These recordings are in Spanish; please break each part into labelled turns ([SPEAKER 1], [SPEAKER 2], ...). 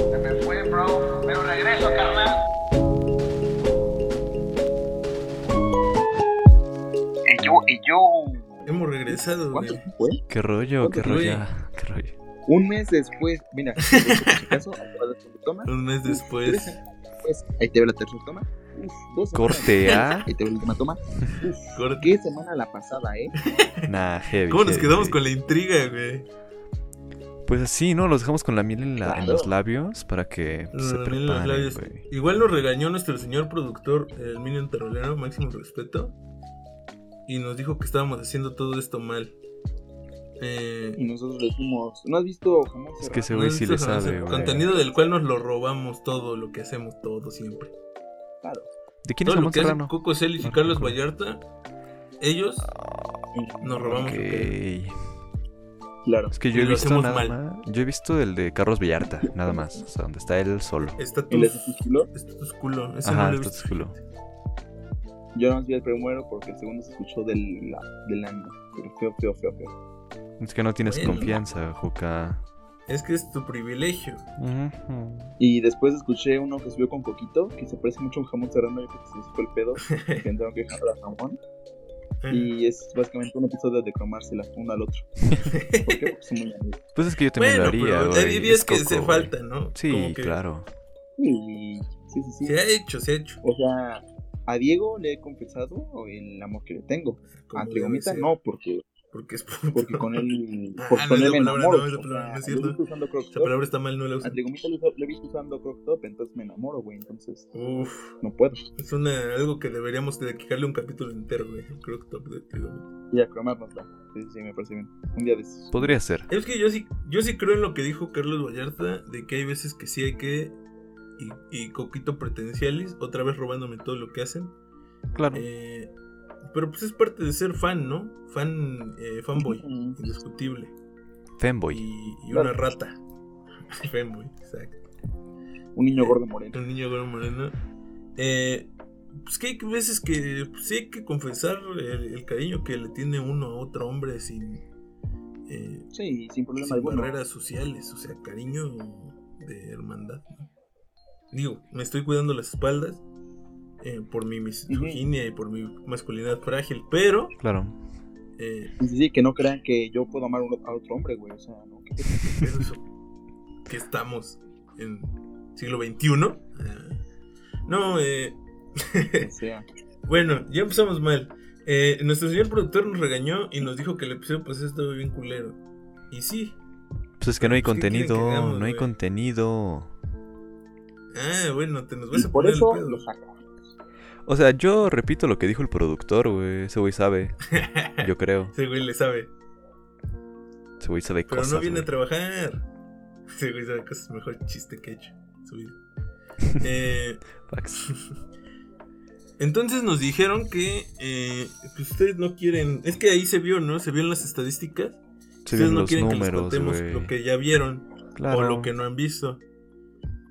[SPEAKER 1] Gracias, bro. Pero regreso, carnal. Y yo, y yo.
[SPEAKER 2] Hemos regresado,
[SPEAKER 3] ¿Cuánto
[SPEAKER 2] güey.
[SPEAKER 3] fue?
[SPEAKER 4] Qué rollo, qué
[SPEAKER 3] Oye.
[SPEAKER 4] rollo, qué rollo.
[SPEAKER 3] Un mes después, mira, en tu caso, acuérdate tu toma,
[SPEAKER 2] Un mes
[SPEAKER 3] tres
[SPEAKER 2] después.
[SPEAKER 3] semanas después, ahí te ve la tercera toma, uf, dos semanas
[SPEAKER 4] Corte A.
[SPEAKER 3] Ahí te ve la última toma. Uf,
[SPEAKER 2] Corte.
[SPEAKER 3] qué semana la pasada, ¿eh?
[SPEAKER 4] Nah, heavy.
[SPEAKER 2] ¿Cómo nos
[SPEAKER 4] heavy,
[SPEAKER 2] quedamos
[SPEAKER 4] heavy.
[SPEAKER 2] con la intriga, güey?
[SPEAKER 4] Pues así, ¿no? Los dejamos con la miel en, la- en
[SPEAKER 3] Claro.
[SPEAKER 4] los labios para que pues, se
[SPEAKER 2] Nos remelan los
[SPEAKER 4] preparen,
[SPEAKER 2] labios.
[SPEAKER 4] güey.
[SPEAKER 2] Igual nos regañó nuestro señor productor, el Minion Tarolero, máximo respeto. Y nos dijo que estábamos haciendo todo esto mal. Eh,
[SPEAKER 3] Y nosotros le dijimos, ¿no has visto jamón
[SPEAKER 4] Es que
[SPEAKER 3] serrano?
[SPEAKER 4] ese este güey sí le
[SPEAKER 2] nuestro
[SPEAKER 4] sabe, güey.
[SPEAKER 2] Contenido del cual nos lo robamos todo, lo que hacemos todo siempre.
[SPEAKER 3] Claro.
[SPEAKER 4] ¿De quién
[SPEAKER 2] Todo
[SPEAKER 4] es
[SPEAKER 2] lo
[SPEAKER 4] Ramón
[SPEAKER 2] que hacen
[SPEAKER 4] Serrano? Ah,
[SPEAKER 2] Coco Celis y
[SPEAKER 4] No,
[SPEAKER 2] Carlos
[SPEAKER 4] Coco.
[SPEAKER 2] Vallarta, ellos nos robamos.
[SPEAKER 4] Ok.
[SPEAKER 2] lo que-
[SPEAKER 3] Claro.
[SPEAKER 4] Es que
[SPEAKER 2] Y
[SPEAKER 4] yo he
[SPEAKER 2] lo
[SPEAKER 4] visto
[SPEAKER 2] hacemos
[SPEAKER 4] nada
[SPEAKER 2] mal.
[SPEAKER 4] más. Yo he visto el de Carlos Villarta, nada más. O sea, donde está él solo.
[SPEAKER 2] Está
[SPEAKER 3] ¿Y
[SPEAKER 2] tu,
[SPEAKER 3] les escuchó?
[SPEAKER 2] está tu culo. Ese
[SPEAKER 4] Ajá,
[SPEAKER 2] no lo he
[SPEAKER 4] está
[SPEAKER 2] visto.
[SPEAKER 4] tu culo.
[SPEAKER 3] Yo nada más vi el primero porque el segundo se escuchó del, la, del ano. Pero feo, feo, feo, feo.
[SPEAKER 4] Es que no tienes
[SPEAKER 2] Bueno.
[SPEAKER 4] confianza, Juca.
[SPEAKER 2] Es que es tu privilegio.
[SPEAKER 4] Ujú.
[SPEAKER 3] Y después escuché uno que subió con Coquito, que se parece mucho a un jamón serrano, yo creo que se les fue el pedo, que tendrán que dejar a jamón. Y es básicamente un episodio de cromársela uno al otro. ¿Por qué? Porque son muy amigos.
[SPEAKER 4] Pues es que yo también
[SPEAKER 2] Bueno,
[SPEAKER 4] lo haría,
[SPEAKER 2] pero
[SPEAKER 4] güey.
[SPEAKER 2] hay días
[SPEAKER 4] Es
[SPEAKER 2] que
[SPEAKER 4] Coco,
[SPEAKER 2] se
[SPEAKER 4] güey.
[SPEAKER 2] falta, ¿no?
[SPEAKER 4] Sí,
[SPEAKER 2] Como que
[SPEAKER 4] claro.
[SPEAKER 3] Sí, sí, sí, sí.
[SPEAKER 2] Se ha hecho, se ha hecho.
[SPEAKER 3] O sea, a Diego le he confesado el amor que le tengo.
[SPEAKER 2] Como
[SPEAKER 3] a
[SPEAKER 2] debe
[SPEAKER 3] Trigomita
[SPEAKER 2] ser,
[SPEAKER 3] no, porque,
[SPEAKER 2] Porque es puto.
[SPEAKER 3] porque con él,
[SPEAKER 2] Ah,
[SPEAKER 3] por-
[SPEAKER 2] no
[SPEAKER 3] con
[SPEAKER 2] es la
[SPEAKER 3] él me
[SPEAKER 2] palabra,
[SPEAKER 3] enamoro.
[SPEAKER 2] no es la
[SPEAKER 3] o
[SPEAKER 2] palabra,
[SPEAKER 3] sea,
[SPEAKER 2] no es
[SPEAKER 3] yo
[SPEAKER 2] cierto.
[SPEAKER 3] visto usando crop
[SPEAKER 2] Esa
[SPEAKER 3] top,
[SPEAKER 2] palabra está mal, no la
[SPEAKER 3] A
[SPEAKER 2] usan.
[SPEAKER 3] Trigomita lo, lo he visto usando crop top, entonces me enamoro, güey. Entonces
[SPEAKER 2] Uf,
[SPEAKER 3] no puedo.
[SPEAKER 2] es una, algo que deberíamos dedicarle un capítulo entero, güey. Creo que top de Trigomita.
[SPEAKER 3] Y a cromarnosla. Sí, sí, me parece bien. Un día de esos.
[SPEAKER 2] Pues,
[SPEAKER 4] Podría ser.
[SPEAKER 2] Es que yo sí, yo sí creo en lo que dijo Carlos Vallarta, de que hay veces que sí hay que. Y, y Coquito Pretencialis, otra vez robándome todo lo que hacen.
[SPEAKER 4] Claro.
[SPEAKER 2] Eh, pero pues es parte de ser fan, ¿no? Fan, eh, fanboy,
[SPEAKER 3] Mm.
[SPEAKER 2] indiscutible.
[SPEAKER 4] Femboy.
[SPEAKER 2] Y, y
[SPEAKER 3] Claro.
[SPEAKER 2] una rata. fanboy, exacto.
[SPEAKER 3] Un niño gordo moreno.
[SPEAKER 2] El niño gordo moreno. Eh, pues que hay veces que pues, sí hay que confesar el, el cariño que le tiene uno a otro hombre sin, eh,
[SPEAKER 3] Sí, sin problema
[SPEAKER 2] sin
[SPEAKER 3] alguno.
[SPEAKER 2] barreras sociales, o sea, cariño de hermandad. ¿no? Digo, me estoy cuidando las espaldas eh, por mi misoginia y por mi masculinidad frágil, pero
[SPEAKER 4] Claro.
[SPEAKER 2] eh,
[SPEAKER 3] Sí, sí, sí, que no crean que yo puedo amar a otro hombre, güey. O sea, no. ¿qué-
[SPEAKER 2] pero eso, que estamos en siglo XXI. ah, no, eh,
[SPEAKER 3] qué- O sea,
[SPEAKER 2] Bueno, ya empezamos mal. Eh, nuestro señor productor nos regañó y nos dijo que el episodio pues estaba bien culero. Y sí.
[SPEAKER 4] Pues es que no hay
[SPEAKER 2] Pues, ¿qué quieren que
[SPEAKER 4] contenido.
[SPEAKER 2] hagamos,
[SPEAKER 4] No hay
[SPEAKER 2] güey?
[SPEAKER 4] contenido.
[SPEAKER 2] Ah, bueno, te nos vas
[SPEAKER 3] y
[SPEAKER 2] a
[SPEAKER 3] por
[SPEAKER 2] poner
[SPEAKER 3] eso
[SPEAKER 2] el pedo.
[SPEAKER 3] lo saca.
[SPEAKER 4] O sea, yo repito lo que dijo el productor, güey. Ese güey sabe. Yo creo.
[SPEAKER 2] Ese güey le sabe.
[SPEAKER 4] Ese güey sabe
[SPEAKER 2] Pero
[SPEAKER 4] cosas.
[SPEAKER 2] no viene
[SPEAKER 4] güey.
[SPEAKER 2] a trabajar. Ese güey sabe cosas mejor chiste que he hecho. en Su vida. Eh,
[SPEAKER 4] Fax.
[SPEAKER 2] entonces nos dijeron que eh, pues, ustedes no quieren. Es que ahí se vio, ¿no? Se vio en las estadísticas.
[SPEAKER 4] Se
[SPEAKER 2] ustedes
[SPEAKER 4] ven
[SPEAKER 2] no
[SPEAKER 4] los
[SPEAKER 2] quieren que les
[SPEAKER 4] números,
[SPEAKER 2] contemos
[SPEAKER 4] güey.
[SPEAKER 2] lo que ya vieron.
[SPEAKER 4] Claro.
[SPEAKER 2] o lo que no han visto.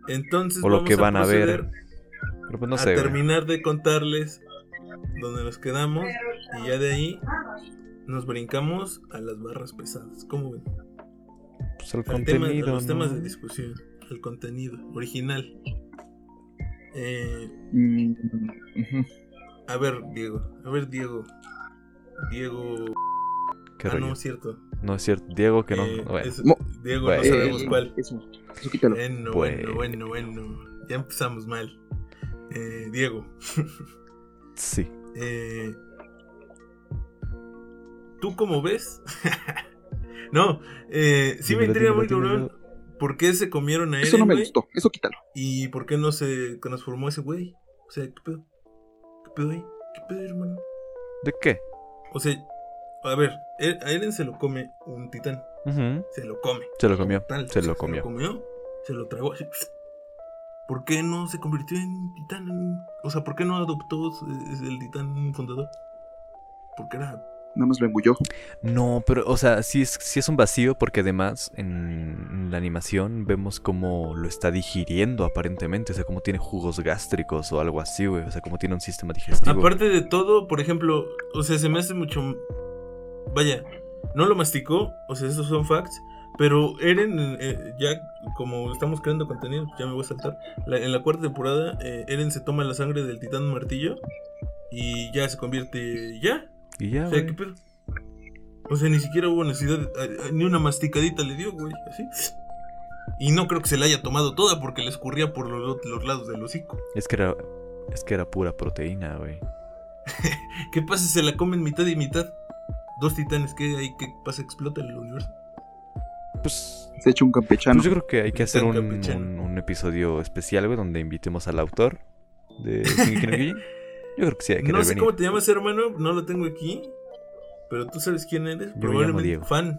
[SPEAKER 2] Entonces,
[SPEAKER 4] O lo
[SPEAKER 2] vamos
[SPEAKER 4] que van a ver.
[SPEAKER 2] proceder
[SPEAKER 4] Pero pues no
[SPEAKER 2] a
[SPEAKER 4] sé, güey.
[SPEAKER 2] terminar de contarles donde nos quedamos y ya de ahí nos brincamos a las barras pesadas. ¿Cómo ven?
[SPEAKER 4] Pues el
[SPEAKER 2] Al tema-
[SPEAKER 4] contenido.
[SPEAKER 2] a los
[SPEAKER 4] ¿no?
[SPEAKER 2] temas de discusión, al contenido original. Eh,
[SPEAKER 3] Mm, ujú.
[SPEAKER 2] a ver, Diego, a ver, Diego. Diego.
[SPEAKER 4] Qué
[SPEAKER 2] ah,
[SPEAKER 4] rollo.
[SPEAKER 2] no,
[SPEAKER 4] no.
[SPEAKER 2] es cierto.
[SPEAKER 4] es cierto. Diego que no.
[SPEAKER 2] Eh,
[SPEAKER 4] bueno.
[SPEAKER 2] es-
[SPEAKER 3] Mo-
[SPEAKER 2] Diego,
[SPEAKER 4] bueno.
[SPEAKER 2] no sabemos
[SPEAKER 3] Eh,
[SPEAKER 2] cuál. Eh,
[SPEAKER 3] Eso, eso quítalo.
[SPEAKER 2] Bueno,
[SPEAKER 4] Pues-
[SPEAKER 2] bueno, bueno, bueno. Ya empezamos mal. Eh, Diego,
[SPEAKER 4] Sí.
[SPEAKER 2] eh, ¿tú cómo ves? no, eh, sí me
[SPEAKER 4] Dímelo,
[SPEAKER 2] intriga
[SPEAKER 4] dímelo,
[SPEAKER 2] muy cabrón.
[SPEAKER 4] dímelo.
[SPEAKER 2] ¿Por qué se comieron a
[SPEAKER 3] Eso no
[SPEAKER 2] Eren,
[SPEAKER 3] me
[SPEAKER 2] güey?
[SPEAKER 3] gustó. Eso quítalo.
[SPEAKER 2] ¿Y por qué no se transformó ese güey? O sea, ¿qué pedo? ¿Qué pedo ahí? ¿Qué pedo, hermano?
[SPEAKER 4] ¿De qué?
[SPEAKER 2] O sea, a ver, Er- a Eren se lo come un titán.
[SPEAKER 4] Ujú.
[SPEAKER 2] Se lo come.
[SPEAKER 4] Se lo comió.
[SPEAKER 2] Tal,
[SPEAKER 4] Se lo comió.
[SPEAKER 2] se lo tragó. así. ¿Por qué no se convirtió en titán? O sea, ¿por qué no adoptó eh, el titán fundador? Porque era
[SPEAKER 3] Nada más lo engulló.
[SPEAKER 4] No, pero, o sea, sí es, sí es un vacío porque además en la animación vemos cómo lo está digiriendo aparentemente, o sea, cómo tiene jugos gástricos o algo así, güey, o sea, cómo tiene un sistema digestivo.
[SPEAKER 2] Aparte de todo, por ejemplo, o sea, se me hace mucho. Vaya, no lo masticó, o sea, esos son facts. Pero Eren, eh, ya como estamos creando contenido, ya me voy a saltar. La- en la cuarta temporada, eh, Eren se toma la sangre del titán martillo y ya se convierte. ¿Ya?
[SPEAKER 4] Y ya,
[SPEAKER 2] O sea, ¿qué
[SPEAKER 4] Ah, güey.
[SPEAKER 2] pedo? O sea, ni siquiera hubo necesidad, eh, eh, ni una masticadita le dio, güey, así. Y no creo que se la haya tomado toda porque le escurría por los, los lados del hocico.
[SPEAKER 4] Es que era. Es que era pura proteína, güey.
[SPEAKER 2] ¿Qué pasa si se la comen mitad y mitad? Dos titanes, ¿qué hay? ¿Qué pasa? ¿Explota el universo?
[SPEAKER 4] Pues,
[SPEAKER 3] Se echa un campechano.
[SPEAKER 4] pues yo creo que hay que hacer un,
[SPEAKER 2] Campechano.
[SPEAKER 4] un- un episodio especial, güey, donde invitemos al autor de Shingeki no Kyojin. Yo creo que sí hay que
[SPEAKER 2] No sé
[SPEAKER 4] venir.
[SPEAKER 2] cómo te llamas, hermano, no lo tengo aquí. Pero tú sabes quién eres.
[SPEAKER 4] llamo
[SPEAKER 2] Probablemente
[SPEAKER 4] Diego.
[SPEAKER 2] fan.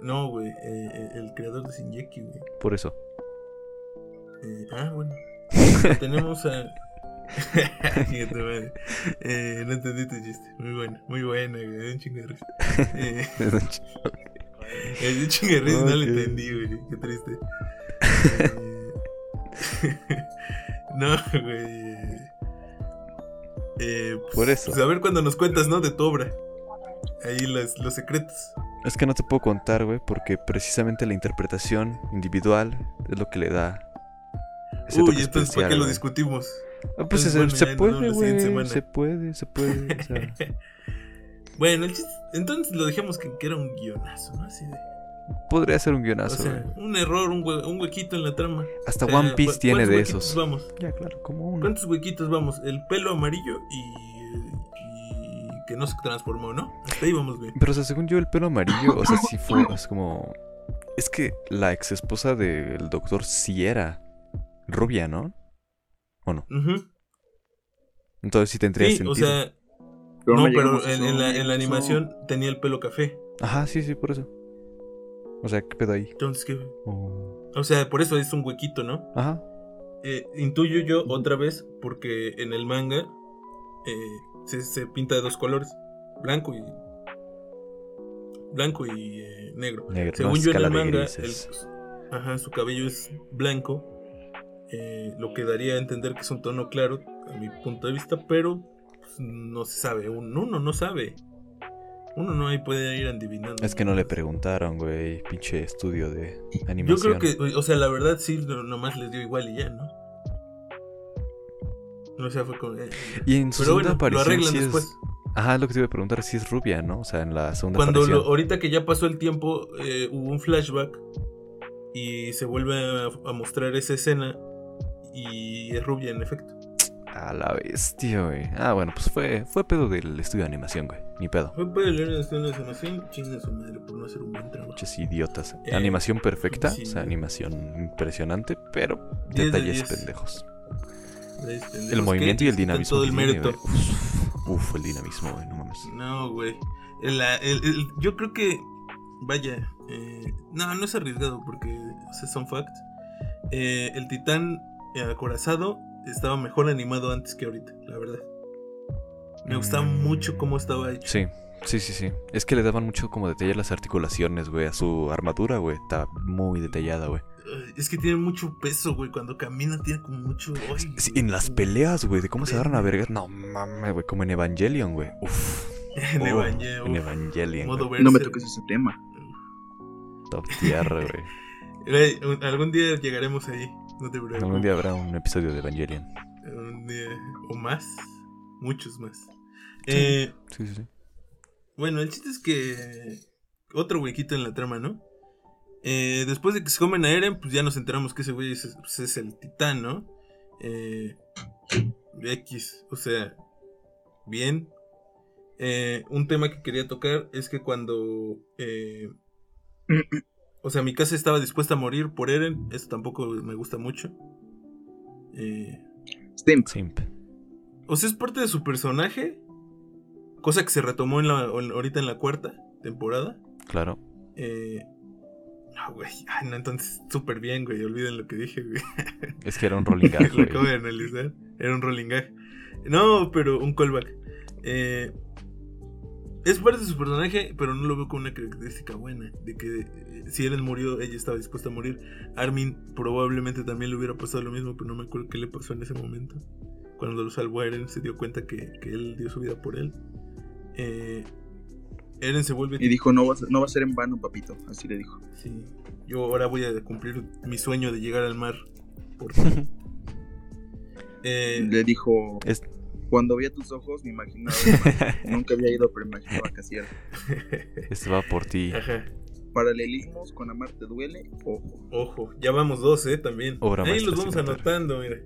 [SPEAKER 2] No, güey, eh, eh, el creador de Shinjeki, güey.
[SPEAKER 4] Por eso.
[SPEAKER 2] Eh, ah, bueno. Tenemos a. Fíjate, madre. Eh, no entendí tu chiste. Muy buena, muy buena, güey. Un chingo de risa. Eh, es un chingo de risa, no lo
[SPEAKER 4] Ok.
[SPEAKER 2] entendí, güey. Qué triste. Eh, no, güey. Eh, pues,
[SPEAKER 4] Por eso.
[SPEAKER 2] pues a ver cuando nos cuentas, ¿no? De tu obra. Ahí las, los secretos.
[SPEAKER 4] Es que no te puedo contar, güey, porque precisamente la interpretación individual es lo que le da. ese
[SPEAKER 2] Uy,
[SPEAKER 4] toque
[SPEAKER 2] entonces, ¿para
[SPEAKER 4] especial,
[SPEAKER 2] qué lo
[SPEAKER 4] güey.
[SPEAKER 2] discutimos?
[SPEAKER 4] Ah, pues
[SPEAKER 2] Entonces,
[SPEAKER 4] se,
[SPEAKER 2] bueno,
[SPEAKER 4] se
[SPEAKER 2] ya nos vemos
[SPEAKER 4] puede,
[SPEAKER 2] la siguiente
[SPEAKER 4] güey.
[SPEAKER 2] semana.
[SPEAKER 4] Se puede, se puede. o sea,
[SPEAKER 2] Bueno, el chiste- entonces lo dejamos que, que era un guionazo, ¿no? Así de.
[SPEAKER 4] podría ser un
[SPEAKER 2] O
[SPEAKER 4] guionazo,
[SPEAKER 2] sea,
[SPEAKER 4] güey.
[SPEAKER 2] un error, un, hue- un huequito en la trama.
[SPEAKER 4] Hasta
[SPEAKER 2] O sea,
[SPEAKER 4] One Piece
[SPEAKER 2] ¿cu-
[SPEAKER 4] tiene
[SPEAKER 2] cuántos
[SPEAKER 4] de
[SPEAKER 2] huequitos
[SPEAKER 4] esos.
[SPEAKER 2] Vamos?
[SPEAKER 4] Ya, claro, como uno.
[SPEAKER 2] ¿Cuántos huequitos vamos? El pelo amarillo y, y que no se transformó, ¿no? Hasta ahí vamos bien.
[SPEAKER 4] Pero, o sea, según yo, el pelo amarillo, o sea, sí fue. Es como. Es que la ex esposa del doctor sí era rubia, ¿no? ¿O no?
[SPEAKER 2] Ujú.
[SPEAKER 4] Entonces sí tendría
[SPEAKER 2] Sí,
[SPEAKER 4] sentido.
[SPEAKER 2] o sea, no, pero en, en la, en la animación tenía el pelo café.
[SPEAKER 4] Ajá, sí, sí, por eso. O sea, ¿qué pedo ahí?
[SPEAKER 2] Entonces, ¿qué?
[SPEAKER 4] O-
[SPEAKER 2] O sea, por eso es un huequito, ¿no?
[SPEAKER 4] Ajá.
[SPEAKER 2] Eh, intuyo yo otra vez, porque en el manga eh, se, se pinta de dos colores: blanco y. Blanco y eh, negro.
[SPEAKER 4] Negro,
[SPEAKER 2] Según
[SPEAKER 4] más
[SPEAKER 2] yo en el
[SPEAKER 4] escala de
[SPEAKER 2] manga,
[SPEAKER 4] grises.
[SPEAKER 2] el- ajá, su cabello es blanco, eh, lo que daría a entender que es un tono claro, a mi punto de vista, pero pues, no se sabe, un- uno no sabe. Uno no ahí puede ir adivinando.
[SPEAKER 4] Es que no le preguntaron, güey. Pinche estudio de
[SPEAKER 2] Yo
[SPEAKER 4] animación.
[SPEAKER 2] creo que, o o sea, la verdad sí, no- nomás les dio igual y ya, ¿no? No sea, fue con... eh,
[SPEAKER 4] Y en su
[SPEAKER 2] pero
[SPEAKER 4] segunda
[SPEAKER 2] bueno, lo
[SPEAKER 4] aparición.
[SPEAKER 2] arreglan
[SPEAKER 4] sí es-
[SPEAKER 2] después.
[SPEAKER 4] Ajá, es lo que te iba a preguntar, si es rubia, ¿no? O sea, en la segunda
[SPEAKER 2] Cuando lo-
[SPEAKER 4] aparición.
[SPEAKER 2] ahorita que ya pasó el tiempo, eh, hubo un flashback y se vuelve a, a mostrar esa escena y es rubia en efecto.
[SPEAKER 4] A la bestia, güey. Ah, bueno, pues fue, fue pedo del estudio de animación, güey. Ni pedo.
[SPEAKER 2] Fue por el leer la escena de sanación, chinga su madre por no hacer un buen trabajo.
[SPEAKER 4] Muchas idiotas.
[SPEAKER 2] Eh,
[SPEAKER 4] animación perfecta,
[SPEAKER 2] sí,
[SPEAKER 4] o sea,
[SPEAKER 2] güey.
[SPEAKER 4] animación impresionante, pero
[SPEAKER 2] 10 de
[SPEAKER 4] detalles
[SPEAKER 2] 10.
[SPEAKER 4] pendejos.
[SPEAKER 2] Ahí está,
[SPEAKER 4] El
[SPEAKER 2] ¿qué?
[SPEAKER 4] movimiento y el
[SPEAKER 2] Ten
[SPEAKER 4] dinamismo.
[SPEAKER 2] Todo el
[SPEAKER 4] que tiene,
[SPEAKER 2] mérito.
[SPEAKER 4] güey. Uf, uf, el dinamismo, güey, no mames.
[SPEAKER 2] No, güey. La- el- el- yo creo que, vaya, eh, no, no es arriesgado porque o sea, son facts. Eh, el titán eh, acorazado estaba mejor animado antes que ahorita, la verdad. Me gustaba
[SPEAKER 4] Mm.
[SPEAKER 2] mucho cómo estaba hecho.
[SPEAKER 4] Sí, sí, sí, sí. Es que le daban mucho como detalle a las articulaciones, güey, a su armadura, güey. Está muy detallada, güey.
[SPEAKER 2] Ay, Es que tiene mucho peso, güey. Cuando camina tiene como mucho. ay,
[SPEAKER 4] Sí,
[SPEAKER 2] güey.
[SPEAKER 4] en las peleas, güey, de cómo se agarran a vergas. No mames, güey, como en Evangelion, güey. Uf.
[SPEAKER 2] En
[SPEAKER 4] Oh,
[SPEAKER 2] Evangel-
[SPEAKER 4] en Evangelion.
[SPEAKER 2] modo
[SPEAKER 4] güey.
[SPEAKER 3] No me
[SPEAKER 2] berserk.
[SPEAKER 3] toques ese tema.
[SPEAKER 4] Top tier, güey.
[SPEAKER 2] Güey, un- algún día llegaremos ahí. No te preocupes.
[SPEAKER 4] Algún día habrá un episodio de Evangelion.
[SPEAKER 2] Algún día, O más. Muchos más. Eh,
[SPEAKER 4] Sí, sí, sí.
[SPEAKER 2] bueno, el chiste es que. Otro huequito en la trama, ¿no? Eh, después de que se comen a Eren, pues ya nos enteramos que ese güey es, pues, es el titán, ¿no? Eh, X, o sea, bien. Eh, un tema que quería tocar es que cuando. eh, o sea, mi casa estaba dispuesta a morir por Eren, eso tampoco me gusta mucho. Eh,
[SPEAKER 3] Stimp.
[SPEAKER 4] Simp.
[SPEAKER 2] o sea, es parte de su personaje. Cosa que se retomó en la, en- ahorita en la cuarta temporada.
[SPEAKER 4] Claro.
[SPEAKER 2] Eh, no, güey. Ah, no, entonces súper bien, güey. Olviden lo que dije, güey.
[SPEAKER 4] Es que era un rolling gag,
[SPEAKER 2] lo acabo
[SPEAKER 4] güey.
[SPEAKER 2] de analizar. Era un rolling gag. No, pero un callback. Eh, es parte de su personaje, pero no lo veo con una característica buena. De que eh, si Eren murió, ella estaba dispuesta a morir. Armin probablemente también le hubiera pasado lo mismo, pero no me acuerdo qué le pasó en ese momento. Cuando lo salvó a Eren, se dio cuenta que, que él dio su vida por él. Eh, Eren se vuelve.
[SPEAKER 3] Y dijo, no va, a ser- no va a ser en vano, papito. Así le dijo.
[SPEAKER 2] Sí. Yo ahora voy a cumplir mi sueño de llegar al mar. Por Eh,
[SPEAKER 3] Le dijo,
[SPEAKER 4] Es-
[SPEAKER 3] cuando vi a tus ojos me imaginaba el mar. Nunca había ido, pero imaginaba casi era.
[SPEAKER 4] Este va por ti.
[SPEAKER 2] ajá.
[SPEAKER 3] Paralelismos con amar te duele, ojo.
[SPEAKER 2] Ojo, ya vamos dos, ¿eh? También.
[SPEAKER 4] Obra
[SPEAKER 2] Ahí
[SPEAKER 4] maestra
[SPEAKER 2] los vamos
[SPEAKER 4] sin notar.
[SPEAKER 2] anotando, mira.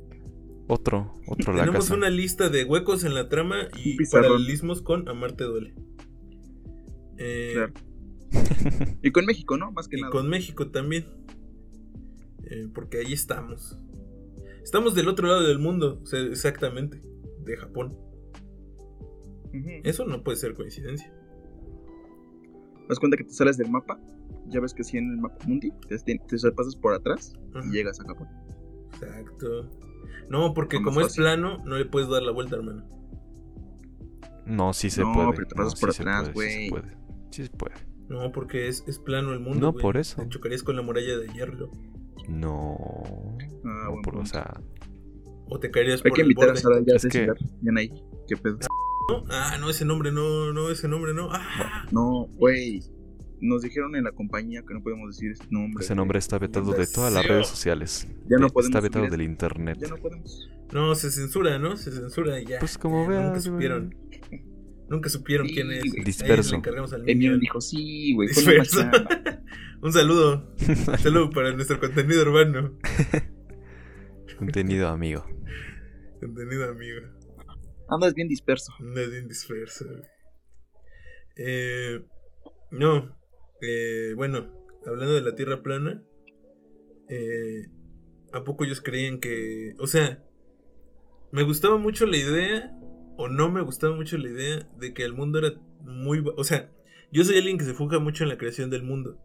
[SPEAKER 4] Otro, otro la
[SPEAKER 2] Tenemos
[SPEAKER 4] casa.
[SPEAKER 2] una lista de huecos en la trama y
[SPEAKER 3] Un pizarrón.
[SPEAKER 2] paralelismos con Amarte Duele. Eh,
[SPEAKER 3] Claro. Y con México, ¿no? Más que
[SPEAKER 2] Y
[SPEAKER 3] nada.
[SPEAKER 2] con México también. Eh, porque ahí estamos. Estamos del otro lado del mundo, o sea, exactamente. De Japón.
[SPEAKER 3] Ujú.
[SPEAKER 2] Eso no puede ser coincidencia.
[SPEAKER 3] das cuenta que te sales del mapa, ya ves que si en el mapa mundi, te, te, te pasas por atrás
[SPEAKER 2] Ajá,
[SPEAKER 3] y llegas a Japón.
[SPEAKER 2] Exacto. No, porque
[SPEAKER 3] Lo más
[SPEAKER 2] como es
[SPEAKER 3] fácil.
[SPEAKER 2] plano, no le puedes dar la vuelta, hermano.
[SPEAKER 4] No, sí se
[SPEAKER 3] No,
[SPEAKER 4] puede.
[SPEAKER 3] pero te
[SPEAKER 4] no,
[SPEAKER 3] pasas
[SPEAKER 4] sí
[SPEAKER 3] por
[SPEAKER 4] se
[SPEAKER 3] atrás,
[SPEAKER 4] puede,
[SPEAKER 3] güey.
[SPEAKER 4] sí se puede. Sí se puede.
[SPEAKER 2] No, porque es, es plano el mundo.
[SPEAKER 4] No,
[SPEAKER 2] güey.
[SPEAKER 4] por eso.
[SPEAKER 2] Te chocarías con la muralla de hierro.
[SPEAKER 4] No.
[SPEAKER 3] Ah,
[SPEAKER 4] no,
[SPEAKER 3] buen
[SPEAKER 4] por- o
[SPEAKER 3] punto.
[SPEAKER 4] sea,
[SPEAKER 2] O te caerías
[SPEAKER 3] Hay
[SPEAKER 2] por
[SPEAKER 3] que
[SPEAKER 2] el
[SPEAKER 3] invitar
[SPEAKER 2] borde.
[SPEAKER 3] a Sara ya
[SPEAKER 4] Es
[SPEAKER 3] a
[SPEAKER 4] que-
[SPEAKER 3] llegar. Bien ahí. ¿Qué pedo?
[SPEAKER 2] ¿no? Ah, no, ese nombre no, no, ese nombre no. Ah,
[SPEAKER 3] No, güey. Nos dijeron en la compañía que no podíamos decir este nombre.
[SPEAKER 4] ese nombre está vetado de todas las
[SPEAKER 2] Deseo.
[SPEAKER 4] redes sociales.
[SPEAKER 3] ya no
[SPEAKER 4] Ve-
[SPEAKER 3] podemos.
[SPEAKER 4] está vetado
[SPEAKER 3] subir
[SPEAKER 4] del
[SPEAKER 3] esto.
[SPEAKER 4] internet.
[SPEAKER 3] Ya no podemos.
[SPEAKER 2] no, se censura, ¿no? Se censura y ya.
[SPEAKER 4] Pues como
[SPEAKER 2] nunca
[SPEAKER 4] veas, güey.
[SPEAKER 2] supieron. Nunca supieron
[SPEAKER 3] Sí,
[SPEAKER 2] quién es.
[SPEAKER 3] güey.
[SPEAKER 2] Ahí
[SPEAKER 4] Disperso.
[SPEAKER 2] le encargamos al
[SPEAKER 3] Emilio
[SPEAKER 2] Minion.
[SPEAKER 3] dijo, sí, güey. fue una
[SPEAKER 2] Disperso.
[SPEAKER 3] machada.
[SPEAKER 2] Un saludo. Un saludo para nuestro contenido urbano.
[SPEAKER 4] Contenido amigo.
[SPEAKER 2] Contenido amigo.
[SPEAKER 3] Andas bien disperso.
[SPEAKER 2] No es bien disperso. güey. Eh, no. Eh, bueno, hablando de la Tierra plana, eh, ¿a poco ellos creían que... O sea, me gustaba mucho la idea, o no me gustaba mucho la idea, de que el mundo era muy... va- O sea, yo soy alguien que se fuja mucho en la creación del mundo,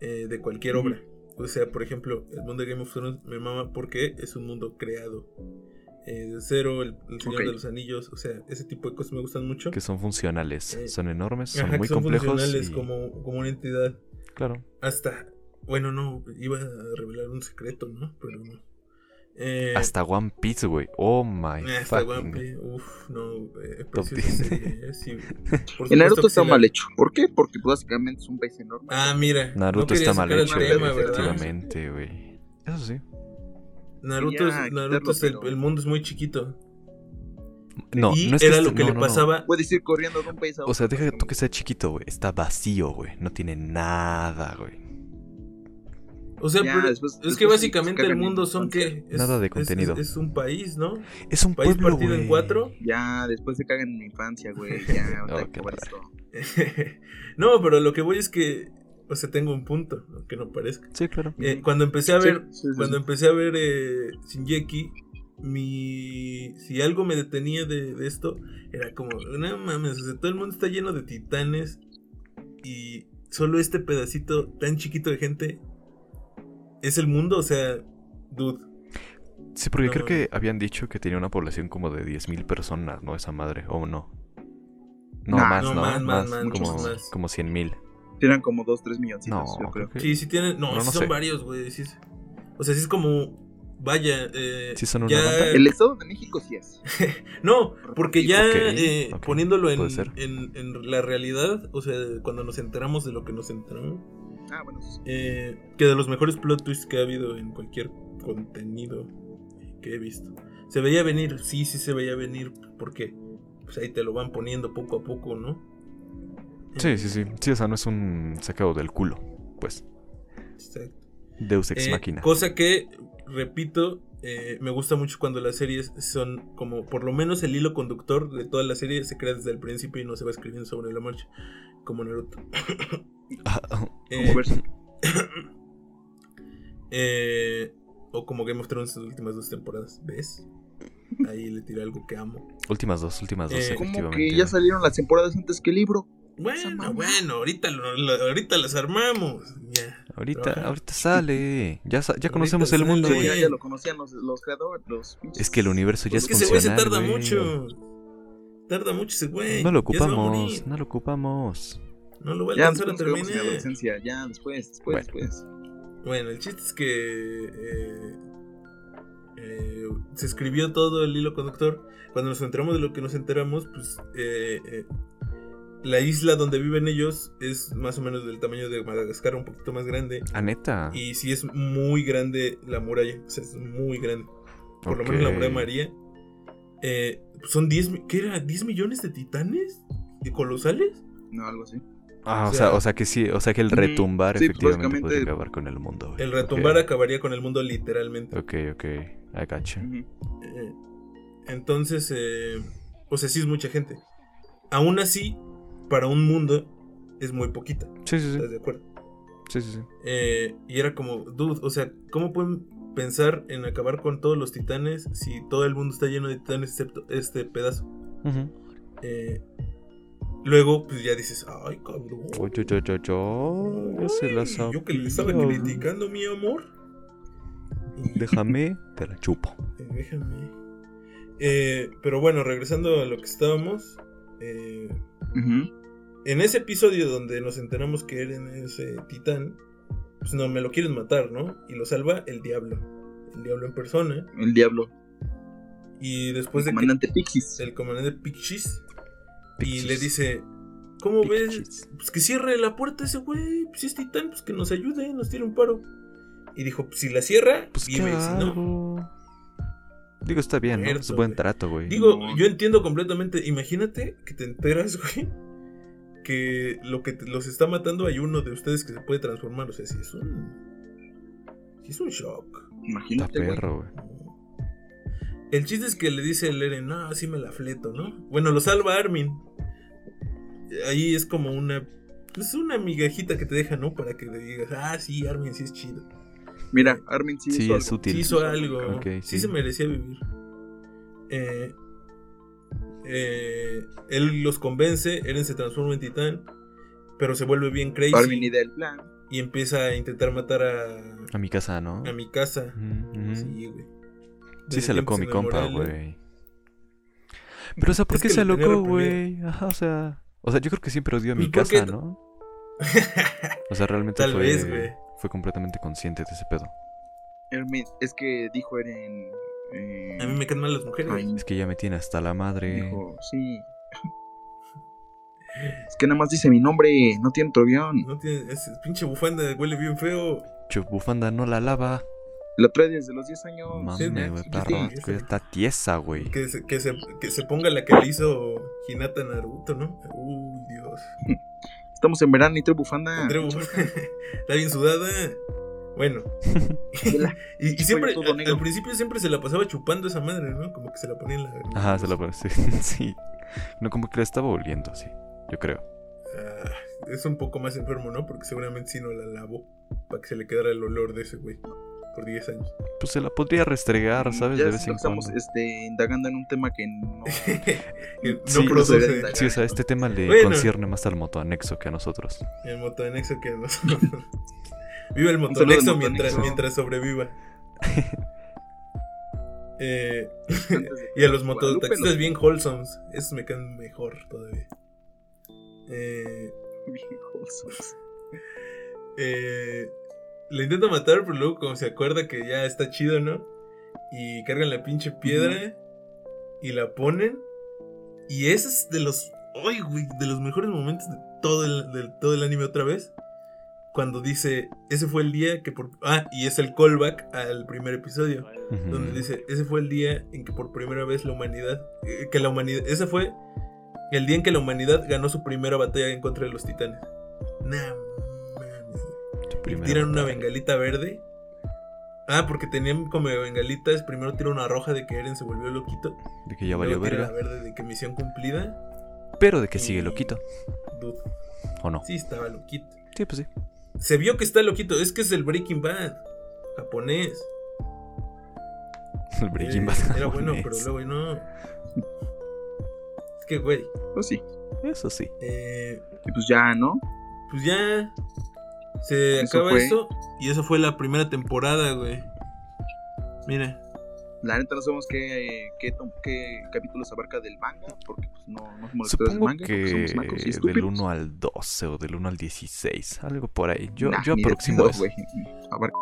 [SPEAKER 2] eh, de cualquier
[SPEAKER 3] Ujú.
[SPEAKER 2] obra. O sea, por ejemplo, el mundo de Game of Thrones me mama porque es un mundo creado. eh, de cero, el, el Señor
[SPEAKER 3] Ok.
[SPEAKER 2] de los Anillos, o sea, ese tipo de cosas me gustan mucho.
[SPEAKER 4] Que son funcionales.
[SPEAKER 2] Eh,
[SPEAKER 4] Son enormes, son
[SPEAKER 2] Ajá, que
[SPEAKER 4] muy
[SPEAKER 2] son
[SPEAKER 4] complejos.
[SPEAKER 2] funcionales
[SPEAKER 4] y-
[SPEAKER 2] como, como una entidad.
[SPEAKER 4] Claro.
[SPEAKER 2] Hasta, bueno, no, iba a revelar un secreto, ¿no? Pero no. Eh,
[SPEAKER 4] Hasta One Piece, güey. Oh my
[SPEAKER 2] hasta
[SPEAKER 4] fucking
[SPEAKER 2] One
[SPEAKER 4] God.
[SPEAKER 2] Piece, Uf, no. eh,
[SPEAKER 4] Top
[SPEAKER 2] preciosa
[SPEAKER 4] 10.
[SPEAKER 2] serie, eh, sí, por
[SPEAKER 3] El
[SPEAKER 2] supuesto
[SPEAKER 3] Naruto
[SPEAKER 2] que
[SPEAKER 3] está
[SPEAKER 2] sí la-
[SPEAKER 3] mal hecho. ¿Por qué? Porque pues, básicamente es un país enorme.
[SPEAKER 2] Ah, mira. no
[SPEAKER 4] Naruto
[SPEAKER 2] quería
[SPEAKER 4] está mal
[SPEAKER 2] sacar el
[SPEAKER 4] hecho,
[SPEAKER 3] güey,
[SPEAKER 2] tema, ¿verdad?
[SPEAKER 4] efectivamente, güey. Eso sí.
[SPEAKER 2] Naruto,
[SPEAKER 3] Quería
[SPEAKER 2] es, Naruto
[SPEAKER 3] quitarlo,
[SPEAKER 2] es el,
[SPEAKER 3] pero-
[SPEAKER 2] el mundo es muy chiquito.
[SPEAKER 4] No,
[SPEAKER 2] y
[SPEAKER 4] no es que
[SPEAKER 2] era
[SPEAKER 4] esté-
[SPEAKER 2] lo que
[SPEAKER 4] no,
[SPEAKER 2] le
[SPEAKER 4] no, no.
[SPEAKER 2] pasaba.
[SPEAKER 3] Puedes ir corriendo de un país a otro.
[SPEAKER 4] O sea, deja tú que sea chiquito, güey. Está vacío, güey. No tiene nada, güey.
[SPEAKER 2] O sea,
[SPEAKER 3] Ya,
[SPEAKER 2] pero
[SPEAKER 3] después-
[SPEAKER 2] es
[SPEAKER 3] después
[SPEAKER 2] que
[SPEAKER 3] se-
[SPEAKER 2] básicamente
[SPEAKER 3] se
[SPEAKER 2] el
[SPEAKER 3] cagan en
[SPEAKER 2] mundo son
[SPEAKER 3] infancia.
[SPEAKER 2] que. es-
[SPEAKER 4] Nada de
[SPEAKER 2] es-
[SPEAKER 4] contenido.
[SPEAKER 2] Es, es un país, ¿no?
[SPEAKER 4] Es un
[SPEAKER 2] País
[SPEAKER 4] pueblo,
[SPEAKER 2] partido en
[SPEAKER 4] güey.
[SPEAKER 2] cuatro.
[SPEAKER 3] Ya, después se cagan en mi infancia, güey. Ya,
[SPEAKER 4] No,
[SPEAKER 3] ahorita
[SPEAKER 4] qué
[SPEAKER 3] que
[SPEAKER 4] padre.
[SPEAKER 3] esto.
[SPEAKER 2] no, pero lo que voy es que. O sea, tengo un punto, aunque no parezca.
[SPEAKER 4] Sí, claro.
[SPEAKER 2] Eh, cuando empecé a
[SPEAKER 3] Sí,
[SPEAKER 2] ver.
[SPEAKER 3] sí, sí,
[SPEAKER 2] Cuando
[SPEAKER 3] sí.
[SPEAKER 2] empecé a ver eh, Shinjeki, mi. Si algo me detenía de, de esto, era como, no mames, o sea, todo el mundo está lleno de titanes. Y solo este pedacito tan chiquito de gente es el mundo, o sea, dude.
[SPEAKER 4] Sí, porque
[SPEAKER 2] No,
[SPEAKER 4] creo que habían dicho que tenía una población como de 10.000 personas, ¿no? Esa madre, ¿o no? No,
[SPEAKER 3] Nah,
[SPEAKER 4] más,
[SPEAKER 2] no,
[SPEAKER 4] ¿no?
[SPEAKER 2] más, más, más,
[SPEAKER 4] como,
[SPEAKER 2] muchos más.
[SPEAKER 4] como 100.000.
[SPEAKER 3] Eran como dos, tres milloncitos,
[SPEAKER 4] No,
[SPEAKER 3] yo creo.
[SPEAKER 4] creo que
[SPEAKER 2] Sí, sí tienen. No,
[SPEAKER 4] No,
[SPEAKER 2] sí
[SPEAKER 4] no
[SPEAKER 2] son
[SPEAKER 4] sé.
[SPEAKER 2] varios, güey. sí es- o sea, sí es como. Vaya, eh,
[SPEAKER 4] Sí son una
[SPEAKER 2] ya-
[SPEAKER 4] banda.
[SPEAKER 3] El Estado de México sí es.
[SPEAKER 2] No, porque ya
[SPEAKER 4] Ok,
[SPEAKER 2] eh,
[SPEAKER 4] ok,
[SPEAKER 2] poniéndolo en,
[SPEAKER 4] puede ser.
[SPEAKER 2] en- en la realidad, o sea, cuando nos enteramos de lo que nos enteramos,
[SPEAKER 3] Ah, bueno, eso sí.
[SPEAKER 2] eh, que de los mejores plot twists que ha habido en cualquier contenido que he visto. ¿Se veía venir? Sí, sí se veía venir, porque pues, ahí te lo van poniendo poco a poco, ¿no?
[SPEAKER 4] Sí, sí, sí. Sí, o sea, no es un sacado del culo, pues.
[SPEAKER 2] Exacto.
[SPEAKER 4] Deus ex
[SPEAKER 2] Eh,
[SPEAKER 4] machina.
[SPEAKER 2] Cosa que, repito, eh, me gusta mucho cuando las series son como, por lo menos el hilo conductor de toda la serie se crea desde el principio y no se va escribiendo sobre la marcha, como Naruto.
[SPEAKER 4] Ah, ah,
[SPEAKER 2] Eh,
[SPEAKER 3] Como verse.
[SPEAKER 2] eh, o como Game of Thrones en sus últimas dos temporadas, ¿ves? Ahí le tiré algo que amo.
[SPEAKER 4] últimas dos, últimas dos,
[SPEAKER 2] eh,
[SPEAKER 3] Como
[SPEAKER 4] efectivamente.
[SPEAKER 3] que ya salieron las temporadas antes que el libro. Esa
[SPEAKER 2] Bueno,
[SPEAKER 3] mamá.
[SPEAKER 2] bueno, ahorita, lo- lo- ahorita las armamos. Ya.
[SPEAKER 4] Ahorita,
[SPEAKER 2] Trabaja.
[SPEAKER 4] ahorita sale. Ya, sa- ya conocemos el
[SPEAKER 2] sale.
[SPEAKER 4] mundo,
[SPEAKER 3] Sí,
[SPEAKER 4] güey.
[SPEAKER 3] ya, ya lo conocían los, los creadores, los pinches-
[SPEAKER 4] Es que el universo ya
[SPEAKER 2] Pues Es
[SPEAKER 4] es,
[SPEAKER 2] que ese güey se
[SPEAKER 4] funcional,
[SPEAKER 2] tarda
[SPEAKER 4] güey.
[SPEAKER 2] mucho. Tarda mucho ese güey.
[SPEAKER 4] No lo
[SPEAKER 2] ya se va a
[SPEAKER 4] ocupamos,
[SPEAKER 2] morir,
[SPEAKER 4] no lo ocupamos.
[SPEAKER 2] No lo va a
[SPEAKER 3] Ya pues,
[SPEAKER 2] alcanzar a
[SPEAKER 3] después nos quedamos en la
[SPEAKER 2] terminar.
[SPEAKER 3] adolescencia, ya después, después, después.
[SPEAKER 2] Bueno, el chiste es que eh, eh, se escribió todo el hilo conductor. Cuando nos enteramos de lo que nos enteramos, pues eh, eh, la isla donde viven ellos es más o menos del tamaño de Madagascar, un poquito más grande.
[SPEAKER 4] Ah, neta.
[SPEAKER 2] Y sí es muy grande la muralla, o sea, es muy grande. Por lo
[SPEAKER 4] Ok.
[SPEAKER 2] menos la muralla María. Eh, son 10, mi- ¿qué era? ¿10 millones de titanes? ¿De colosales?
[SPEAKER 3] No, algo así.
[SPEAKER 4] Ah,
[SPEAKER 2] o
[SPEAKER 4] o sea,
[SPEAKER 2] sea-
[SPEAKER 4] o sea que sí, o sea que el
[SPEAKER 3] Ujú.
[SPEAKER 4] retumbar
[SPEAKER 3] Sí, pues,
[SPEAKER 4] efectivamente
[SPEAKER 3] básicamente-
[SPEAKER 4] podría acabar con el mundo. güey.
[SPEAKER 2] El
[SPEAKER 4] Ok.
[SPEAKER 2] retumbar acabaría con el mundo literalmente.
[SPEAKER 4] Ok, ok, I gotcha.
[SPEAKER 3] Ujú.
[SPEAKER 2] Eh, entonces, eh, o sea, sí es mucha gente. Aún así, para un mundo es muy poquita,
[SPEAKER 4] Sí, sí, sí,
[SPEAKER 2] ¿estás de acuerdo?
[SPEAKER 4] sí, sí, sí.
[SPEAKER 2] Eh, y era como, dude, o sea, ¿cómo pueden pensar en acabar con todos los titanes si todo el mundo está lleno de titanes excepto este pedazo?
[SPEAKER 4] Ujú.
[SPEAKER 2] Eh, luego, pues ya dices, ay, cabrón.
[SPEAKER 4] Oh, yo, yo, yo, yo, yo se la
[SPEAKER 2] Ay,
[SPEAKER 4] sabía.
[SPEAKER 2] yo que le estaba criticando, mi amor. Y-
[SPEAKER 4] Déjame, te la chupo.
[SPEAKER 2] Eh, Déjame. Eh, pero bueno, regresando a lo que estábamos. eh,
[SPEAKER 3] Ujú.
[SPEAKER 2] en ese episodio donde nos enteramos que Eren es eh, titán, pues no, me lo quieren matar, ¿no? Y lo salva el diablo. El diablo en persona.
[SPEAKER 3] El diablo.
[SPEAKER 2] Y después
[SPEAKER 3] El
[SPEAKER 2] Pues de
[SPEAKER 3] comandante Pixis.
[SPEAKER 2] que el comandante Pichis, y
[SPEAKER 4] Pichis.
[SPEAKER 2] le dice: ¿Cómo ves?
[SPEAKER 4] Pichis.
[SPEAKER 2] Pues que cierre la puerta ese güey. Pues si es titán, pues que nos ayude, nos tire un paro. Y dijo: pues, Si la cierra,
[SPEAKER 4] Pues que
[SPEAKER 2] vive. Si no,
[SPEAKER 4] algo. Digo, está bien, ¿no? Es
[SPEAKER 2] Muerto,
[SPEAKER 4] buen
[SPEAKER 2] güey.
[SPEAKER 4] trato, güey.
[SPEAKER 2] Digo,
[SPEAKER 3] No.
[SPEAKER 2] yo entiendo completamente. Imagínate que te enteras, güey, que lo que te- los está matando hay uno de ustedes que se puede transformar. O sea, si es un. Si es un shock.
[SPEAKER 4] Está
[SPEAKER 3] Imagínate, güey.
[SPEAKER 4] perro, güey.
[SPEAKER 2] ¿no? El chiste es que le dice el Eren, no, así me la fleto, ¿no? Bueno, lo salva Armin. Ahí es como una. Es una migajita que te deja, ¿no? Para que le digas, ah, sí, Armin sí es chido.
[SPEAKER 3] Mira, Armin sí,
[SPEAKER 4] Sí,
[SPEAKER 3] hizo algo.
[SPEAKER 4] es
[SPEAKER 2] Sí
[SPEAKER 4] útil.
[SPEAKER 2] hizo algo.
[SPEAKER 4] Ok,
[SPEAKER 2] sí.
[SPEAKER 4] sí.
[SPEAKER 2] se merecía vivir. Eh, eh, él los convence, Eren se transforma en titán, pero se vuelve bien crazy
[SPEAKER 3] Armin idea el plan.
[SPEAKER 2] y empieza a intentar matar a,
[SPEAKER 4] A mi casa, ¿no?
[SPEAKER 2] a mi casa.
[SPEAKER 4] Ujú, ujú.
[SPEAKER 2] Sí, güey.
[SPEAKER 4] Sí
[SPEAKER 2] Desde
[SPEAKER 4] se lo
[SPEAKER 2] tiempos
[SPEAKER 4] come compa,
[SPEAKER 2] inmemorables.
[SPEAKER 4] güey. Pero, o sea, ¿por
[SPEAKER 2] Es
[SPEAKER 4] qué
[SPEAKER 2] que
[SPEAKER 4] se
[SPEAKER 2] lo tenía
[SPEAKER 4] alocó,
[SPEAKER 2] reprimido.
[SPEAKER 4] güey? Ajá, o sea. O sea, yo creo que siempre odió a mi
[SPEAKER 2] Pues, ¿por qué
[SPEAKER 4] casa,
[SPEAKER 2] no?
[SPEAKER 4] ¿no? O sea, realmente
[SPEAKER 2] Tal
[SPEAKER 4] fue,
[SPEAKER 2] vez, güey.
[SPEAKER 4] fue completamente consciente de ese pedo.
[SPEAKER 3] Armin, es que dijo Eren. eh,
[SPEAKER 2] A mí me caen mal las mujeres.
[SPEAKER 3] ahí,
[SPEAKER 4] Es que ya me tiene hasta la madre.
[SPEAKER 3] Dijo, sí. Es que nada más dice mi nombre, no tiene otro guión.
[SPEAKER 2] No tiene, es- pinche bufanda huele bien feo.
[SPEAKER 4] Chu, bufanda no la lava.
[SPEAKER 3] Lo trae desde los 10 años.
[SPEAKER 2] sí,
[SPEAKER 4] Mame,
[SPEAKER 2] me-
[SPEAKER 4] güey,
[SPEAKER 2] sí,
[SPEAKER 4] está
[SPEAKER 2] sí,
[SPEAKER 4] roto,
[SPEAKER 2] sí.
[SPEAKER 4] ya está tiesa, güey.
[SPEAKER 2] Que se, que, se, que se ponga la que le hizo Hinata a Naruto, ¿no? Uy, Dios.
[SPEAKER 3] Estamos en verano y trae bufanda.
[SPEAKER 2] Andreu, está bien sudada. Bueno. y, y
[SPEAKER 3] Chico,
[SPEAKER 2] siempre,
[SPEAKER 3] yo todo
[SPEAKER 2] al-
[SPEAKER 3] negro.
[SPEAKER 2] al principio siempre se la pasaba chupando esa madre, ¿no? Como que se la ponía en la...
[SPEAKER 4] Ajá, se la parece. sí. No, como que la estaba oliendo, sí. Yo creo.
[SPEAKER 2] Ah, es un poco más enfermo, ¿no? Porque seguramente si no la lavó para que se le quedara el olor de ese güey por 10 años.
[SPEAKER 4] Pues se la podría restregar, ¿sabes?
[SPEAKER 3] Mm, Ya
[SPEAKER 4] de vez
[SPEAKER 3] siento
[SPEAKER 4] en
[SPEAKER 3] que
[SPEAKER 4] cuando.
[SPEAKER 3] estamos este, indagando en un tema que no.
[SPEAKER 2] Que no
[SPEAKER 4] Sí,
[SPEAKER 3] no
[SPEAKER 2] produce
[SPEAKER 3] sé,
[SPEAKER 4] Sí, o sea, este tema le
[SPEAKER 2] Bueno.
[SPEAKER 4] concierne más al motoanexo que a nosotros.
[SPEAKER 2] el motonexo que nosotros. Viva el
[SPEAKER 3] Un saludo al
[SPEAKER 2] motonexo mientras,
[SPEAKER 3] motonexo.
[SPEAKER 2] mientras sobreviva. Eh,
[SPEAKER 3] Antes de-
[SPEAKER 2] Y a los
[SPEAKER 3] Guadalupe,
[SPEAKER 2] mototaxistas
[SPEAKER 3] los-
[SPEAKER 2] bien wholesomes. Esos me quedan mejor todavía. Eh,
[SPEAKER 3] viejos.
[SPEAKER 2] eh, le intenta matar, pero luego como se acuerda que ya está chido, ¿no? Y cargan la pinche piedra y la ponen. Y ese es de los... ¡Ay, güey! De los mejores momentos de todo el, de todo el anime otra vez. Cuando dice, ese fue el día que por... Ah, y es el callback al primer episodio
[SPEAKER 4] Ujú.
[SPEAKER 2] donde dice, ese fue el día en que por primera vez la humanidad, eh, que la humanidad, ese fue el día en que la humanidad ganó su primera batalla en contra de los titanes. Nah, mames.
[SPEAKER 4] Tu
[SPEAKER 2] Y
[SPEAKER 4] primera
[SPEAKER 2] tiran una
[SPEAKER 4] batalla.
[SPEAKER 2] bengalita verde. Ah, porque tenían como bengalitas, primero tira una roja de que Eren se volvió loquito,
[SPEAKER 4] De que ya valió
[SPEAKER 2] luego tira la
[SPEAKER 4] verga.
[SPEAKER 2] verde de que misión cumplida.
[SPEAKER 4] Pero de que sigue
[SPEAKER 2] y-
[SPEAKER 4] loquito,
[SPEAKER 2] Dude,
[SPEAKER 4] ¿o no?
[SPEAKER 2] sí estaba loquito.
[SPEAKER 4] Sí, pues sí.
[SPEAKER 2] Se vio que está loquito, es que es el Breaking Bad japonés.
[SPEAKER 4] El Breaking
[SPEAKER 2] Eh,
[SPEAKER 4] Bad.
[SPEAKER 2] Era bueno, pero
[SPEAKER 4] japonés.
[SPEAKER 2] luego no. Es que güey.
[SPEAKER 3] Pues sí.
[SPEAKER 4] Eso sí.
[SPEAKER 2] Eh,
[SPEAKER 3] Y pues ya, ¿no?
[SPEAKER 2] pues ya se
[SPEAKER 3] Eso
[SPEAKER 2] acaba
[SPEAKER 3] fue.
[SPEAKER 2] esto. Y esa fue la primera temporada, güey. Mira,
[SPEAKER 3] La neta no sabemos qué, qué, tom- qué capítulos abarca del manga, porque pues no, no somos lectores de
[SPEAKER 4] Supongo
[SPEAKER 3] manga, porque
[SPEAKER 4] que
[SPEAKER 3] somos nacos y
[SPEAKER 4] del
[SPEAKER 3] estúpidos.
[SPEAKER 4] 1 al 12 o del 1 al 16, algo por ahí. Yo,
[SPEAKER 3] Nah,
[SPEAKER 4] yo
[SPEAKER 3] ni de
[SPEAKER 4] aproximo
[SPEAKER 3] pedo,
[SPEAKER 4] eso.
[SPEAKER 3] güey. Abarca.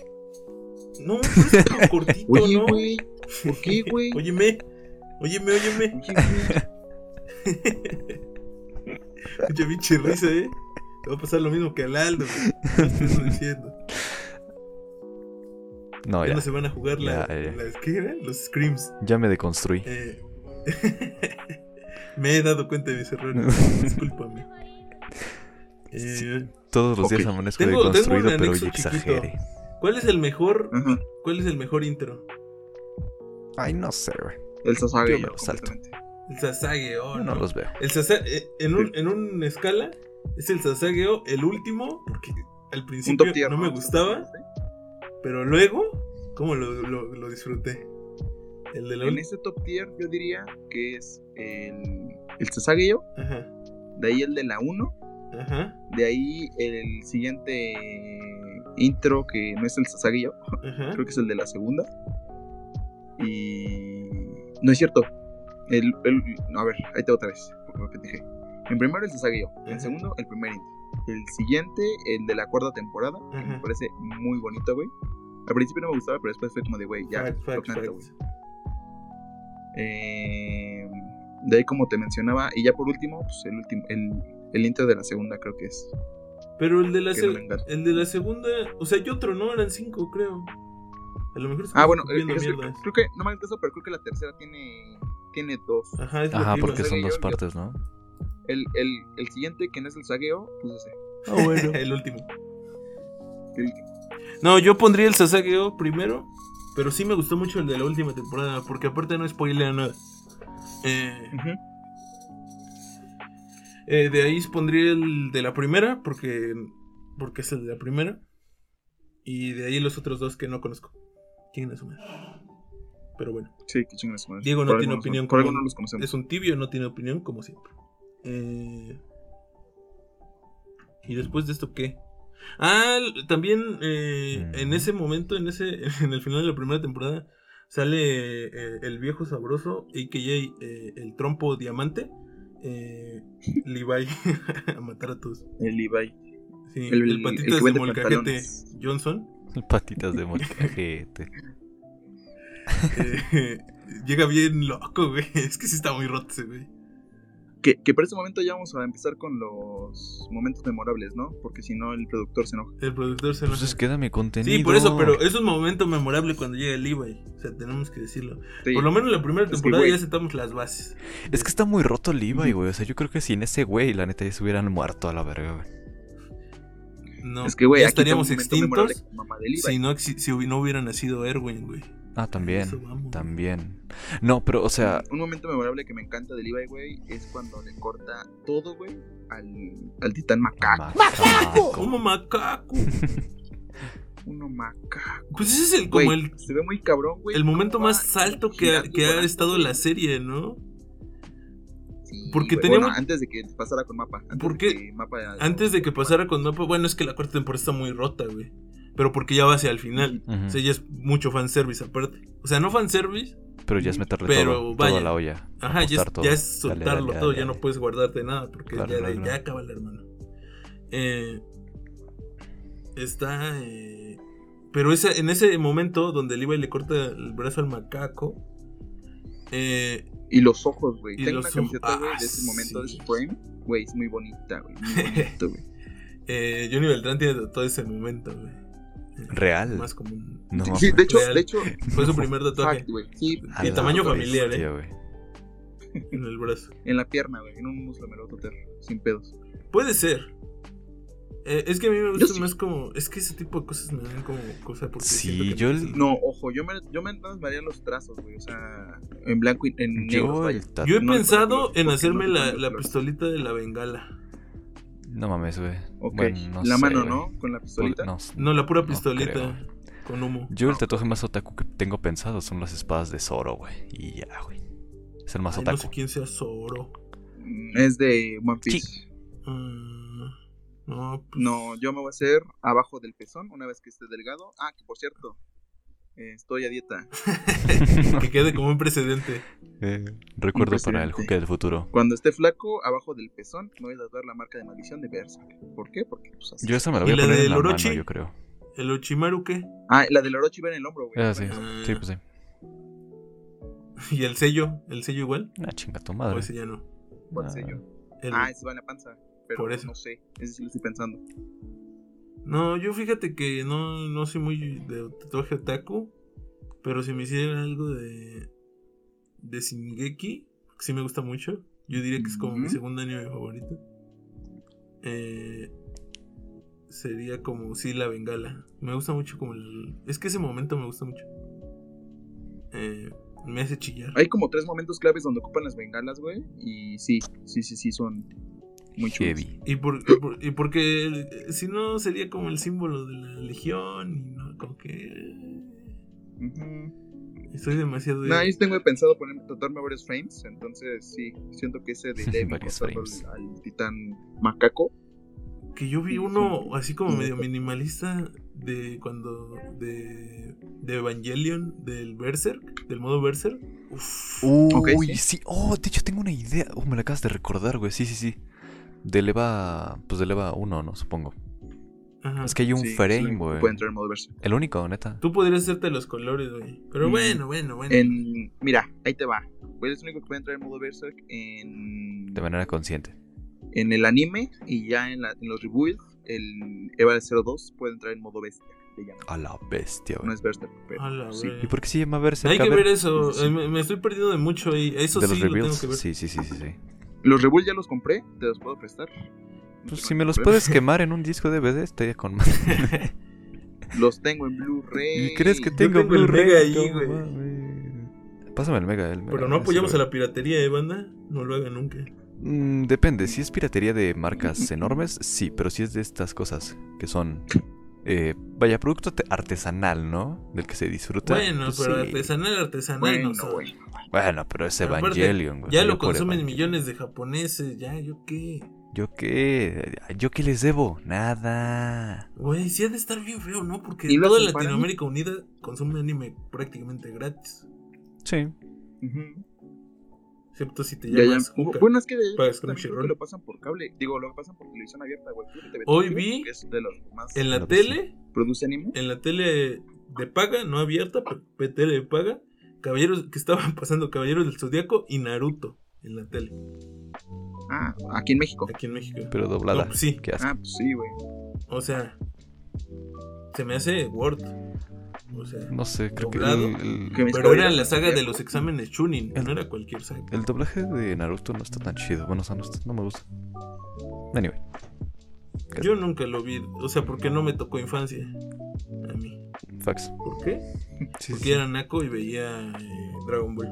[SPEAKER 2] no, pero es tan cortito,
[SPEAKER 3] Oye,
[SPEAKER 2] ¿no?
[SPEAKER 3] güey. ¿Por qué, güey?
[SPEAKER 2] Óyeme, óyeme, óyeme.
[SPEAKER 3] Oye, güey.
[SPEAKER 2] Mucha pinche risa, eh. Te va a pasar lo mismo que al Aldo, güey. ¿Qué estás diciendo?
[SPEAKER 4] No,
[SPEAKER 2] Ya
[SPEAKER 4] ya.
[SPEAKER 2] no se van a jugar la,
[SPEAKER 4] Ya, ya.
[SPEAKER 2] las- ¿qué era? Los screams.
[SPEAKER 4] Ya me deconstruí.
[SPEAKER 2] Eh, me he dado cuenta de mis errores. Discúlpame. Eh,
[SPEAKER 4] Todos los días
[SPEAKER 3] Ok.
[SPEAKER 4] amanezco
[SPEAKER 2] Tengo- tengo
[SPEAKER 4] deconstruido,
[SPEAKER 2] un
[SPEAKER 4] pero
[SPEAKER 2] anexo
[SPEAKER 4] ya
[SPEAKER 2] chiquito.
[SPEAKER 4] exagere.
[SPEAKER 2] ¿Cuál es el mejor?
[SPEAKER 3] Ajá.
[SPEAKER 2] ¿Cuál es el mejor intro?
[SPEAKER 4] Ay, no sé, güey.
[SPEAKER 3] El Sasage.
[SPEAKER 4] Yo me lo salto.
[SPEAKER 3] completamente.
[SPEAKER 2] El Sasageo,
[SPEAKER 4] Yo no los veo.
[SPEAKER 2] El Sasa- eh, en un en una escala es el Sasageo el último porque al
[SPEAKER 3] Un top
[SPEAKER 2] principio
[SPEAKER 3] tier.
[SPEAKER 2] no me gustaba,
[SPEAKER 3] ¿eh?
[SPEAKER 2] pero luego cómo lo, lo- lo disfruté. El de la
[SPEAKER 3] En
[SPEAKER 2] ul-
[SPEAKER 3] ese top tier yo diría que es el, el Sasageyo,
[SPEAKER 2] ajá,
[SPEAKER 3] de ahí el de la 1,
[SPEAKER 2] ajá,
[SPEAKER 3] de ahí el siguiente intro que no es el Sasageyo,
[SPEAKER 2] ajá.
[SPEAKER 3] creo que es el de la segunda. Y... No es cierto. El, el- A ver, ahí te va otra vez, porque me pendejé. En primero el Sasageyo,
[SPEAKER 2] Ajá.
[SPEAKER 3] en segundo el primer intro. El siguiente, el de la cuarta temporada, que me
[SPEAKER 2] Ajá.
[SPEAKER 3] parece muy bonito, güey. Al principio no me gustaba, pero después fue como de, güey, ya,
[SPEAKER 2] Fact, fact,
[SPEAKER 3] lo canto,
[SPEAKER 2] fact.
[SPEAKER 3] güey. Eh, de ahí como te mencionaba, y ya por último, pues el último, el, el intro de la segunda creo que es.
[SPEAKER 2] Pero el de la
[SPEAKER 3] que no
[SPEAKER 2] se-
[SPEAKER 3] me encanta.
[SPEAKER 2] el de la segunda, o sea, yo otro no eran cinco, creo. A lo mejor estoy
[SPEAKER 3] Ah, bueno,
[SPEAKER 2] escupiendo
[SPEAKER 3] eh, es-
[SPEAKER 2] mierdas.
[SPEAKER 3] creo que, no me acuerdo, pero creo que la tercera tiene, tiene dos.
[SPEAKER 2] Ajá, es lo
[SPEAKER 4] Ajá,
[SPEAKER 2] que iba.
[SPEAKER 4] porque son dos partes, ¿no?
[SPEAKER 3] El, el, el siguiente, que no es el sagueo, pues ese.
[SPEAKER 4] Ah, bueno.
[SPEAKER 2] el último.
[SPEAKER 3] El-
[SPEAKER 2] No, yo pondría el Sasageo primero, pero sí me gustó mucho el de la última temporada, porque aparte no spoilea nada. Eh,
[SPEAKER 3] Ujú.
[SPEAKER 2] eh, de ahí pondría el de la primera, porque, porque es el de la primera. Y de ahí los otros dos que no conozco. ¿Quién es Pero bueno,
[SPEAKER 3] Sí, qué chingas, madre.
[SPEAKER 2] Diego no
[SPEAKER 3] Por algo
[SPEAKER 2] tiene
[SPEAKER 3] los-
[SPEAKER 2] opinión
[SPEAKER 3] Por algo
[SPEAKER 2] como-
[SPEAKER 3] no los conocemos.
[SPEAKER 2] es un tibio, no tiene opinión, como siempre. Eh, ¿Y después de esto qué? Ah, l- también eh,
[SPEAKER 4] Mm.
[SPEAKER 2] en ese momento, en ese en el final de la primera temporada, sale eh, el viejo sabroso, a.k.a. eh, el trompo diamante, eh, Levi, a matar a todos.
[SPEAKER 3] El Levi.
[SPEAKER 2] Sí,
[SPEAKER 3] El-
[SPEAKER 2] el,
[SPEAKER 3] el que
[SPEAKER 2] patitas de
[SPEAKER 3] vende
[SPEAKER 2] molcajete
[SPEAKER 3] pantalones.
[SPEAKER 2] Johnson.
[SPEAKER 4] Patitas de molcajete.
[SPEAKER 2] eh, llega bien loco, güey. Es que sí está muy roto ese, güey.
[SPEAKER 3] Que, que para este momento ya vamos a empezar con los momentos memorables, ¿no? Porque si no, el productor se enoja.
[SPEAKER 2] El productor se
[SPEAKER 4] Entonces
[SPEAKER 2] enoja.
[SPEAKER 4] quédame contenido.
[SPEAKER 2] Sí, por eso, pero es un momento memorable cuando llega el Levi. O sea, tenemos que decirlo.
[SPEAKER 3] Sí.
[SPEAKER 2] Por lo menos la primera
[SPEAKER 3] Es que,
[SPEAKER 2] temporada
[SPEAKER 3] güey.
[SPEAKER 2] ya sentamos las bases.
[SPEAKER 4] Es que está muy roto el Levi, güey. O sea, yo creo que sin ese güey, la neta, ya se hubieran muerto a la verga, güey.
[SPEAKER 2] No,
[SPEAKER 3] es que, güey,
[SPEAKER 2] ya
[SPEAKER 3] aquí está un
[SPEAKER 2] estaríamos
[SPEAKER 3] momento memorable
[SPEAKER 2] extintos
[SPEAKER 3] con Mamá de Levi.
[SPEAKER 2] si no, exi- si hubi- no hubiera nacido Erwin, güey.
[SPEAKER 4] Ah,
[SPEAKER 2] Eso
[SPEAKER 4] también.
[SPEAKER 2] vamos.
[SPEAKER 4] También. No, pero, o sea,
[SPEAKER 3] Un momento memorable que me encanta de Levi, güey, es cuando le corta todo, güey, al, al titán
[SPEAKER 2] Ah,
[SPEAKER 3] macaco.
[SPEAKER 4] ah,
[SPEAKER 2] Como macaco.
[SPEAKER 3] Uno macaco.
[SPEAKER 2] Pues ese es el,
[SPEAKER 3] Güey,
[SPEAKER 2] como el,
[SPEAKER 3] se ve muy cabrón, güey.
[SPEAKER 2] el momento
[SPEAKER 3] Cómo
[SPEAKER 2] más
[SPEAKER 3] va
[SPEAKER 2] alto que ha,
[SPEAKER 3] girando y
[SPEAKER 2] que ha
[SPEAKER 3] volando,
[SPEAKER 2] estado
[SPEAKER 3] güey.
[SPEAKER 2] la serie, ¿no?
[SPEAKER 3] Sí,
[SPEAKER 2] porque
[SPEAKER 3] güey.
[SPEAKER 2] tenemos-
[SPEAKER 3] Bueno, antes de que pasara con mapa. Antes
[SPEAKER 2] ¿Por
[SPEAKER 3] De
[SPEAKER 2] qué?
[SPEAKER 3] que mapa
[SPEAKER 2] Antes de que pasara con Mapa, bueno, es que la cuarta temporada está muy rota, güey. Pero porque ya va hacia el final.
[SPEAKER 4] Ujú.
[SPEAKER 2] O sea, ya es mucho fanservice aparte. O sea, no fanservice,
[SPEAKER 4] pero ya es meterle
[SPEAKER 2] pero
[SPEAKER 4] todo,
[SPEAKER 2] vaya.
[SPEAKER 4] todo a la olla.
[SPEAKER 2] Ajá, ya es,
[SPEAKER 4] apostar todo.
[SPEAKER 2] ya es
[SPEAKER 4] Dale,
[SPEAKER 2] soltarlo
[SPEAKER 4] dale,
[SPEAKER 2] todo,
[SPEAKER 4] dale,
[SPEAKER 2] ya
[SPEAKER 4] dale.
[SPEAKER 2] no puedes guardarte nada, porque
[SPEAKER 4] Claro,
[SPEAKER 2] ya, de,
[SPEAKER 4] claro.
[SPEAKER 2] ya acaba el hermano. Eh, está. eh, pero esa, en ese momento donde el Levi le corta el brazo al macaco. eh,
[SPEAKER 3] Y los ojos, güey.
[SPEAKER 2] Y
[SPEAKER 3] Tengo
[SPEAKER 2] los
[SPEAKER 3] una
[SPEAKER 2] ojos.
[SPEAKER 3] camiseta, güey, de ese
[SPEAKER 2] Ah,
[SPEAKER 3] momento,
[SPEAKER 2] sí.
[SPEAKER 3] de ese frame. Güey, es muy bonita, güey. Muy bonito, güey.
[SPEAKER 2] eh, Johnny Beltrán tiene todo ese momento, güey. Eh,
[SPEAKER 4] Real.
[SPEAKER 2] Más común.
[SPEAKER 4] No,
[SPEAKER 3] sí, de hecho,
[SPEAKER 2] Real.
[SPEAKER 3] de hecho,
[SPEAKER 2] Fue su primer tatuaje
[SPEAKER 3] fact, güey. Sí,
[SPEAKER 4] a
[SPEAKER 2] y
[SPEAKER 4] la
[SPEAKER 2] tamaño familiar,
[SPEAKER 4] bestia,
[SPEAKER 2] ¿eh?
[SPEAKER 4] güey.
[SPEAKER 2] en el brazo.
[SPEAKER 3] en la pierna, güey. En un muslo me lo voy a tatuar, Sin pedos.
[SPEAKER 2] Puede ser. Eh, es que a mí me gusta
[SPEAKER 3] sí.
[SPEAKER 2] más como. Es que ese tipo de cosas me dan como cosa porque.
[SPEAKER 4] Sí,
[SPEAKER 2] siento que
[SPEAKER 4] yo
[SPEAKER 2] me-
[SPEAKER 4] el-
[SPEAKER 3] No, ojo, yo me, yo me, nada más me haría los trazos, güey. O sea, en blanco y en negro.
[SPEAKER 4] Yo,
[SPEAKER 3] vaya.
[SPEAKER 4] el tatu-
[SPEAKER 2] Yo he
[SPEAKER 3] No,
[SPEAKER 2] pensado
[SPEAKER 3] porque-
[SPEAKER 2] en
[SPEAKER 3] porque
[SPEAKER 2] hacerme
[SPEAKER 3] no te
[SPEAKER 2] la,
[SPEAKER 3] ponen
[SPEAKER 2] la
[SPEAKER 3] flores.
[SPEAKER 2] pistolita de la bengala.
[SPEAKER 4] No mames, güey.
[SPEAKER 3] Ok.
[SPEAKER 4] Bueno, no
[SPEAKER 3] la
[SPEAKER 4] sé,
[SPEAKER 3] mano,
[SPEAKER 4] güey.
[SPEAKER 3] ¿no? Con la
[SPEAKER 4] Pul-
[SPEAKER 3] pistolita.
[SPEAKER 4] No,
[SPEAKER 2] No, la pura
[SPEAKER 4] no
[SPEAKER 2] pistolita
[SPEAKER 4] creo.
[SPEAKER 2] con humo.
[SPEAKER 4] Yo el tatuaje más otaku que tengo pensado son las espadas de Zoro, güey. Y ya, güey. Es el más
[SPEAKER 2] Ay, no
[SPEAKER 4] otaku.
[SPEAKER 2] sé quién sea Zoro.
[SPEAKER 3] Mm, Es de One Piece.
[SPEAKER 2] Ah, no, pues,
[SPEAKER 3] No, yo me voy a hacer abajo del pezón una vez que esté delgado. Ah, que por cierto, eh, estoy a dieta.
[SPEAKER 2] que quede como un precedente.
[SPEAKER 4] Eh, Recuerdo para el
[SPEAKER 3] Impresionante.
[SPEAKER 4] Juque del futuro.
[SPEAKER 3] Cuando esté flaco, abajo del pezón, me voy a tatuar la marca de maldición de Berserk. ¿Por qué? Porque pues así.
[SPEAKER 4] Yo esa me la
[SPEAKER 2] ¿Y
[SPEAKER 4] voy a
[SPEAKER 2] la
[SPEAKER 4] poner
[SPEAKER 2] del
[SPEAKER 4] en la
[SPEAKER 2] Orochi?
[SPEAKER 4] mano, yo creo.
[SPEAKER 2] ¿El Ochimaru qué?
[SPEAKER 3] Ah, la del Orochi va en el hombro, güey.
[SPEAKER 4] Ah, sí.
[SPEAKER 2] Ah.
[SPEAKER 4] Sí, pues sí.
[SPEAKER 2] ¿Y el sello? ¿El sello igual?
[SPEAKER 4] Una chinga tu
[SPEAKER 2] O
[SPEAKER 4] madre.
[SPEAKER 2] ese ya no.
[SPEAKER 3] ¿Cuál
[SPEAKER 4] Ah,
[SPEAKER 3] sello?
[SPEAKER 2] El-
[SPEAKER 3] Ah, ese va en la panza. pero
[SPEAKER 2] Por eso.
[SPEAKER 3] no sé. Ese sí lo estoy pensando.
[SPEAKER 2] No, yo fíjate que no, no soy muy de tatuaje otaku. Pero si me hiciera algo de. de Shingeki, que sí me gusta mucho. Yo diría que es como mi
[SPEAKER 3] Ujú.
[SPEAKER 2] segundo anime favorito. eh, sería como sí la bengala. Me gusta mucho como el. Es que ese momento me gusta mucho. Eh, me hace chillar.
[SPEAKER 3] Hay como tres momentos claves donde ocupan las bengalas, güey. Y sí, sí, sí, sí, son muy chulos.
[SPEAKER 4] Heavy.
[SPEAKER 2] Y, por- y por- y porque el- eh, si no sería como el símbolo de la legión y no, como que
[SPEAKER 3] Ujú.
[SPEAKER 2] estoy demasiado...
[SPEAKER 3] Nah, yo tengo pensado ponerme, tatuarme varios frames. Entonces, sí, siento que ese de Levi
[SPEAKER 4] Varios
[SPEAKER 3] cortando
[SPEAKER 4] frames.
[SPEAKER 3] al, al titán macaco.
[SPEAKER 2] Que yo vi uno así como medio minimalista de cuando... de, de Evangelion, del Berserk, del modo Berserk. Uf.
[SPEAKER 4] Uy,
[SPEAKER 3] Ok,
[SPEAKER 4] sí.
[SPEAKER 3] sí.
[SPEAKER 4] Oh, de hecho tengo una idea. Oh, me la acabas de recordar, güey. Sí, sí, sí. De Leva. Pues de Leva 1, ¿no? Supongo.
[SPEAKER 2] Ajá.
[SPEAKER 4] Es que hay un
[SPEAKER 3] Sí, es lo
[SPEAKER 4] frame,
[SPEAKER 3] único que
[SPEAKER 4] güey.
[SPEAKER 3] Puede entrar en modo verso.
[SPEAKER 4] El único, neta.
[SPEAKER 2] Tú podrías hacerte los colores, güey. Pero
[SPEAKER 3] Mm.
[SPEAKER 2] bueno, bueno, bueno.
[SPEAKER 3] En, mira, ahí te va. Güey, es el único que puede entrar en modo Berserk en,
[SPEAKER 4] De manera consciente.
[SPEAKER 3] en el anime y ya en, la- en los rebuilds, el Eva 02 puede entrar en modo bestia. le llaman.
[SPEAKER 4] A la bestia,
[SPEAKER 3] No
[SPEAKER 4] güey.
[SPEAKER 3] es Berserk, pero
[SPEAKER 2] A la
[SPEAKER 3] sí.
[SPEAKER 2] verga.
[SPEAKER 4] ¿Y por qué se llama Berserk?
[SPEAKER 2] Hay
[SPEAKER 4] A
[SPEAKER 2] que ver eso.
[SPEAKER 3] sí.
[SPEAKER 2] eh, Me, me estoy perdiendo de mucho y eso
[SPEAKER 4] de
[SPEAKER 2] sí
[SPEAKER 4] los
[SPEAKER 2] lo tengo
[SPEAKER 4] reveals.
[SPEAKER 2] que ver.
[SPEAKER 4] Sí, sí, sí, sí, sí.
[SPEAKER 3] Los rebuilds ya los compré, te los puedo prestar. No
[SPEAKER 4] Pues
[SPEAKER 3] tengo
[SPEAKER 4] si me
[SPEAKER 3] ningún
[SPEAKER 4] los
[SPEAKER 3] problema.
[SPEAKER 4] puedes quemar en un disco DVD, estaría con más.
[SPEAKER 3] Los tengo en Blu-ray.
[SPEAKER 4] ¿Y crees que
[SPEAKER 2] yo
[SPEAKER 4] tengo,
[SPEAKER 2] tengo el
[SPEAKER 4] Blu-ray?
[SPEAKER 2] Mega ahí,
[SPEAKER 4] No
[SPEAKER 2] güey.
[SPEAKER 4] mames. Pásame el mega, el mega.
[SPEAKER 2] Pero no
[SPEAKER 4] ese,
[SPEAKER 2] apoyamos a
[SPEAKER 4] güey.
[SPEAKER 2] la piratería, ¿eh, banda? No lo hagan nunca.
[SPEAKER 4] Mm, depende, si es piratería de marcas enormes, sí, pero si es de estas cosas que son. eh, vaya, producto te- artesanal, ¿no? Del que se disfruta.
[SPEAKER 2] Bueno,
[SPEAKER 4] pues
[SPEAKER 2] pero
[SPEAKER 4] sí.
[SPEAKER 2] artesanal, artesanal
[SPEAKER 3] Bueno,
[SPEAKER 2] no son.
[SPEAKER 3] güey.
[SPEAKER 4] Bueno, pero es
[SPEAKER 2] Aparte,
[SPEAKER 4] Evangelion, güey.
[SPEAKER 2] Ya
[SPEAKER 4] salió
[SPEAKER 2] lo
[SPEAKER 4] Pues por
[SPEAKER 2] consumen
[SPEAKER 4] Evangelion.
[SPEAKER 2] millones de japoneses, ya, ¿yo qué?
[SPEAKER 4] ¿Yo qué? ¿Yo qué les debo? Nada.
[SPEAKER 2] Güey, sí ha de estar bien feo, ¿no? Porque
[SPEAKER 3] ¿Y lo
[SPEAKER 2] toda
[SPEAKER 3] hacen para
[SPEAKER 2] Latinoamérica Unida consume anime prácticamente gratis.
[SPEAKER 4] Sí.
[SPEAKER 3] Ujú.
[SPEAKER 2] Excepto si te
[SPEAKER 3] Ya, ya.
[SPEAKER 2] llamas Juca.
[SPEAKER 3] Bueno, es que de
[SPEAKER 2] Pagas
[SPEAKER 3] también creo
[SPEAKER 2] Crunchyroll.
[SPEAKER 3] que lo pasan por cable. Digo, lo pasan por televisión abierta, güey. Creo que TV
[SPEAKER 2] Hoy
[SPEAKER 3] Tokio,
[SPEAKER 2] vi
[SPEAKER 3] que es de los que más
[SPEAKER 2] En la
[SPEAKER 4] Claro que sí.
[SPEAKER 2] tele,
[SPEAKER 3] produce anime.
[SPEAKER 2] en la tele de paga, no abierta, pero pe- tele de paga, caballeros que estaban pasando Caballeros del Zodiaco y Naruto en la tele,
[SPEAKER 3] Ah, aquí en México.
[SPEAKER 2] aquí en México.
[SPEAKER 4] Pero doblada.
[SPEAKER 2] No, pues sí.
[SPEAKER 4] Qué asco.
[SPEAKER 3] Ah, pues sí, güey.
[SPEAKER 2] O sea, se me hace Word. O sea,
[SPEAKER 4] No sé, creo que
[SPEAKER 2] Doblado.
[SPEAKER 4] el, el-
[SPEAKER 3] Que mis
[SPEAKER 2] pero era
[SPEAKER 3] caballeros
[SPEAKER 2] la saga de
[SPEAKER 3] zodiaco.
[SPEAKER 2] los exámenes Chunin,
[SPEAKER 4] El-
[SPEAKER 2] no era cualquier saga.
[SPEAKER 4] el doblaje de Naruto no está tan chido. Bueno, o sea, no, está- no me gusta. Anyway,
[SPEAKER 2] Yo nunca lo vi, o sea, porque no me tocó infancia a mí.
[SPEAKER 4] facts.
[SPEAKER 2] ¿Por qué?
[SPEAKER 4] Sí,
[SPEAKER 2] Porque
[SPEAKER 4] sí.
[SPEAKER 2] era naco y veía eh, Dragon Ball.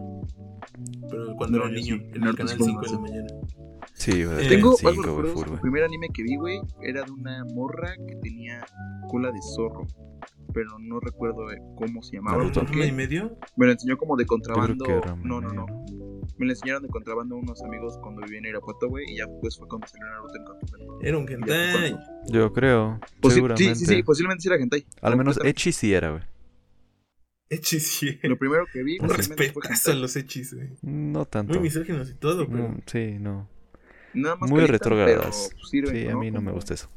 [SPEAKER 2] Pero cuando
[SPEAKER 3] No,
[SPEAKER 2] era
[SPEAKER 3] yo
[SPEAKER 2] niño,
[SPEAKER 3] sí.
[SPEAKER 2] en el
[SPEAKER 3] Naruto
[SPEAKER 2] canal
[SPEAKER 3] fue
[SPEAKER 2] 5 de
[SPEAKER 3] más.
[SPEAKER 2] la mañana.
[SPEAKER 4] Sí, güey,
[SPEAKER 2] Eh,
[SPEAKER 3] Tengo
[SPEAKER 4] sí,
[SPEAKER 3] varios
[SPEAKER 4] güey,
[SPEAKER 3] recuerdos.
[SPEAKER 4] full,
[SPEAKER 3] El
[SPEAKER 4] güey.
[SPEAKER 3] primer anime que vi, güey, era de una morra que tenía cola de zorro. Pero no recuerdo eh, cómo se llamaba.
[SPEAKER 4] Naruto.
[SPEAKER 2] ¿Una y
[SPEAKER 3] porque
[SPEAKER 2] medio?
[SPEAKER 3] Me lo enseñó como de
[SPEAKER 4] Yo creo
[SPEAKER 3] contrabando.
[SPEAKER 4] que era
[SPEAKER 3] No, no,
[SPEAKER 4] medio,
[SPEAKER 3] no. Me lo enseñaron de contrabando unos amigos cuando viví en Irapuato, güey. Y ya pues fue cuando salió Naruto en contrabando.
[SPEAKER 2] Era un
[SPEAKER 3] pues,
[SPEAKER 2] hentai.
[SPEAKER 4] Yo creo.
[SPEAKER 3] Posi-
[SPEAKER 4] seguramente.
[SPEAKER 3] Pues sí, sí, sí, posiblemente sí era hentai.
[SPEAKER 4] Al menos
[SPEAKER 3] Completamente.
[SPEAKER 4] Echi sí era, güey.
[SPEAKER 2] Echi sí.
[SPEAKER 3] Lo primero que vi,
[SPEAKER 2] Un
[SPEAKER 3] posiblemente fue
[SPEAKER 2] respetazo a
[SPEAKER 3] hentai.
[SPEAKER 2] los hechis, güey.
[SPEAKER 4] No tanto.
[SPEAKER 2] Muy misóginos y todo, pero.
[SPEAKER 4] Mm, sí, no.
[SPEAKER 3] Nada más
[SPEAKER 4] Muy
[SPEAKER 3] calientan,
[SPEAKER 4] retrógradas.
[SPEAKER 3] pero sirven,
[SPEAKER 4] Sí, a mí no
[SPEAKER 3] Como-
[SPEAKER 4] me gusta eso.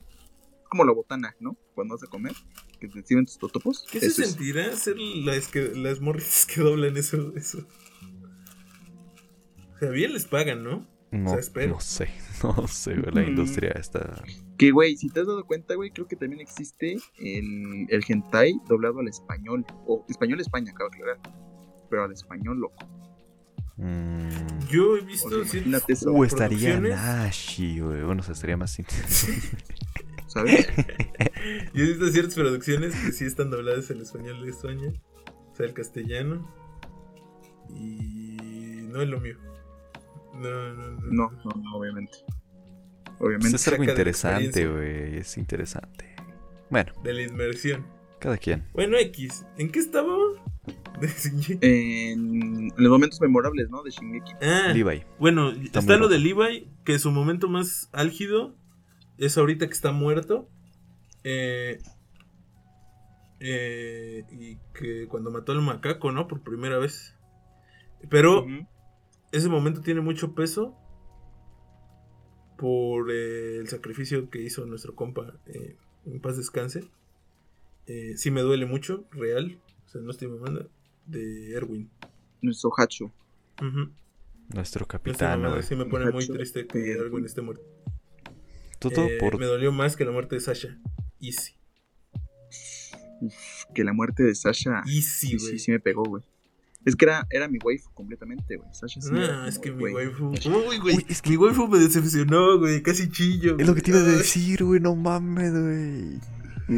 [SPEAKER 3] Como la botana, ¿no? Cuando vas a comer, que te sirven tus totopos.
[SPEAKER 2] ¿Qué
[SPEAKER 3] Eso
[SPEAKER 2] se
[SPEAKER 3] es.
[SPEAKER 2] sentirá ser las, que, las morritas que doblan eso, eso? O sea, bien les pagan, ¿no?
[SPEAKER 4] No,
[SPEAKER 2] sea, espero.
[SPEAKER 4] no sé. No sé, güey. La
[SPEAKER 3] Mm.
[SPEAKER 4] industria está.
[SPEAKER 3] Que, güey, si te has dado cuenta, güey, creo que también existe el, el hentai doblado al español. O español-España, acabo de aclarar. Pero al español, loco.
[SPEAKER 4] Mm.
[SPEAKER 2] Yo he
[SPEAKER 3] O
[SPEAKER 2] visto
[SPEAKER 3] sea,
[SPEAKER 2] ciertas
[SPEAKER 3] imagínate eso,
[SPEAKER 4] Uh, estaría
[SPEAKER 2] producciones.
[SPEAKER 4] Nashi, güey. Bueno, o sea, estaría más intenso.
[SPEAKER 3] ¿sabes?
[SPEAKER 2] Yo he visto ciertas producciones que sí están dobladas al español de España. O sea, el castellano. Y no es lo mío. No, no, no.
[SPEAKER 3] No, no, no, obviamente.
[SPEAKER 4] Pues
[SPEAKER 3] Obviamente.
[SPEAKER 4] es
[SPEAKER 2] saca
[SPEAKER 4] algo
[SPEAKER 2] de la
[SPEAKER 4] interesante,
[SPEAKER 2] experiencia.
[SPEAKER 4] güey. Es interesante. Bueno,
[SPEAKER 2] De la inmersión.
[SPEAKER 4] cada quien.
[SPEAKER 2] Bueno, X. ¿En qué estábamos? De Shingeki.
[SPEAKER 3] En, en los momentos memorables, ¿no? De Shingeki.
[SPEAKER 2] Ah,
[SPEAKER 4] Levi.
[SPEAKER 2] Bueno,
[SPEAKER 4] muy
[SPEAKER 2] está lo
[SPEAKER 4] roto.
[SPEAKER 2] de Levi, que su momento más álgido es ahorita que está muerto. eh, eh, y que cuando mató al macaco, ¿no? Por primera vez. Pero
[SPEAKER 3] Ujú.
[SPEAKER 2] ese momento tiene mucho peso por eh, el sacrificio que hizo nuestro compa eh, en paz descanse. Eh, sí me duele mucho, real. O sea, no estoy mamando. De Erwin.
[SPEAKER 3] Nuestro Hacho.
[SPEAKER 2] Ujú.
[SPEAKER 4] Nuestro
[SPEAKER 2] No estoy
[SPEAKER 4] capitán,
[SPEAKER 2] mamando,
[SPEAKER 4] güey.
[SPEAKER 2] sí me pone muy triste que
[SPEAKER 3] Perfecto.
[SPEAKER 2] Erwin esté muerto.
[SPEAKER 4] Toto
[SPEAKER 2] Eh,
[SPEAKER 4] por
[SPEAKER 2] Me dolió más que la muerte de Sasha. Easy.
[SPEAKER 3] Uf, que la muerte de Sasha.
[SPEAKER 2] Easy,
[SPEAKER 3] Ah, Sí,
[SPEAKER 2] güey.
[SPEAKER 3] sí, sí me pegó, güey. Es que era, era mi waifu completamente, güey. Sasha sí
[SPEAKER 2] No,
[SPEAKER 3] era
[SPEAKER 2] Ah, es
[SPEAKER 3] como,
[SPEAKER 2] que mi
[SPEAKER 3] güey,
[SPEAKER 2] waifu. Uy, güey.
[SPEAKER 4] Uy, es que-
[SPEAKER 2] Mi waifu me decepcionó, güey. Casi chillo.
[SPEAKER 4] Es lo
[SPEAKER 2] güey.
[SPEAKER 4] que te iba a
[SPEAKER 2] Ay,
[SPEAKER 4] decir, güey, no mames, güey.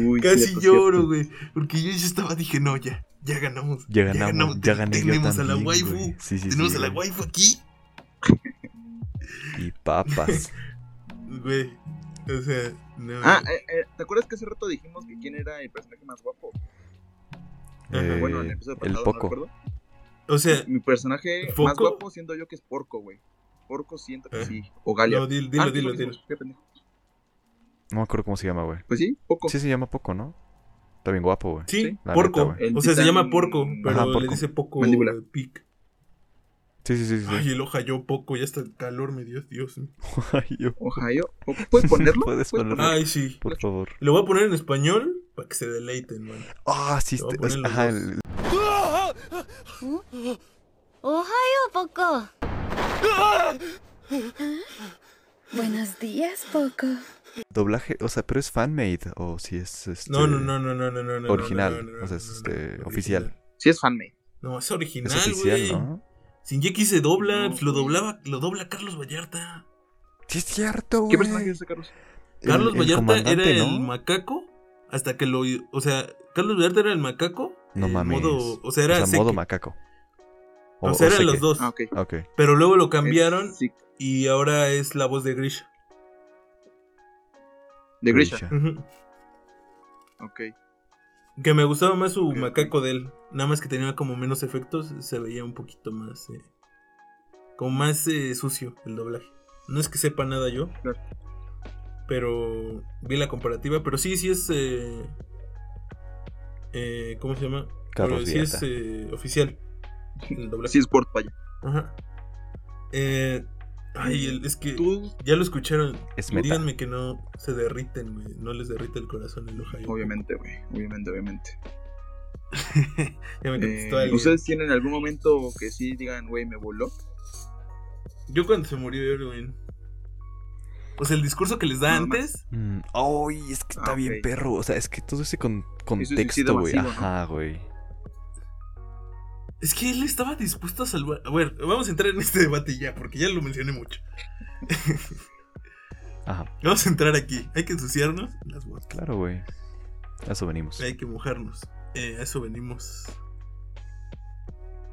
[SPEAKER 3] Uy,
[SPEAKER 2] Casi
[SPEAKER 3] cierto,
[SPEAKER 2] lloro,
[SPEAKER 3] cierto.
[SPEAKER 2] güey. Porque yo ya estaba, dije, no, ya. Ya ganamos.
[SPEAKER 4] Ya ganamos, ya, gané yo
[SPEAKER 2] Tenemos a la
[SPEAKER 4] también,
[SPEAKER 2] waifu.
[SPEAKER 4] güey. Sí, sí,
[SPEAKER 2] Tenemos
[SPEAKER 4] sí,
[SPEAKER 2] a la
[SPEAKER 4] güey.
[SPEAKER 2] waifu aquí.
[SPEAKER 4] Y papas.
[SPEAKER 2] Güey. O sea, no.
[SPEAKER 3] Ah, eh, eh, ¿te acuerdas que hace rato dijimos que quién era el personaje más guapo?
[SPEAKER 2] Ajá.
[SPEAKER 4] Eh,
[SPEAKER 3] bueno, en el episodio
[SPEAKER 4] el
[SPEAKER 3] pasado, ¿no
[SPEAKER 4] poco.
[SPEAKER 3] recuerdo?
[SPEAKER 2] o sea,
[SPEAKER 3] Mi personaje más
[SPEAKER 2] ¿Porco?
[SPEAKER 3] guapo siento yo que es Porco, güey. Porco siento que
[SPEAKER 2] Ah.
[SPEAKER 3] sí. O Galia.
[SPEAKER 2] no, dilo, dilo,
[SPEAKER 3] Ah,
[SPEAKER 2] dilo.
[SPEAKER 3] es lo
[SPEAKER 2] dilo.
[SPEAKER 3] mismo, qué pendejo.
[SPEAKER 4] no me acuerdo cómo se llama, güey.
[SPEAKER 3] Pues sí, Poco.
[SPEAKER 4] Sí se llama Poco, ¿no? Está bien guapo, güey.
[SPEAKER 2] Sí,
[SPEAKER 3] Sí,
[SPEAKER 4] la
[SPEAKER 2] porco.
[SPEAKER 4] neta,
[SPEAKER 3] güey. El
[SPEAKER 2] o sea, se
[SPEAKER 3] titán-
[SPEAKER 2] llama porco, pero
[SPEAKER 4] Ajá,
[SPEAKER 2] le
[SPEAKER 4] porco.
[SPEAKER 2] dice poco
[SPEAKER 3] Mandíbula.
[SPEAKER 2] eh, pic.
[SPEAKER 4] Sí, sí, sí, sí. sí.
[SPEAKER 2] Ay, el hoja yo poco, ya está el calor, me dio Dios. mío.
[SPEAKER 4] Ay, yo-
[SPEAKER 3] Ohio. Poco. ¿Puedes ponerlo?
[SPEAKER 4] Puedes ponerlo.
[SPEAKER 2] Ay, sí.
[SPEAKER 4] Por favor.
[SPEAKER 2] Lo voy a poner en español para que se deleiten, man.
[SPEAKER 4] Ah, sí.
[SPEAKER 2] Te voy a
[SPEAKER 4] este-
[SPEAKER 2] poner los
[SPEAKER 4] ajá,
[SPEAKER 2] dos.
[SPEAKER 4] el-
[SPEAKER 5] おはようポコん Buenos días, Poco.
[SPEAKER 4] doblaje, o sea, pero es fanmade o si es este,
[SPEAKER 2] No, no, no, no, no, no, no, no.
[SPEAKER 4] original,
[SPEAKER 2] no, no, no,
[SPEAKER 4] o sea,
[SPEAKER 2] no,
[SPEAKER 4] es
[SPEAKER 2] no,
[SPEAKER 4] este,
[SPEAKER 2] no,
[SPEAKER 4] oficial.
[SPEAKER 3] Sí, es fanmade.
[SPEAKER 2] No, es
[SPEAKER 4] Es
[SPEAKER 2] original,
[SPEAKER 4] oficial,
[SPEAKER 2] güey.
[SPEAKER 4] ¿no?
[SPEAKER 2] Sin Jackie se dobla,
[SPEAKER 3] No,
[SPEAKER 2] pues, lo
[SPEAKER 3] güey.
[SPEAKER 2] doblaba, lo dobla Carlos Vallarta.
[SPEAKER 4] Sí es cierto, güey.
[SPEAKER 3] ¿Qué personaje es ese, Carlos?
[SPEAKER 4] El-
[SPEAKER 2] Carlos
[SPEAKER 4] el
[SPEAKER 2] Vallarta era
[SPEAKER 4] comandante,
[SPEAKER 2] el macaco hasta que lo, o sea, Carlos Vallarta era el macaco.
[SPEAKER 4] No
[SPEAKER 2] en
[SPEAKER 4] mames.
[SPEAKER 2] Modo, o sea, era
[SPEAKER 4] o sea, modo
[SPEAKER 2] Seque.
[SPEAKER 4] macaco.
[SPEAKER 2] O, sea, eran
[SPEAKER 4] Seque.
[SPEAKER 2] los dos.
[SPEAKER 3] Ah, ok.
[SPEAKER 4] Ok.
[SPEAKER 2] Pero luego lo cambiaron
[SPEAKER 3] Es- sí,
[SPEAKER 2] y ahora es la voz de Grisha.
[SPEAKER 3] de Grisha.
[SPEAKER 4] Grisha.
[SPEAKER 2] Ujú.
[SPEAKER 3] Ok.
[SPEAKER 2] Que me gustaba más su
[SPEAKER 3] Ok, ok.
[SPEAKER 2] macaco de él. Nada más que tenía como menos efectos, se veía un poquito más. eh, como más eh, sucio el doblaje. No es que sepa nada yo.
[SPEAKER 3] Claro.
[SPEAKER 2] Pero vi la comparativa. Pero sí, sí es. eh, eh, ¿Cómo se llama?
[SPEAKER 4] Carlos
[SPEAKER 2] Pero sí es
[SPEAKER 4] Vallarta.
[SPEAKER 2] eh, oficial el doblaje.
[SPEAKER 3] Sí, es Port, vaya.
[SPEAKER 2] Ajá. Eh, ay, el- es que.
[SPEAKER 3] Tú,
[SPEAKER 2] Ya lo escucharon.
[SPEAKER 4] Es meta.
[SPEAKER 2] Díganme que no se derriten, güey. No les derrite el corazón el Ohio.
[SPEAKER 3] obviamente, güey. Obviamente, obviamente.
[SPEAKER 2] Ya me contestó
[SPEAKER 3] Eh,
[SPEAKER 2] alguien.
[SPEAKER 3] ¿Ustedes tienen algún momento que sí digan, güey, me voló?
[SPEAKER 2] Yo cuando se murió Erwin. O sea, el discurso que les da
[SPEAKER 3] Nada
[SPEAKER 2] antes.
[SPEAKER 4] Mm, Ay, es que está
[SPEAKER 3] Ah,
[SPEAKER 4] bien
[SPEAKER 3] ok.
[SPEAKER 4] perro. O sea, es que todo ese con-
[SPEAKER 3] suicidio
[SPEAKER 4] contexto, güey.
[SPEAKER 3] masivo, ¿no?
[SPEAKER 4] Ajá, güey.
[SPEAKER 2] Es que él estaba dispuesto a salvar. A ver, vamos a entrar en este debate ya, porque ya lo mencioné mucho.
[SPEAKER 4] Ajá,
[SPEAKER 2] Vamos a entrar aquí. Hay que ensuciarnos las botas.
[SPEAKER 4] claro, güey. A eso venimos.
[SPEAKER 2] Hay que mojarnos. Eh, a eso venimos.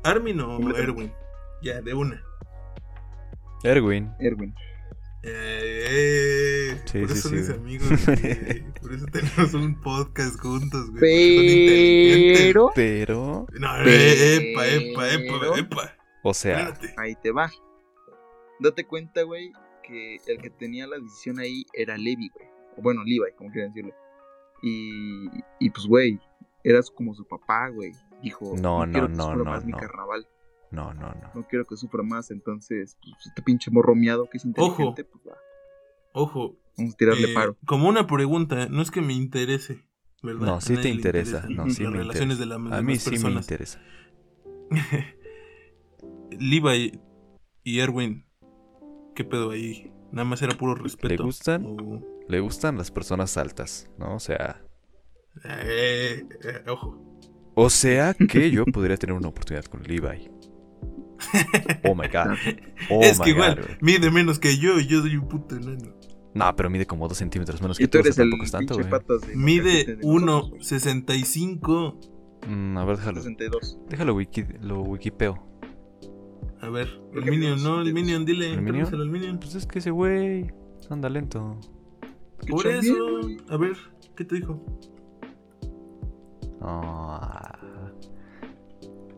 [SPEAKER 2] ¿Armin o
[SPEAKER 3] Completamente.
[SPEAKER 2] Erwin? Ya, de una.
[SPEAKER 4] Erwin.
[SPEAKER 3] Erwin.
[SPEAKER 2] Eh, eh,
[SPEAKER 4] Sí,
[SPEAKER 2] por
[SPEAKER 4] sí,
[SPEAKER 2] eso
[SPEAKER 4] sí,
[SPEAKER 2] mis
[SPEAKER 4] güey.
[SPEAKER 2] amigos. güey. por eso tenemos un podcast juntos, güey. porque son inteligentes.
[SPEAKER 4] Pero,
[SPEAKER 2] No,
[SPEAKER 3] Pero-
[SPEAKER 2] eh, epa, epa, epa, epa.
[SPEAKER 4] o sea,
[SPEAKER 2] Espérate.
[SPEAKER 3] Ahí te va. Date cuenta, güey, que el que tenía la decisión ahí era Levi, güey. O bueno, Levi, como quieran decirle. Y, y pues, güey, eras como su papá, güey. Dijo,
[SPEAKER 4] No, no,
[SPEAKER 3] quiero que
[SPEAKER 4] no,
[SPEAKER 3] sufra
[SPEAKER 4] no,
[SPEAKER 3] más mi
[SPEAKER 4] no.
[SPEAKER 3] carnaval.
[SPEAKER 4] no, no, no.
[SPEAKER 3] No quiero que sufra más. Entonces, pues, este pinche morro miado que es inteligente, pues va.
[SPEAKER 2] Ojo,
[SPEAKER 3] Vamos a tirarle
[SPEAKER 2] eh,
[SPEAKER 3] paro.
[SPEAKER 2] como una pregunta, no es que me interese, ¿verdad?
[SPEAKER 4] No, sí
[SPEAKER 2] A nadie
[SPEAKER 4] te
[SPEAKER 2] le
[SPEAKER 4] interesa,
[SPEAKER 3] no,
[SPEAKER 2] las
[SPEAKER 4] sí me
[SPEAKER 2] relaciones de la- de las
[SPEAKER 4] A mí sí me
[SPEAKER 2] personas.
[SPEAKER 4] interesa.
[SPEAKER 2] Levi y Erwin, ¿qué pedo ahí? Nada más era puro respeto.
[SPEAKER 4] ¿Le gustan?
[SPEAKER 2] O-
[SPEAKER 4] Le gustan las personas altas, ¿no? O sea,
[SPEAKER 2] Eh, eh, ojo.
[SPEAKER 4] o sea que yo podría tener una oportunidad con Levi. Oh my god. Oh
[SPEAKER 2] es
[SPEAKER 4] my
[SPEAKER 2] que
[SPEAKER 4] god.
[SPEAKER 2] igual,
[SPEAKER 4] güey.
[SPEAKER 2] mide menos que yo y yo soy un puto enano.
[SPEAKER 4] No, pero mide como dos centímetros menos
[SPEAKER 3] Y
[SPEAKER 4] que
[SPEAKER 3] tú
[SPEAKER 4] tú, o sea,
[SPEAKER 3] eres el
[SPEAKER 4] tampoco es tanto,
[SPEAKER 3] pinche
[SPEAKER 4] güey.
[SPEAKER 3] patas de
[SPEAKER 2] Mide
[SPEAKER 3] cajete de nosotros, güey.
[SPEAKER 2] 1.65.
[SPEAKER 4] Mm, a ver, déjalo.
[SPEAKER 3] 62.
[SPEAKER 4] Déjalo wiki, lo wikipeo.
[SPEAKER 2] A ver,
[SPEAKER 3] Creo
[SPEAKER 2] el
[SPEAKER 3] que
[SPEAKER 2] Minion,
[SPEAKER 3] menos,
[SPEAKER 2] no, el
[SPEAKER 3] menos.
[SPEAKER 2] Minion, dile.
[SPEAKER 4] ¿El Minion?
[SPEAKER 2] permíselo al Minion.
[SPEAKER 4] Pues es que ese güey anda lento.
[SPEAKER 2] Por
[SPEAKER 3] chambea,
[SPEAKER 2] eso,
[SPEAKER 3] güey.
[SPEAKER 2] a ver, ¿qué te dijo?
[SPEAKER 4] Ah.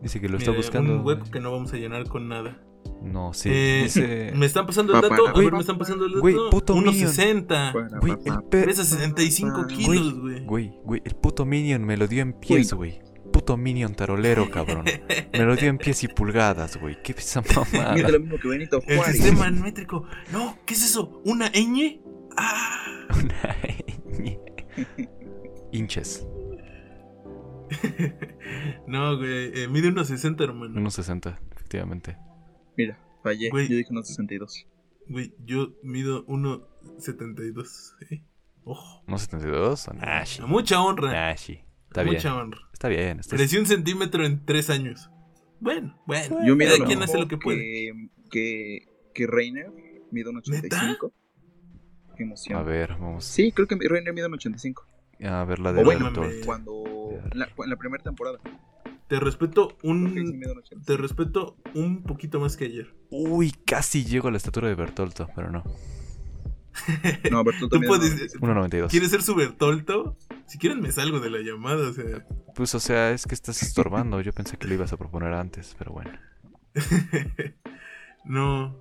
[SPEAKER 4] Dice que lo está
[SPEAKER 2] Mira,
[SPEAKER 4] buscando.
[SPEAKER 2] Un hueco
[SPEAKER 4] güey.
[SPEAKER 2] que no vamos a llenar con nada.
[SPEAKER 4] No, sí.
[SPEAKER 2] Eh,
[SPEAKER 4] Dice.
[SPEAKER 2] Me están pasando el
[SPEAKER 3] Papá,
[SPEAKER 2] dato, a
[SPEAKER 4] güey,
[SPEAKER 2] ver, me están pasando el dato.
[SPEAKER 4] güey, puto
[SPEAKER 2] 1.60.
[SPEAKER 3] Para,
[SPEAKER 4] Güey,
[SPEAKER 3] papá.
[SPEAKER 4] el pe-
[SPEAKER 2] Pesa 65 kilos, güey.
[SPEAKER 4] Güey, güey, el puto Minion me lo dio en pies, güey. Puto Minion tarolero, cabrón. Me lo dio en pies y pulgadas, güey. Qué pesa mamada.
[SPEAKER 3] Mide lo mismo que Benito
[SPEAKER 2] El
[SPEAKER 3] Juárez.
[SPEAKER 2] sistema métrico. No, ¿qué es eso? ¿Una ñ? Ah.
[SPEAKER 4] Una ñ. Hinches.
[SPEAKER 2] No, güey, eh, mide 1.60, hermano.
[SPEAKER 4] 1.60, efectivamente.
[SPEAKER 3] Mira, fallé.
[SPEAKER 2] Güey.
[SPEAKER 3] Yo dije unos 62.
[SPEAKER 2] Güey, yo mido 1.62 72. ¿eh? Ojo.
[SPEAKER 4] ¿No 72? Nashi.
[SPEAKER 2] A mucha honra.
[SPEAKER 4] Nashi. Ah, Está
[SPEAKER 2] a
[SPEAKER 4] bien.
[SPEAKER 2] mucha honra.
[SPEAKER 4] Está bien. está-
[SPEAKER 2] Crecí un centímetro en tres años. Bueno, bueno.
[SPEAKER 3] Yo mido
[SPEAKER 2] cada
[SPEAKER 3] lo
[SPEAKER 2] quien hace
[SPEAKER 3] mismo
[SPEAKER 2] lo que puede.
[SPEAKER 3] Que, que, que Reiner mide un 85. Qué emoción.
[SPEAKER 4] A ver, vamos
[SPEAKER 3] Sí, creo que Reiner mide un 85.
[SPEAKER 4] a ver la
[SPEAKER 3] O
[SPEAKER 4] de
[SPEAKER 3] bueno,
[SPEAKER 4] Naruto.
[SPEAKER 2] mames.
[SPEAKER 3] Cuando. En la, en la primera temporada. Creo
[SPEAKER 2] Te respeto
[SPEAKER 3] que sí
[SPEAKER 2] un.
[SPEAKER 3] mide un 85.
[SPEAKER 2] Te respeto un poquito más que ayer.
[SPEAKER 4] Uy, casi llego a la estatura de Bertolto, pero no.
[SPEAKER 3] No, pero tú
[SPEAKER 2] Tú
[SPEAKER 3] también.
[SPEAKER 2] puedes.
[SPEAKER 4] 1.92.
[SPEAKER 2] ¿Quieres ser su Bertolto? Si quieren, me salgo de la llamada. O sea,
[SPEAKER 4] Pues, o sea, es que estás estorbando. Yo pensé que lo ibas a proponer antes, pero bueno.
[SPEAKER 2] no.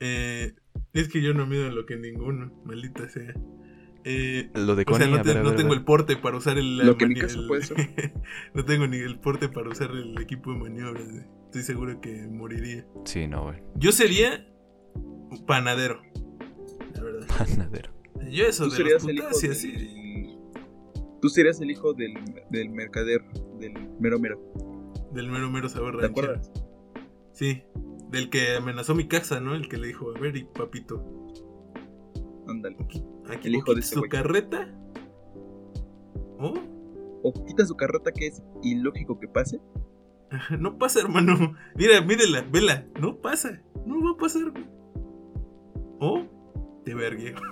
[SPEAKER 2] Eh, es que yo no mido lo que ninguno. Maldita sea. Eh,
[SPEAKER 4] Lo de
[SPEAKER 2] o sea,
[SPEAKER 4] Connie,
[SPEAKER 2] no,
[SPEAKER 4] a
[SPEAKER 2] te-
[SPEAKER 4] ver, a
[SPEAKER 2] no
[SPEAKER 4] ver, a
[SPEAKER 2] tengo
[SPEAKER 4] ver.
[SPEAKER 2] el porte para usar el.
[SPEAKER 3] Lo que en mi
[SPEAKER 2] mani-
[SPEAKER 3] caso
[SPEAKER 2] el-
[SPEAKER 3] puede ser.
[SPEAKER 2] no tengo ni el porte para usar el equipo de maniobras. eh. Estoy seguro que moriría.
[SPEAKER 4] Sí, no, güey.
[SPEAKER 2] Yo sería un panadero. La verdad.
[SPEAKER 4] Panadero.
[SPEAKER 2] Yo eso de
[SPEAKER 3] Tú
[SPEAKER 2] las
[SPEAKER 3] serías el hijo.
[SPEAKER 2] putas y
[SPEAKER 3] del-
[SPEAKER 2] así.
[SPEAKER 3] Tú serías el hijo del, del mercader, del mero mero.
[SPEAKER 2] Del mero mero sabor
[SPEAKER 3] ¿Te
[SPEAKER 2] ranchero.
[SPEAKER 3] acuerdas?
[SPEAKER 2] Sí. Del que amenazó mi casa, ¿no? El que le dijo, a ver, y papito,
[SPEAKER 3] Ándale.
[SPEAKER 2] aquí
[SPEAKER 3] El
[SPEAKER 2] le
[SPEAKER 3] hijo de
[SPEAKER 2] quitas
[SPEAKER 3] ese
[SPEAKER 2] tu
[SPEAKER 3] güey.
[SPEAKER 2] carreta. Oh,
[SPEAKER 3] O quitas su carreta, que es ilógico que pase.
[SPEAKER 2] ajá, no pasa, hermano. Mira, mírela, vela. No pasa. No va a pasar. güey. Oh, te vergué.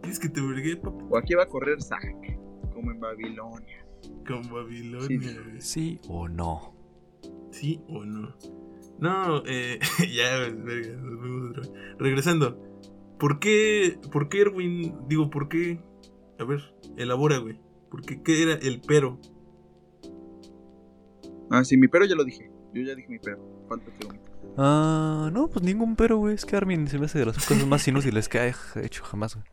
[SPEAKER 2] ¿Quieres que te vergué, papá?
[SPEAKER 3] O aquí va a correr Zack, como en Babilonia.
[SPEAKER 2] Con Babilonia.
[SPEAKER 3] Sí.
[SPEAKER 2] güey.
[SPEAKER 4] ¿Sí o no?
[SPEAKER 2] ¿Sí o no? No, eh, ya, verga, nos vemos otra vez. Regresando. ¿Por qué, por qué Erwin, digo, por qué, a ver, elabora, güey. Porque qué era el pero.
[SPEAKER 3] Ah, sí, mi pero ya lo dije. Yo ya dije mi pero. Falta que lo omita.
[SPEAKER 4] Ah, no, pues ningún pero, güey. Es que Armin se me hace de las cosas más inútiles que ha hecho jamás, güey.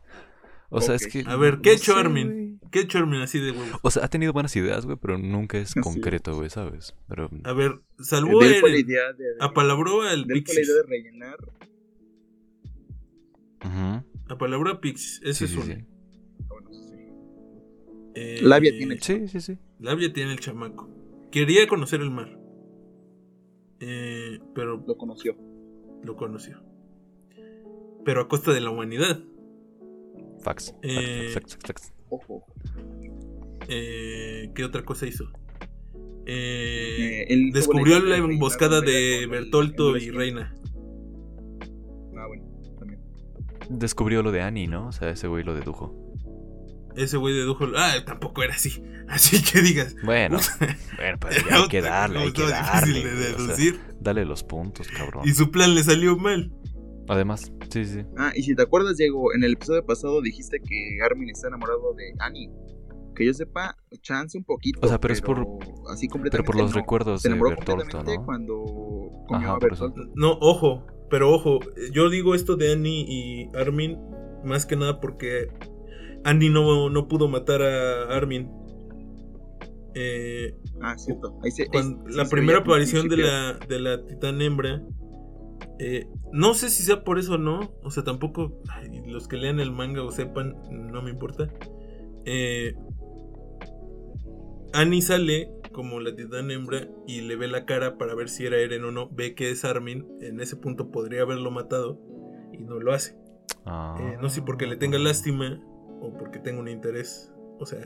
[SPEAKER 4] O sea,
[SPEAKER 3] Ok.
[SPEAKER 4] es que.
[SPEAKER 2] A ver, ¿qué ha
[SPEAKER 4] no
[SPEAKER 2] hecho
[SPEAKER 4] sé,
[SPEAKER 2] Armin?
[SPEAKER 4] güey.
[SPEAKER 2] ¿Qué ha hecho Erwin así de huevos?
[SPEAKER 4] O sea, ha tenido buenas ideas, güey, pero nunca es
[SPEAKER 3] Así
[SPEAKER 4] concreto, güey, ¿sabes? Pero.
[SPEAKER 2] A ver, salvó a
[SPEAKER 3] De él fue la
[SPEAKER 2] Eren,
[SPEAKER 3] idea de,
[SPEAKER 2] apalabró al
[SPEAKER 3] de él fue la idea
[SPEAKER 2] Pixis,
[SPEAKER 3] de rellenar. Ah,
[SPEAKER 4] Ujú.
[SPEAKER 2] apalabró a Pixis, ese
[SPEAKER 4] Sí,
[SPEAKER 2] es
[SPEAKER 4] sí,
[SPEAKER 2] uno.
[SPEAKER 4] sí.
[SPEAKER 3] Ah, bueno, sí.
[SPEAKER 2] Eh,
[SPEAKER 3] Labia tiene el
[SPEAKER 4] Sí, sí, sí.
[SPEAKER 2] Labia tiene el chamaco. Quería conocer el mar. Eh, pero
[SPEAKER 3] Lo conoció.
[SPEAKER 2] lo conoció. Pero a costa de la humanidad.
[SPEAKER 4] Fax.
[SPEAKER 2] Eh,
[SPEAKER 4] Fax, fax, fax, fax.
[SPEAKER 3] Ojo.
[SPEAKER 2] Eh, ¿Qué otra cosa hizo? Eh,
[SPEAKER 3] Eh, él
[SPEAKER 2] descubrió
[SPEAKER 3] tuvo
[SPEAKER 2] la
[SPEAKER 3] idea de
[SPEAKER 2] emboscada
[SPEAKER 3] reinar
[SPEAKER 2] de
[SPEAKER 3] con el-
[SPEAKER 2] Bertolto
[SPEAKER 3] el-
[SPEAKER 2] y Reina.
[SPEAKER 3] Ah, bueno, también.
[SPEAKER 4] Descubrió lo de Annie, ¿no? O sea, ese güey lo dedujo.
[SPEAKER 2] Ese güey dedujo. Ah, tampoco era así. Así que digas.
[SPEAKER 4] Bueno, bueno, pero ya hay que
[SPEAKER 2] Otra
[SPEAKER 4] darle, hay que
[SPEAKER 2] cosa
[SPEAKER 4] darle.
[SPEAKER 2] difícil de
[SPEAKER 4] güey, o sea,
[SPEAKER 2] deducir.
[SPEAKER 4] dale los puntos, cabrón.
[SPEAKER 2] Y su plan le salió mal.
[SPEAKER 4] Además, sí, sí.
[SPEAKER 3] Ah, y si te acuerdas, Diego, en el episodio pasado dijiste que Armin está enamorado de Annie. Que yo sepa, chance un poquito.
[SPEAKER 4] O sea, pero es por-
[SPEAKER 3] Así completamente.
[SPEAKER 4] Pero por los
[SPEAKER 3] no.
[SPEAKER 4] recuerdos
[SPEAKER 3] Se
[SPEAKER 4] de
[SPEAKER 3] enamoró
[SPEAKER 4] Bertolto,
[SPEAKER 3] completamente
[SPEAKER 4] ¿no?
[SPEAKER 3] cuando comió
[SPEAKER 4] Ajá,
[SPEAKER 3] a
[SPEAKER 4] por eso.
[SPEAKER 3] Bertolto.
[SPEAKER 2] No, ojo. Pero ojo. Yo digo esto de Annie y Armin. Más que nada porque Annie no, no pudo matar a Armin. Eh,
[SPEAKER 3] Ah, cierto. Ahí se, ahí
[SPEAKER 2] Cuando-
[SPEAKER 3] sí
[SPEAKER 2] la
[SPEAKER 3] se
[SPEAKER 2] primera
[SPEAKER 3] veía
[SPEAKER 2] aparición de
[SPEAKER 3] principio.
[SPEAKER 2] la, de la titán hembra. eh, no sé si sea por eso o no. O sea, tampoco. ay, los que lean el manga o sepan, no me importa. Eh, Annie sale como la titán hembra y le ve la cara para ver si era Eren o no. Ve que es Armin. En ese punto podría haberlo matado y no lo hace.
[SPEAKER 4] Ah.
[SPEAKER 2] Eh, no sé si porque le tenga
[SPEAKER 3] Ah.
[SPEAKER 2] lástima o porque tenga un interés. O sea,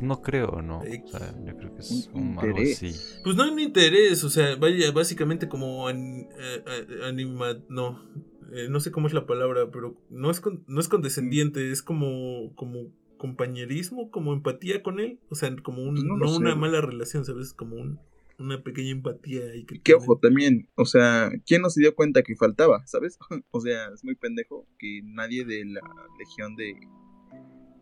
[SPEAKER 4] No creo, ¿no? O
[SPEAKER 2] X.
[SPEAKER 4] sea, yo creo que es
[SPEAKER 3] Un
[SPEAKER 4] un- algo
[SPEAKER 3] interés.
[SPEAKER 4] así.
[SPEAKER 2] Pues no en interés, o sea, vaya, básicamente como an- eh, eh, anima, no, eh, no sé cómo es la palabra, pero no es con- no es condescendiente, es como como compañerismo, como empatía con él, o sea, como un,
[SPEAKER 3] Pues no
[SPEAKER 2] no,
[SPEAKER 3] lo sé,
[SPEAKER 2] una
[SPEAKER 3] güey.
[SPEAKER 2] mala relación, sabes, como un- una pequeña empatía ahí que
[SPEAKER 3] Que
[SPEAKER 2] tienen.
[SPEAKER 3] ojo también, o sea, ¿quién no se dio cuenta que faltaba, sabes? O sea, es muy pendejo que nadie de la legión de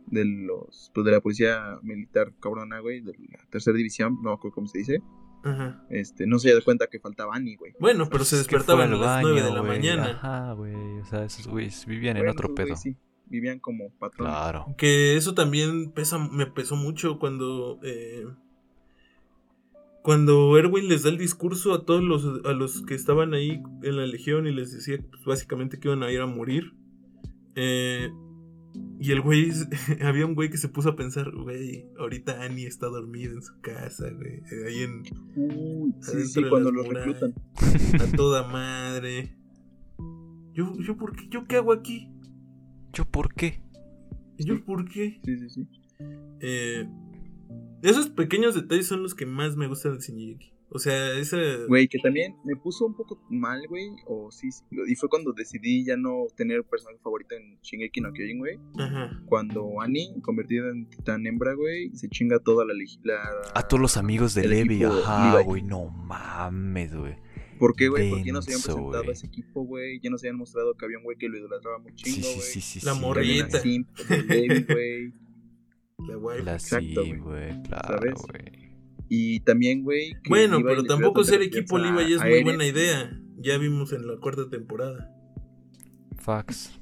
[SPEAKER 3] de los pues de la policía militar cabrona, güey, de la tercera división, no me acuerdo cómo se dice,
[SPEAKER 2] Ajá.
[SPEAKER 3] este, no se dio cuenta que faltaba Annie, güey.
[SPEAKER 2] Bueno, pero se
[SPEAKER 4] Pues Es que fue
[SPEAKER 2] despertaban
[SPEAKER 4] al
[SPEAKER 2] a las
[SPEAKER 4] baño,
[SPEAKER 2] 9 de la
[SPEAKER 4] güey,
[SPEAKER 2] mañana.
[SPEAKER 4] Ajá, güey. O sea, esos güeyes vivían en
[SPEAKER 3] Bueno,
[SPEAKER 4] otro
[SPEAKER 3] esos
[SPEAKER 4] pedo.
[SPEAKER 3] güeyes sí, vivían como patrones.
[SPEAKER 4] Claro.
[SPEAKER 2] Que eso también pesa, me pesó mucho cuando. eh, cuando Erwin les da el discurso a todos los, a los que estaban ahí en la legión y les decía pues, básicamente que iban a ir a morir. Eh, y el güey, es- había un güey que se puso a pensar, güey, ahorita Annie está dormida en su casa, güey, eh, ahí en,
[SPEAKER 3] Uy, sí,
[SPEAKER 2] Adentro
[SPEAKER 3] sí,
[SPEAKER 2] de
[SPEAKER 3] cuando
[SPEAKER 2] las
[SPEAKER 3] los
[SPEAKER 2] murallas.
[SPEAKER 3] reclutan.
[SPEAKER 2] a toda madre. ¿Yo, yo por qué? ¿Yo qué hago aquí?
[SPEAKER 4] ¿Yo por qué?
[SPEAKER 2] ¿Yo por qué?
[SPEAKER 3] Sí, sí, sí.
[SPEAKER 2] Eh, esos pequeños detalles son los que más me gustan de Shinji. O sea, esa...
[SPEAKER 3] Güey, que también me puso un poco mal, güey. O sí, sí, Y fue cuando decidí ya no tener personaje favorito en Shingeki no Kyojin, güey.
[SPEAKER 2] Ajá.
[SPEAKER 3] Cuando Annie, convertida en titán hembra, güey, se chinga toda la legislatura.
[SPEAKER 4] A todos los amigos de
[SPEAKER 3] El
[SPEAKER 4] Levi,
[SPEAKER 3] equipo
[SPEAKER 4] ajá,
[SPEAKER 3] Levi.
[SPEAKER 4] güey, no mames, güey.
[SPEAKER 3] ¿Por qué, güey? ¿Por qué no se habían
[SPEAKER 4] Denso,
[SPEAKER 3] presentado
[SPEAKER 4] güey.
[SPEAKER 3] a ese equipo, güey? Ya no se habían mostrado que había un güey que lo idolatraba muy
[SPEAKER 4] Sí,
[SPEAKER 3] chingo,
[SPEAKER 4] sí,
[SPEAKER 3] güey.
[SPEAKER 4] sí, sí.
[SPEAKER 2] La
[SPEAKER 4] sí,
[SPEAKER 2] morrita.
[SPEAKER 3] También a Sim, el Levi, güey.
[SPEAKER 2] La guay.
[SPEAKER 4] güey. La sí,
[SPEAKER 3] Exacto, güey.
[SPEAKER 4] güey, claro,
[SPEAKER 3] ¿Sabes?
[SPEAKER 4] güey.
[SPEAKER 3] Y también, güey. que
[SPEAKER 2] Bueno,
[SPEAKER 3] Levi
[SPEAKER 2] pero
[SPEAKER 3] le tuviera
[SPEAKER 2] tampoco
[SPEAKER 3] tanta
[SPEAKER 2] ser
[SPEAKER 3] confianza
[SPEAKER 2] equipo Oliva ya es
[SPEAKER 3] a eh.
[SPEAKER 2] muy
[SPEAKER 3] Eren.
[SPEAKER 2] buena idea. Ya vimos en la cuarta temporada
[SPEAKER 4] Fax.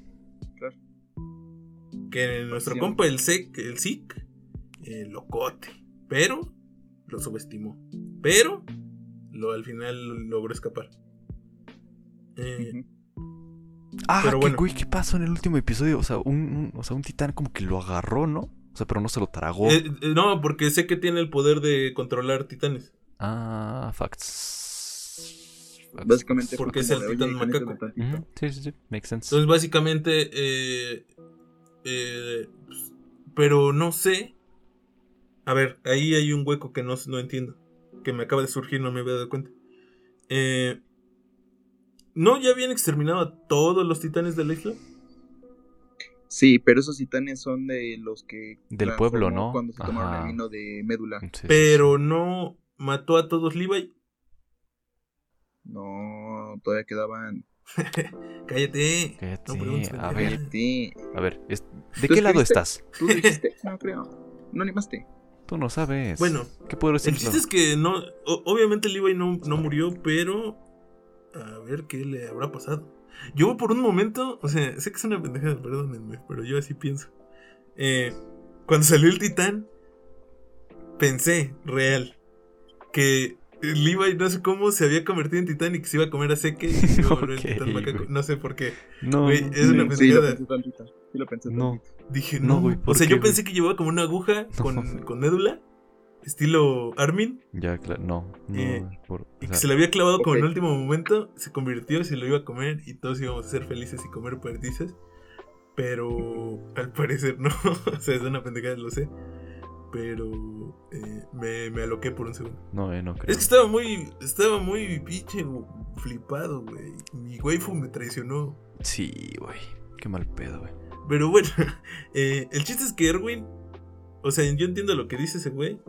[SPEAKER 2] que nuestro
[SPEAKER 3] Sí.
[SPEAKER 2] compa el SEC, el SIC, eh, locote, pero lo subestimó. Pero lo, al final logró escapar. Eh,
[SPEAKER 3] Ujú.
[SPEAKER 4] Ah,
[SPEAKER 2] Pero
[SPEAKER 4] que,
[SPEAKER 2] bueno.
[SPEAKER 4] güey, ¿qué pasó en el último episodio? O sea, un, un- o sea, un titán como que lo agarró, ¿no? O sea, pero no se lo tragó.
[SPEAKER 2] eh, eh, no, porque sé que tiene el poder de controlar titanes.
[SPEAKER 4] Ah, facts. Facts.
[SPEAKER 3] Básicamente. fue
[SPEAKER 2] Porque es
[SPEAKER 3] como
[SPEAKER 2] el
[SPEAKER 3] de,
[SPEAKER 2] titán
[SPEAKER 3] "Oye, conéctame
[SPEAKER 2] macaco".
[SPEAKER 3] tantito.
[SPEAKER 4] Ujú, Sí, sí, sí. Makes sense.
[SPEAKER 2] Entonces, básicamente, eh, eh, pues, pero no sé. A ver, ahí hay un hueco que no, no entiendo. Que me acaba de surgir, no me había dado cuenta. Eh, ¿No ya habían exterminado a todos los titanes de la isla?
[SPEAKER 3] Sí, pero esos titanes son de los que.
[SPEAKER 4] Del
[SPEAKER 3] transformó
[SPEAKER 4] pueblo, ¿no?
[SPEAKER 3] Cuando se tomaron
[SPEAKER 4] Ajá.
[SPEAKER 3] el vino de médula.
[SPEAKER 4] Sí, sí, sí.
[SPEAKER 2] Pero no mató a todos Levi.
[SPEAKER 3] No, todavía quedaban.
[SPEAKER 2] Cállate.
[SPEAKER 4] Cállate,
[SPEAKER 2] No preguntes,
[SPEAKER 4] a
[SPEAKER 2] pendeja.
[SPEAKER 4] ver.
[SPEAKER 3] Sí.
[SPEAKER 4] A ver, es- ¿de
[SPEAKER 2] Pues
[SPEAKER 3] ¿Tú
[SPEAKER 4] qué lado
[SPEAKER 3] escribiste?
[SPEAKER 4] estás?
[SPEAKER 3] Tú dijiste. No creo. No animaste.
[SPEAKER 4] Tú no sabes.
[SPEAKER 2] Bueno,
[SPEAKER 4] ¿qué puedo
[SPEAKER 2] el
[SPEAKER 4] decir?
[SPEAKER 2] chiste es que no. o- obviamente Levi no, no murió, pero. A ver qué le habrá pasado. Yo por un momento. O sea, sé que es una pendejada, perdónenme, pero yo así pienso. Eh, cuando salió el titán, pensé, real, que Levi no sé cómo se había convertido en titán y que se iba a comer a Seke y se iba a volver
[SPEAKER 4] Ok,
[SPEAKER 2] el titán macaco.
[SPEAKER 4] güey.
[SPEAKER 2] No sé por qué.
[SPEAKER 4] No,
[SPEAKER 2] güey,
[SPEAKER 4] no,
[SPEAKER 2] es una
[SPEAKER 3] Sí, sí, lo
[SPEAKER 2] pendejada.
[SPEAKER 3] pensé tantito. Sí, lo pensé
[SPEAKER 4] no.
[SPEAKER 3] tantito.
[SPEAKER 2] Dije,
[SPEAKER 4] No,
[SPEAKER 2] no,
[SPEAKER 4] güey,
[SPEAKER 2] O
[SPEAKER 4] ¿por
[SPEAKER 2] sea,
[SPEAKER 4] qué,
[SPEAKER 2] yo
[SPEAKER 4] güey?
[SPEAKER 2] pensé que llevaba como una aguja
[SPEAKER 4] No,
[SPEAKER 2] con,
[SPEAKER 4] güey.
[SPEAKER 2] con médula, estilo Armin.
[SPEAKER 4] Ya, claro, no. no
[SPEAKER 2] Eh,
[SPEAKER 4] por- o
[SPEAKER 2] Y
[SPEAKER 4] sea,
[SPEAKER 2] que se le había clavado como en
[SPEAKER 3] ok.
[SPEAKER 2] el último momento, se convirtió, se lo iba a comer y todos íbamos a ser felices y comer perdices. Pero al parecer no, o sea, es una pendejada, lo sé. Pero eh, me, me aloqué por un segundo.
[SPEAKER 4] No, eh, no creo.
[SPEAKER 2] Es que estaba muy, estaba muy pinche flipado, güey. Mi waifu me traicionó.
[SPEAKER 4] Sí, güey. Qué mal pedo, güey.
[SPEAKER 2] Pero bueno, eh, el chiste es que Erwin, o sea, yo entiendo lo que dice ese güey.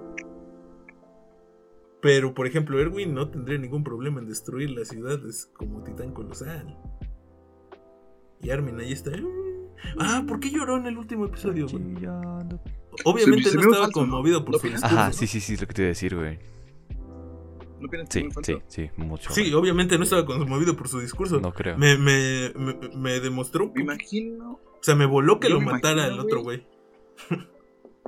[SPEAKER 2] Pero, por ejemplo, Erwin no tendría ningún problema en destruir las ciudades como Titán Colosal. Y Armin ahí está. eh. Ah, ¿por qué lloró en el último episodio? güey?
[SPEAKER 4] Chillando.
[SPEAKER 2] Obviamente
[SPEAKER 3] Se- se
[SPEAKER 2] no
[SPEAKER 3] vio
[SPEAKER 2] estaba
[SPEAKER 3] falso, ¿no?
[SPEAKER 2] conmovido por
[SPEAKER 3] No
[SPEAKER 2] su
[SPEAKER 3] pienso.
[SPEAKER 2] discurso.
[SPEAKER 4] Ajá, sí, sí, sí, es lo que te iba a decir, güey.
[SPEAKER 3] ¿No opinas que es
[SPEAKER 4] Sí,
[SPEAKER 3] muy
[SPEAKER 4] sí,
[SPEAKER 3] falso?
[SPEAKER 4] sí, mucho.
[SPEAKER 2] Sí,
[SPEAKER 4] güey.
[SPEAKER 2] obviamente no estaba conmovido por su discurso.
[SPEAKER 4] No creo.
[SPEAKER 2] Me, me, me, me demostró. un
[SPEAKER 3] Me
[SPEAKER 2] poco-
[SPEAKER 3] imagino.
[SPEAKER 2] O sea, me voló que
[SPEAKER 3] Yo
[SPEAKER 2] lo
[SPEAKER 3] me
[SPEAKER 2] matara
[SPEAKER 3] imagino,
[SPEAKER 2] el otro güey.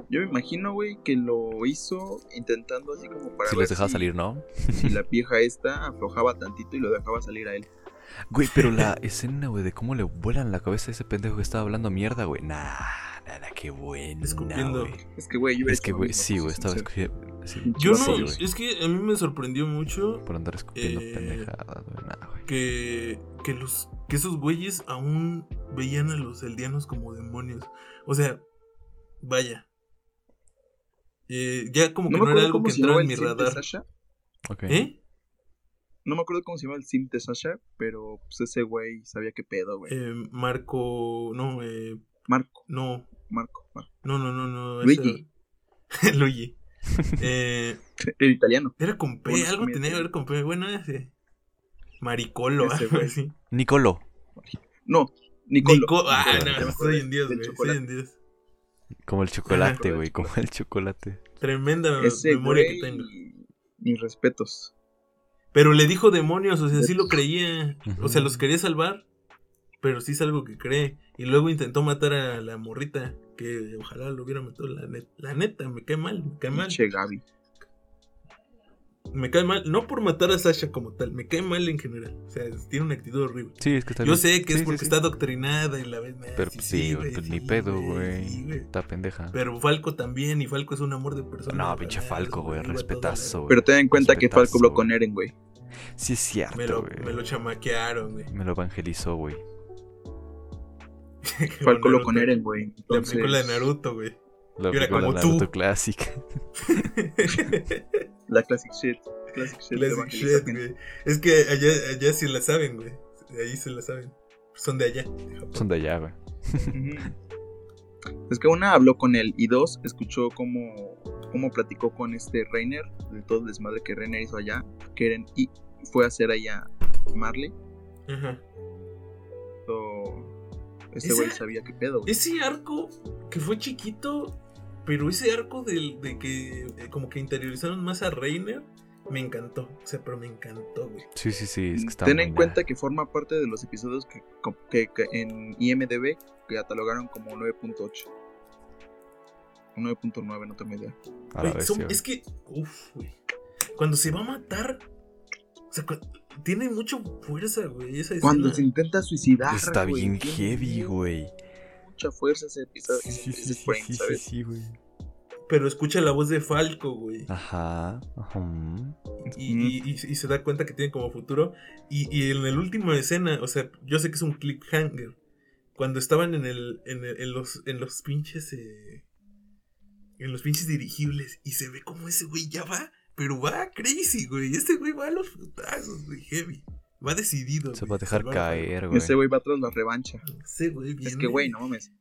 [SPEAKER 3] Yo me imagino, güey, que lo hizo intentando así como para.
[SPEAKER 4] Si
[SPEAKER 3] ver
[SPEAKER 4] los dejaba salir, ¿no?
[SPEAKER 3] Si la vieja esta aflojaba tantito y lo dejaba salir a él.
[SPEAKER 4] Güey, pero la escena, güey, de cómo le vuelan la cabeza a ese pendejo que estaba hablando mierda, güey. Nah, nada, qué buena,
[SPEAKER 2] Escupiendo.
[SPEAKER 4] güey.
[SPEAKER 3] Es que, güey, yo hubiera
[SPEAKER 4] Es que,
[SPEAKER 3] hecho lo
[SPEAKER 4] güey,
[SPEAKER 3] mismo,
[SPEAKER 4] sí,
[SPEAKER 3] soy
[SPEAKER 4] güey, estaba
[SPEAKER 3] sincero.
[SPEAKER 4] escupiendo. Sí,
[SPEAKER 2] Yo
[SPEAKER 4] sí,
[SPEAKER 2] no,
[SPEAKER 4] güey,
[SPEAKER 2] es que a mí me sorprendió mucho
[SPEAKER 4] Por andar escupiendo
[SPEAKER 2] Eh,
[SPEAKER 4] pendejadas, güey. Nah, güey.
[SPEAKER 2] que, que los que esos güeyes aún veían a los aldeanos como demonios. O sea, vaya. Eh, ya como que no,
[SPEAKER 3] me
[SPEAKER 2] era
[SPEAKER 3] acuerdo
[SPEAKER 2] algo
[SPEAKER 3] cómo
[SPEAKER 2] que
[SPEAKER 3] se llamaba
[SPEAKER 2] entraba en
[SPEAKER 3] el
[SPEAKER 2] mi
[SPEAKER 3] sim de
[SPEAKER 2] radar.
[SPEAKER 3] Sasha.
[SPEAKER 4] Ok.
[SPEAKER 2] ¿Eh?
[SPEAKER 3] No me acuerdo cómo se llama el sim de Sasha, pero pues ese güey sabía qué pedo, güey.
[SPEAKER 2] Eh, Marco. No, eh,
[SPEAKER 3] Marco,
[SPEAKER 2] no.
[SPEAKER 3] Marco, Marco.
[SPEAKER 2] No, no, no, no. ese
[SPEAKER 3] Luigi,
[SPEAKER 2] era- Luigi. Eh,
[SPEAKER 3] el italiano.
[SPEAKER 2] era con P,
[SPEAKER 3] Bueno,
[SPEAKER 2] algo
[SPEAKER 3] mira,
[SPEAKER 2] tenía que
[SPEAKER 3] sí.
[SPEAKER 2] ver con P. Bueno, ese. Maricolo,
[SPEAKER 3] Ese
[SPEAKER 2] algo
[SPEAKER 3] güey.
[SPEAKER 2] así.
[SPEAKER 4] Nicolo.
[SPEAKER 3] No, Nicolo.
[SPEAKER 2] Nico- Ah,
[SPEAKER 4] Nicolo,
[SPEAKER 2] no,
[SPEAKER 4] ya me
[SPEAKER 2] soy un dios,
[SPEAKER 3] Del
[SPEAKER 2] güey. Soy
[SPEAKER 3] chocolate.
[SPEAKER 2] un dios.
[SPEAKER 4] Como el chocolate,
[SPEAKER 3] Ajá.
[SPEAKER 4] güey. Como el chocolate.
[SPEAKER 2] Tremenda
[SPEAKER 3] Ese
[SPEAKER 2] memoria
[SPEAKER 3] güey,
[SPEAKER 2] que tengo.
[SPEAKER 3] mis respetos.
[SPEAKER 2] Pero le dijo demonios, o sea, sí lo creía.
[SPEAKER 4] Ujú.
[SPEAKER 2] O sea, los quería salvar, pero sí es algo que cree. Y luego intentó matar a la morrita, que ojalá lo hubiera matado. La, net- la neta, me cae mal, me cae mal.
[SPEAKER 3] Pinche Gaby.
[SPEAKER 2] Me cae mal, no por matar a Sasha como tal, me cae mal en general. O sea, tiene una actitud horrible.
[SPEAKER 4] Sí, es que está
[SPEAKER 2] Yo
[SPEAKER 4] bien.
[SPEAKER 2] sé que
[SPEAKER 4] Sí,
[SPEAKER 2] es
[SPEAKER 4] sí,
[SPEAKER 2] porque
[SPEAKER 4] sí.
[SPEAKER 2] está adoctrinada y la vez.
[SPEAKER 4] Pero pues, sí, güey, pues, ni pedo,
[SPEAKER 2] sí,
[SPEAKER 4] güey. Está pendeja.
[SPEAKER 2] Pero Falco también, y Falco es un amor de persona. Ah,
[SPEAKER 4] No,
[SPEAKER 2] la
[SPEAKER 4] pinche
[SPEAKER 2] verdad,
[SPEAKER 4] Falco, güey,
[SPEAKER 2] sobrevive a todo,
[SPEAKER 4] respetazo, güey.
[SPEAKER 3] Pero ten en cuenta que
[SPEAKER 4] Respetazo,
[SPEAKER 3] Falco habló
[SPEAKER 4] güey.
[SPEAKER 3] con Eren, güey.
[SPEAKER 4] Sí es
[SPEAKER 2] Me lo,
[SPEAKER 4] cierto, güey.
[SPEAKER 2] me lo chamaquearon, güey.
[SPEAKER 4] Me lo evangelizó, güey.
[SPEAKER 3] Falco lo con Eren, güey.
[SPEAKER 2] La
[SPEAKER 3] Entonces,
[SPEAKER 2] película de Naruto, güey.
[SPEAKER 4] La
[SPEAKER 2] Y ahora
[SPEAKER 4] película
[SPEAKER 2] como
[SPEAKER 4] Naruto
[SPEAKER 2] tú.
[SPEAKER 4] clásica.
[SPEAKER 3] La classic shit. Classic shit. de
[SPEAKER 2] Classic
[SPEAKER 3] evangelizar
[SPEAKER 2] shit,
[SPEAKER 3] gente.
[SPEAKER 2] güey. Es que allá, allá sí la saben, güey. De ahí se la saben. Son de allá. de Japón.
[SPEAKER 4] Son de allá, güey.
[SPEAKER 3] Ujú. Es que una habló con él y dos escuchó cómo, cómo platicó con este Reiner, de todo el desmadre que Reiner hizo allá, que Eren y fue a hacer allá Marley.
[SPEAKER 2] Ajá.
[SPEAKER 3] So, este
[SPEAKER 2] Ese-
[SPEAKER 3] güey sabía qué pedo, güey.
[SPEAKER 2] Ese arco que fue chiquito, pero ese arco del- de, que eh, como que interiorizaron más a Reiner, me encantó. O sea, pero me encantó, güey.
[SPEAKER 4] Sí, sí, sí. Es que está
[SPEAKER 3] Ten
[SPEAKER 4] muy
[SPEAKER 3] en
[SPEAKER 4] nada.
[SPEAKER 3] cuenta que forma parte de los episodios que, que- que en IMDB catalogaron como 9.8. 9.9, no tengo idea.
[SPEAKER 4] A la
[SPEAKER 2] Güey, son-
[SPEAKER 4] bestia, güey.
[SPEAKER 2] es que, uff, güey. Cuando se va a matar, o sea, cu- tiene mucha fuerza, güey. Esa
[SPEAKER 3] Cuando
[SPEAKER 2] escena.
[SPEAKER 3] se intenta suicidar.
[SPEAKER 4] Está
[SPEAKER 3] güey,
[SPEAKER 4] bien
[SPEAKER 3] tiene
[SPEAKER 4] heavy, güey.
[SPEAKER 3] Mucha fuerza ese episodio.
[SPEAKER 4] Sí, sí,
[SPEAKER 3] ese-
[SPEAKER 4] sí,
[SPEAKER 3] ese
[SPEAKER 4] sí,
[SPEAKER 3] frame,
[SPEAKER 4] sí, sí,
[SPEAKER 3] ¿sabes?
[SPEAKER 4] sí, güey.
[SPEAKER 2] Pero escucha la voz de Falco, güey.
[SPEAKER 4] Ajá. ajá.
[SPEAKER 2] y, y- y- y se da cuenta que tiene como futuro. Y, y en la última escena, o sea, yo sé que es un cliffhanger. Cuando estaban en el, en, el- en los, en los pinches, eh, en los pinches dirigibles y se ve como ese güey ya va, pero va crazy, güey. Este güey va a los putazos, güey, heavy. Pues Va decidido.
[SPEAKER 4] Se
[SPEAKER 2] güey,
[SPEAKER 4] va a dejar
[SPEAKER 2] salvar
[SPEAKER 4] caer, güey.
[SPEAKER 3] Ese güey va tras la revancha.
[SPEAKER 2] mundo. Ese güey
[SPEAKER 3] Es
[SPEAKER 2] viene-
[SPEAKER 3] que, güey, no mames.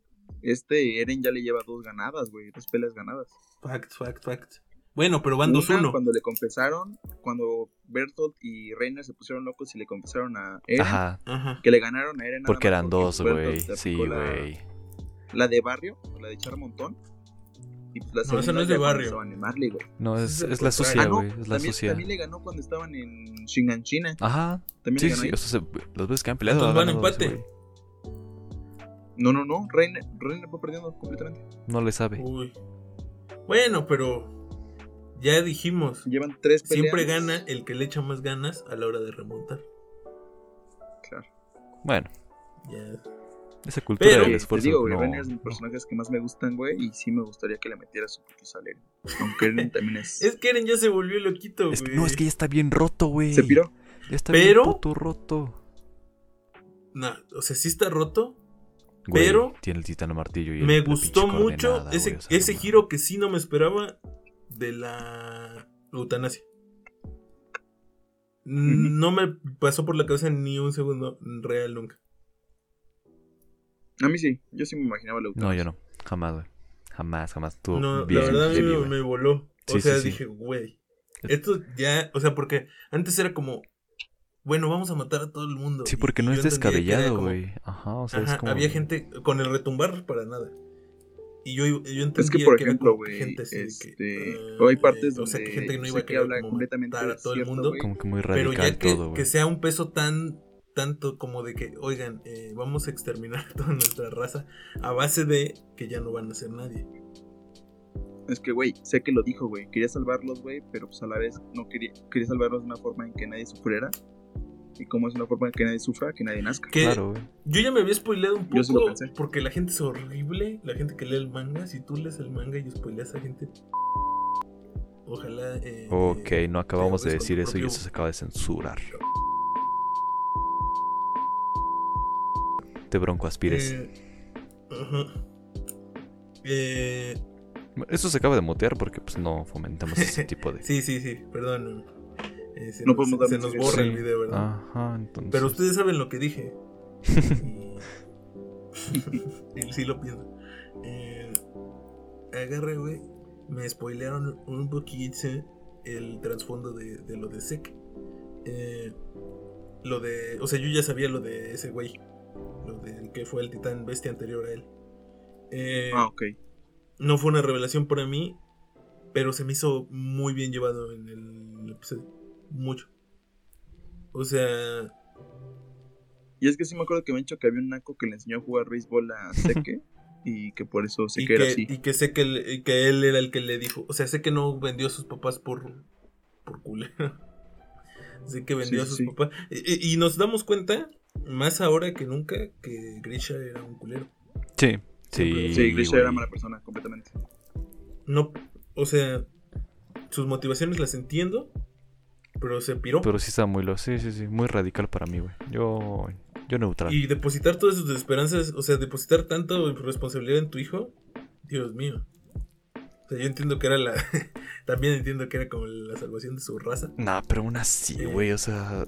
[SPEAKER 3] Este Eren ya le lleva dos ganadas, güey. Dos peleas ganadas.
[SPEAKER 2] Fact, fact, fact. Bueno, pero van 2-1.
[SPEAKER 3] Una, Cuando le confesaron, cuando Bertolt y Reiner se pusieron locos y le confesaron a Eren.
[SPEAKER 4] Ajá.
[SPEAKER 2] Ajá.
[SPEAKER 3] Que le ganaron a Eren. nada
[SPEAKER 4] Porque
[SPEAKER 3] más
[SPEAKER 4] eran dos,
[SPEAKER 3] Bertolt
[SPEAKER 4] güey.
[SPEAKER 3] se
[SPEAKER 4] Sí,
[SPEAKER 3] aplicó la-
[SPEAKER 4] güey.
[SPEAKER 3] La de barrio, la de echar montón. Y pues la
[SPEAKER 2] No, esa
[SPEAKER 3] segunda
[SPEAKER 2] no es de
[SPEAKER 3] ya cuando
[SPEAKER 2] barrio.
[SPEAKER 3] estaban en Marley, güey.
[SPEAKER 4] No,
[SPEAKER 2] Ese
[SPEAKER 4] es,
[SPEAKER 2] es el
[SPEAKER 4] es la
[SPEAKER 2] contrario.
[SPEAKER 4] sucia,
[SPEAKER 3] Ah, no,
[SPEAKER 4] güey. es la
[SPEAKER 3] también,
[SPEAKER 4] sucia.
[SPEAKER 3] también le ganó cuando estaban en Shinganchina.
[SPEAKER 4] Ajá.
[SPEAKER 3] También
[SPEAKER 4] Sí,
[SPEAKER 3] le ganó
[SPEAKER 4] sí.
[SPEAKER 3] ahí.
[SPEAKER 4] O sea, se- las veces que han peleado.
[SPEAKER 2] Entonces
[SPEAKER 4] han
[SPEAKER 2] van
[SPEAKER 4] ganado ese
[SPEAKER 2] Pues, empate.
[SPEAKER 4] güey.
[SPEAKER 3] No, no, no. Reiner, Reiner fue perdiendo completamente.
[SPEAKER 4] No le sabe.
[SPEAKER 3] Uh.
[SPEAKER 2] Uy. Bueno, pero ya dijimos.
[SPEAKER 3] Llevan tres peleas.
[SPEAKER 2] Siempre gana el que le echa más ganas a la hora de remontar.
[SPEAKER 3] Claro.
[SPEAKER 4] Bueno,
[SPEAKER 2] Ya.
[SPEAKER 4] esa cultura
[SPEAKER 2] Pero-
[SPEAKER 4] del
[SPEAKER 3] Oye,
[SPEAKER 4] esfuerzo.
[SPEAKER 3] Te digo, güey,
[SPEAKER 4] no.
[SPEAKER 3] Reiner es de los personajes que más me gustan, güey, y sí me gustaría que le metiera su putiza a Eren. Aunque Eren también es...
[SPEAKER 2] Es que Eren ya se volvió loquito, güey.
[SPEAKER 4] Es que- no, es que ya está bien roto, güey.
[SPEAKER 3] ¿Se piró?
[SPEAKER 4] Ya está
[SPEAKER 2] Pero-
[SPEAKER 4] bien puto roto.
[SPEAKER 2] No, o sea, sí está roto.
[SPEAKER 4] Güey,
[SPEAKER 2] Pero-
[SPEAKER 4] Tiene el titano martillo y el-
[SPEAKER 2] Me
[SPEAKER 4] la
[SPEAKER 2] gustó
[SPEAKER 4] pinche
[SPEAKER 2] mucho
[SPEAKER 4] coordenada,
[SPEAKER 2] ese,
[SPEAKER 4] güey, o sea,
[SPEAKER 2] ese
[SPEAKER 4] no
[SPEAKER 2] giro que sí no me esperaba de la eutanasia. No me pasó por la cabeza ni un segundo real nunca.
[SPEAKER 3] A mí sí, yo sí me imaginaba la
[SPEAKER 4] mames. No, yo no. Jamás, güey. Jamás, jamás. Tú
[SPEAKER 2] No,
[SPEAKER 4] bien
[SPEAKER 2] la verdad a mí
[SPEAKER 4] heavy,
[SPEAKER 2] me,
[SPEAKER 4] güey.
[SPEAKER 2] me voló. O
[SPEAKER 4] Sí,
[SPEAKER 2] sea,
[SPEAKER 4] sí, sí.
[SPEAKER 2] dije, güey. Esto ya, o sea, porque antes era como, bueno, vamos a matar a todo el mundo.
[SPEAKER 4] Sí,
[SPEAKER 2] Y-
[SPEAKER 4] porque
[SPEAKER 2] y
[SPEAKER 4] no
[SPEAKER 2] yo
[SPEAKER 4] es
[SPEAKER 2] entendía que era
[SPEAKER 4] descabellado,
[SPEAKER 2] como,
[SPEAKER 4] güey. Ajá, o sea, es
[SPEAKER 2] Ajá,
[SPEAKER 4] como.
[SPEAKER 2] había gente con el retumbar para nada. Y yo, yo entendía
[SPEAKER 3] Es que, por
[SPEAKER 2] era
[SPEAKER 3] ejemplo,
[SPEAKER 2] como que
[SPEAKER 3] güey,
[SPEAKER 2] gente así de
[SPEAKER 3] este,
[SPEAKER 2] que,
[SPEAKER 3] hay
[SPEAKER 2] ah,
[SPEAKER 3] partes
[SPEAKER 2] o sea, que
[SPEAKER 3] donde
[SPEAKER 2] gente que no
[SPEAKER 3] yo
[SPEAKER 2] iba a
[SPEAKER 3] sé que
[SPEAKER 2] querer
[SPEAKER 3] habla
[SPEAKER 2] como
[SPEAKER 3] completamente
[SPEAKER 2] matar a todo el
[SPEAKER 3] cierto,
[SPEAKER 2] mundo,
[SPEAKER 3] güey.
[SPEAKER 4] Como que muy
[SPEAKER 2] pero
[SPEAKER 4] radical
[SPEAKER 2] ya que,
[SPEAKER 4] todo,
[SPEAKER 2] que
[SPEAKER 4] güey.
[SPEAKER 2] sea un peso tan tanto como de que, oigan, eh, vamos a exterminar a toda nuestra raza a base de que ya no van a ser nadie.
[SPEAKER 3] Es que, güey, sé que lo dijo, güey. Quería salvarlos, güey, pero pues a la vez no quería... Quería salvarlos de una forma en que nadie sufriera. Y como es una forma en que nadie sufra, que nadie nazca.
[SPEAKER 2] Que
[SPEAKER 4] Claro, güey.
[SPEAKER 2] yo ya me había spoileado un
[SPEAKER 3] Yo sí lo
[SPEAKER 2] poco
[SPEAKER 3] pensé.
[SPEAKER 2] porque la gente es horrible, la gente que lee el manga, si tú lees el manga y spoileas a gente, ojalá... eh,
[SPEAKER 4] Ok, no acabamos de
[SPEAKER 2] ves con
[SPEAKER 4] decir
[SPEAKER 2] tu
[SPEAKER 4] eso y
[SPEAKER 2] propio-
[SPEAKER 4] eso se acaba de censurar. Te bronco aspires.
[SPEAKER 2] Eh, ajá. Eh,
[SPEAKER 4] Eso se acaba de mutear porque pues no fomentamos ese tipo de.
[SPEAKER 2] sí, sí, sí, perdón. Eh, se
[SPEAKER 3] No
[SPEAKER 2] nos-
[SPEAKER 3] podemos
[SPEAKER 2] se,
[SPEAKER 3] dar
[SPEAKER 2] nos
[SPEAKER 3] mucho
[SPEAKER 2] borra el
[SPEAKER 4] Sí. Ah,
[SPEAKER 2] video, ¿verdad?
[SPEAKER 4] Ajá, entonces.
[SPEAKER 2] Pero ustedes saben lo que dije. Y- sí lo pienso. Eh, agarra, güey. Me spoilearon un poquito el trasfondo de, de lo de Sek. Eh, lo de. O sea, yo ya sabía lo de ese güey. Lo del que fue el titán bestia anterior a él. Eh,
[SPEAKER 3] Ah, ok.
[SPEAKER 2] no fue una revelación para mí, pero se me hizo muy bien llevado en el episodio. Mucho. O sea,
[SPEAKER 3] Y es que sí me acuerdo que me han dicho que había un naco que le enseñó a jugar béisbol a Seque. y que por eso
[SPEAKER 2] y
[SPEAKER 3] Seque era
[SPEAKER 2] que,
[SPEAKER 3] así.
[SPEAKER 2] y que sé que, el- y que él era el que le dijo. O sea, sé que no vendió a sus papás por, por culero. Sé que vendió
[SPEAKER 3] Sí,
[SPEAKER 2] a sus
[SPEAKER 3] sí.
[SPEAKER 2] papás. Y, y- y nos damos cuenta, más ahora que nunca, que Grisha era un culero.
[SPEAKER 4] Sí, sí.
[SPEAKER 3] Sí, Grisha
[SPEAKER 4] güey.
[SPEAKER 3] era mala persona, completamente.
[SPEAKER 2] No, o sea, sus motivaciones las entiendo, pero se piró.
[SPEAKER 4] Pero sí está muy lo. Sí, sí, sí. Muy radical para mí, güey. Yo. Yo neutral.
[SPEAKER 2] Y depositar todas sus esperanzas, o sea, depositar tanto responsabilidad en tu hijo, Dios mío. O sea, yo entiendo que era la. también entiendo que era como la salvación de su raza.
[SPEAKER 4] Nah, pero aún así, güey, o sea.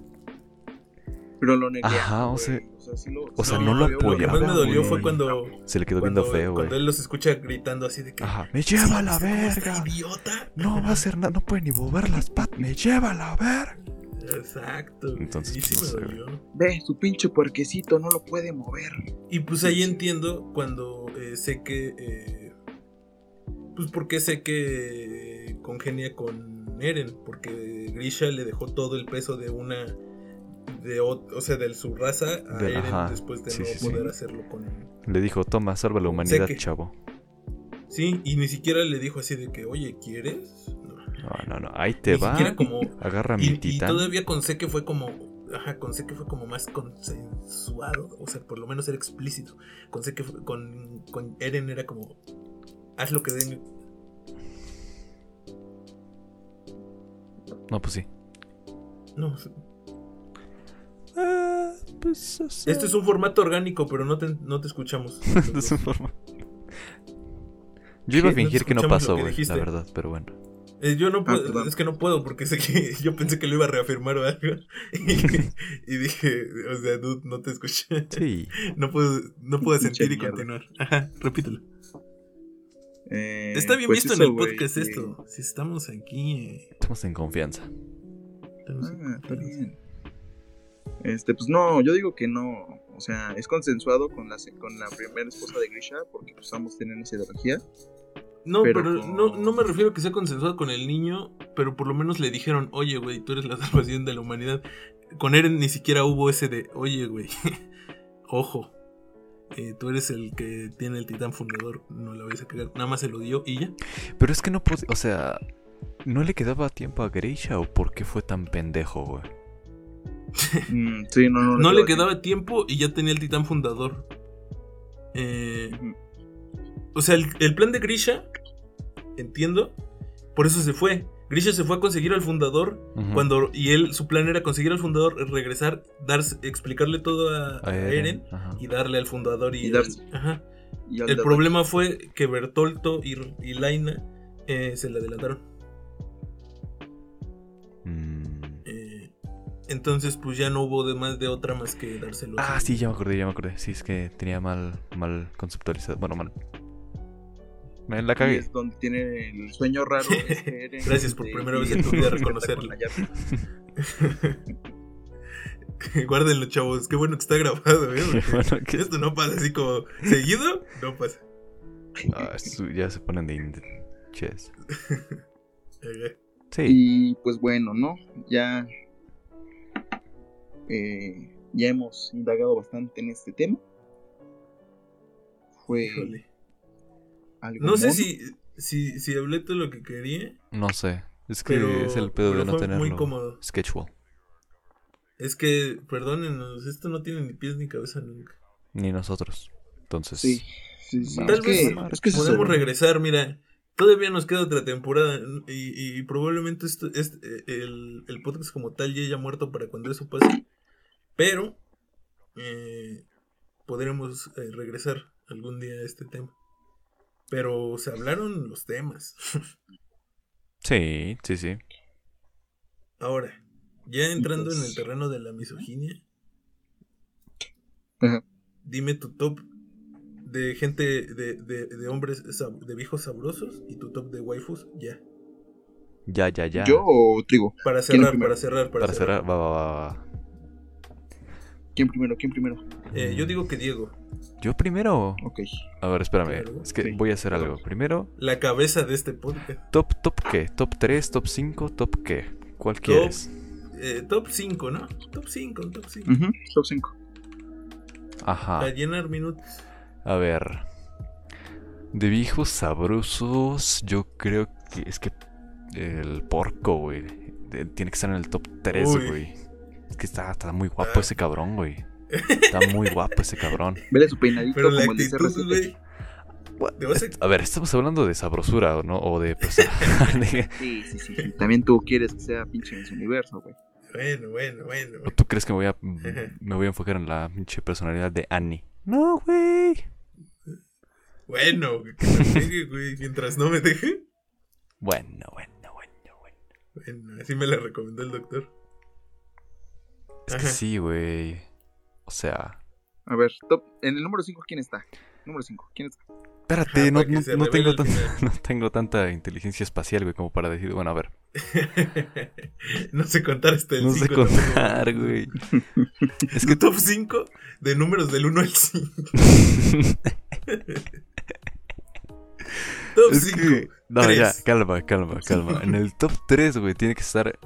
[SPEAKER 3] Pero lo negué.
[SPEAKER 4] Ajá, o sea-
[SPEAKER 3] sí lo,
[SPEAKER 4] o sea,
[SPEAKER 3] sí
[SPEAKER 4] no lo
[SPEAKER 3] veo,
[SPEAKER 2] Lo que
[SPEAKER 4] apoyaba,
[SPEAKER 2] más me dolió
[SPEAKER 4] güey.
[SPEAKER 2] fue cuando.
[SPEAKER 4] Se le quedó
[SPEAKER 2] cuando,
[SPEAKER 4] viendo feo, güey.
[SPEAKER 2] cuando él los escucha gritando así de que.
[SPEAKER 4] Ajá. ¡Me lleva a la
[SPEAKER 2] ¿viste cómo está,
[SPEAKER 4] verga!
[SPEAKER 2] ¡Idiota!
[SPEAKER 4] No va a hacer nada, no puede ni mover las patas. ¡Me lleva a la verga!
[SPEAKER 2] Exacto. güey,
[SPEAKER 4] Entonces,
[SPEAKER 2] y sí
[SPEAKER 4] pues,
[SPEAKER 2] me
[SPEAKER 4] güey.
[SPEAKER 2] dolió.
[SPEAKER 3] Ve, su pinche puerquecito no lo puede mover.
[SPEAKER 2] Y pues ahí entiendo cuando eh, sé que. eh, pues porque sé que eh, congenia con Eren. Porque Grisha le dejó todo el peso de una. De, ot- o sea, de su raza a
[SPEAKER 4] Del-
[SPEAKER 2] Eren
[SPEAKER 4] ajá,
[SPEAKER 2] después de
[SPEAKER 4] sí,
[SPEAKER 2] no
[SPEAKER 4] sí, sí.
[SPEAKER 2] poder hacerlo con.
[SPEAKER 4] Le dijo, toma, salva la humanidad,
[SPEAKER 2] que-
[SPEAKER 4] chavo.
[SPEAKER 2] Sí, y ni siquiera le dijo así de que, oye, ¿quieres? No.
[SPEAKER 4] No, no, no, ahí te
[SPEAKER 2] ni
[SPEAKER 4] va.
[SPEAKER 2] siquiera como.
[SPEAKER 4] Agarra mi
[SPEAKER 2] Y, y
[SPEAKER 4] titán.
[SPEAKER 2] todavía con sé que fue como. Ajá, con sé que fue como más consensuado. O sea, por lo menos era explícito. Con sé que fue- con, con Eren era como. Haz lo que den.
[SPEAKER 4] No, pues sí.
[SPEAKER 2] No,
[SPEAKER 4] Ah, pues, o sea,
[SPEAKER 2] este es un formato orgánico, pero no te, no te escuchamos.
[SPEAKER 4] de esa Este forma. Yo iba a
[SPEAKER 2] No te
[SPEAKER 4] fingir que no
[SPEAKER 2] escuchamos lo
[SPEAKER 4] pasó,
[SPEAKER 2] que
[SPEAKER 4] güey, la
[SPEAKER 2] dijiste.
[SPEAKER 4] verdad, pero bueno.
[SPEAKER 2] Eh, yo no puedo,
[SPEAKER 3] Ah, perdón.
[SPEAKER 2] es que no puedo porque sé que yo pensé que lo iba a reafirmar o algo. Y, dije, o sea, dude, no te escuché.
[SPEAKER 4] Sí.
[SPEAKER 2] No puedo, no puedo
[SPEAKER 3] Pinche
[SPEAKER 2] sentir y
[SPEAKER 3] mierda.
[SPEAKER 2] continuar. Ajá, repítelo.
[SPEAKER 3] Eh,
[SPEAKER 2] Está bien
[SPEAKER 3] pues
[SPEAKER 2] visto
[SPEAKER 3] eso,
[SPEAKER 2] en el
[SPEAKER 3] güey,
[SPEAKER 2] podcast
[SPEAKER 3] que-
[SPEAKER 2] esto. Si estamos aquí. eh,
[SPEAKER 4] Estamos en confianza.
[SPEAKER 2] estamos
[SPEAKER 3] Ah, está
[SPEAKER 2] aquí.
[SPEAKER 3] bien. Este, pues no, yo digo que no. O sea, es consensuado con la, se- con la primera esposa de Grisha, porque pues ambos tienen esa ideología.
[SPEAKER 2] No, pero,
[SPEAKER 3] Pero
[SPEAKER 2] no,
[SPEAKER 3] con-
[SPEAKER 2] no me refiero a que sea consensuado con el niño, pero por lo menos le dijeron, oye, güey, tú eres la salvación de la humanidad. Con Eren ni siquiera hubo ese de, oye, güey, ojo, eh, tú eres el que tiene el titán fundador, no la vayas a pegar. Nada más se lo dio y ya.
[SPEAKER 4] Pero es que no podía, o sea, ¿no le quedaba tiempo a Grisha o por qué fue tan pendejo, güey?
[SPEAKER 3] Mm, sí, no, no,
[SPEAKER 2] No le
[SPEAKER 3] quedaba
[SPEAKER 2] quedaba tiempo y ya tenía el titán fundador. Eh,
[SPEAKER 3] Ujú.
[SPEAKER 2] o sea, el, el plan de Grisha, entiendo, por eso se fue. Grisha se fue a conseguir al fundador
[SPEAKER 4] Ujú.
[SPEAKER 2] Cuando, y él, su plan era conseguir al fundador, regresar, darse, explicarle todo a,
[SPEAKER 4] A
[SPEAKER 2] a Eren,
[SPEAKER 4] ajá.
[SPEAKER 2] y darle al fundador y,
[SPEAKER 3] Y darse-
[SPEAKER 2] ajá.
[SPEAKER 3] Y al
[SPEAKER 2] El
[SPEAKER 3] de-
[SPEAKER 2] problema fue que Bertolto y, y Laina eh, se le adelantaron.
[SPEAKER 4] Mm.
[SPEAKER 2] Eh, entonces, pues ya no hubo de más de otra más que dárselo.
[SPEAKER 4] Ah,
[SPEAKER 2] así.
[SPEAKER 4] sí, ya me acordé, ya me acordé. Sí, es que tenía mal, mal conceptualizado. Bueno, mal. Me la
[SPEAKER 3] y
[SPEAKER 4] cagué.
[SPEAKER 3] es donde tiene el sueño raro. es que Eren,
[SPEAKER 2] Gracias por
[SPEAKER 3] este,
[SPEAKER 2] primera vez
[SPEAKER 3] y-
[SPEAKER 2] en tu vida
[SPEAKER 3] y-
[SPEAKER 2] reconocerlo.
[SPEAKER 3] con la llave.
[SPEAKER 2] Guárdenlo, chavos. Qué bueno que está grabado, ¿eh? Porque
[SPEAKER 4] Bueno, que-
[SPEAKER 2] Esto no pasa así como seguido, no pasa.
[SPEAKER 4] Ah, su- ya se ponen de ind- ches.
[SPEAKER 2] Ajá.
[SPEAKER 4] Sí.
[SPEAKER 3] Y pues bueno, ¿no? Ya. eh, ya hemos indagado bastante en este tema. Fue
[SPEAKER 2] Híjole.
[SPEAKER 3] algo.
[SPEAKER 2] No sé
[SPEAKER 3] mono.
[SPEAKER 2] si, si, si hablé todo lo que quería,
[SPEAKER 4] No sé. Es que
[SPEAKER 2] pero,
[SPEAKER 4] es el pedo
[SPEAKER 2] pero
[SPEAKER 4] de no
[SPEAKER 2] fue muy
[SPEAKER 4] tenerlo.
[SPEAKER 2] cómodo.
[SPEAKER 4] Sketchwall.
[SPEAKER 2] Es que, perdónenos, esto no tiene ni pies ni cabeza nunca.
[SPEAKER 4] Ni nosotros. Entonces.
[SPEAKER 3] Sí, sí, sí.
[SPEAKER 4] Tal
[SPEAKER 2] vez
[SPEAKER 3] es que, es que es
[SPEAKER 2] Podemos
[SPEAKER 3] eso.
[SPEAKER 2] regresar, mira. Todavía nos queda otra temporada y, y probablemente esto, es eh, el, el podcast como tal ya haya muerto para cuando eso pase. Pero eh, podremos eh, regresar algún día a este tema. Pero se hablaron los temas.
[SPEAKER 4] Sí, sí, sí.
[SPEAKER 2] Ahora, ya entrando en el
[SPEAKER 3] Entonces-
[SPEAKER 2] terreno de la misoginia,
[SPEAKER 3] Ajá.
[SPEAKER 2] dime tu top de gente, de, de, de hombres, sab- de viejos sabrosos y tu top de waifus, ya.
[SPEAKER 4] Ya, ya, ya.
[SPEAKER 3] ¿Yo o Trigo?
[SPEAKER 2] Para
[SPEAKER 3] ¿Quién
[SPEAKER 2] cerrar,
[SPEAKER 3] primero?
[SPEAKER 2] para cerrar, para,
[SPEAKER 4] Para
[SPEAKER 2] cerrar.
[SPEAKER 4] cerrar, va, va, va, va.
[SPEAKER 3] ¿Quién primero? ¿Quién primero?
[SPEAKER 2] Eh, yo digo que Diego,
[SPEAKER 4] ¿Yo primero?
[SPEAKER 3] Ok.
[SPEAKER 4] A ver, espérame.
[SPEAKER 2] Claro,
[SPEAKER 4] Es que
[SPEAKER 3] sí.
[SPEAKER 4] voy a hacer algo. Primero,
[SPEAKER 2] la cabeza de este podcast.
[SPEAKER 4] top, top qué? Top 3, top 5, top qué? ¿Cuál quieres?
[SPEAKER 2] Eh, top 5, ¿no? Top 5, top 5.
[SPEAKER 3] Ujú, Top 5.
[SPEAKER 4] Ajá.
[SPEAKER 2] Para llenar minutos.
[SPEAKER 4] A ver. De viejos sabrosos, yo creo que es que el porco, güey. de- Tiene que estar en el top 3,
[SPEAKER 2] Uy.
[SPEAKER 4] güey. Es que está, está muy guapo
[SPEAKER 2] Ah.
[SPEAKER 4] ese cabrón, güey. Está muy guapo ese cabrón.
[SPEAKER 3] Vele su peinadito
[SPEAKER 2] Pero la
[SPEAKER 3] como el de
[SPEAKER 2] actitud,
[SPEAKER 3] CR7.
[SPEAKER 2] güey. Te vas a-
[SPEAKER 4] A ver, estamos hablando de sabrosura, ¿o ¿no? O de... pues, de-
[SPEAKER 3] Sí, sí, sí. También tú quieres que sea pinche en su universo, güey.
[SPEAKER 2] bueno, bueno, bueno.
[SPEAKER 4] ¿O tú crees que me voy a, me voy a enfocar en la pinche personalidad de Annie? No, güey.
[SPEAKER 2] Bueno, que me pegue, güey, mientras no me deje.
[SPEAKER 4] Bueno, bueno, bueno, bueno.
[SPEAKER 2] Bueno, así me la recomendó el doctor.
[SPEAKER 4] Es que
[SPEAKER 2] Ajá.
[SPEAKER 4] sí, güey. O sea.
[SPEAKER 3] A ver, top. En el número 5, ¿quién está? Número 5, ¿quién está?
[SPEAKER 4] Espérate, no,
[SPEAKER 2] para que
[SPEAKER 4] no-
[SPEAKER 2] se
[SPEAKER 4] no
[SPEAKER 2] revele
[SPEAKER 4] tengo
[SPEAKER 2] al
[SPEAKER 4] tan-
[SPEAKER 2] final.
[SPEAKER 4] no tengo tanta inteligencia espacial, güey, como para decir, bueno, a ver.
[SPEAKER 2] no sé contar hasta el
[SPEAKER 4] No
[SPEAKER 2] 5.
[SPEAKER 4] sé contar, güey.
[SPEAKER 2] Es que top 5 de números del 1 al 5. top
[SPEAKER 4] Es
[SPEAKER 2] 5.
[SPEAKER 4] que- No, ya,
[SPEAKER 2] tres.
[SPEAKER 4] calma, calma, calma. En el top 3, güey, tiene que estar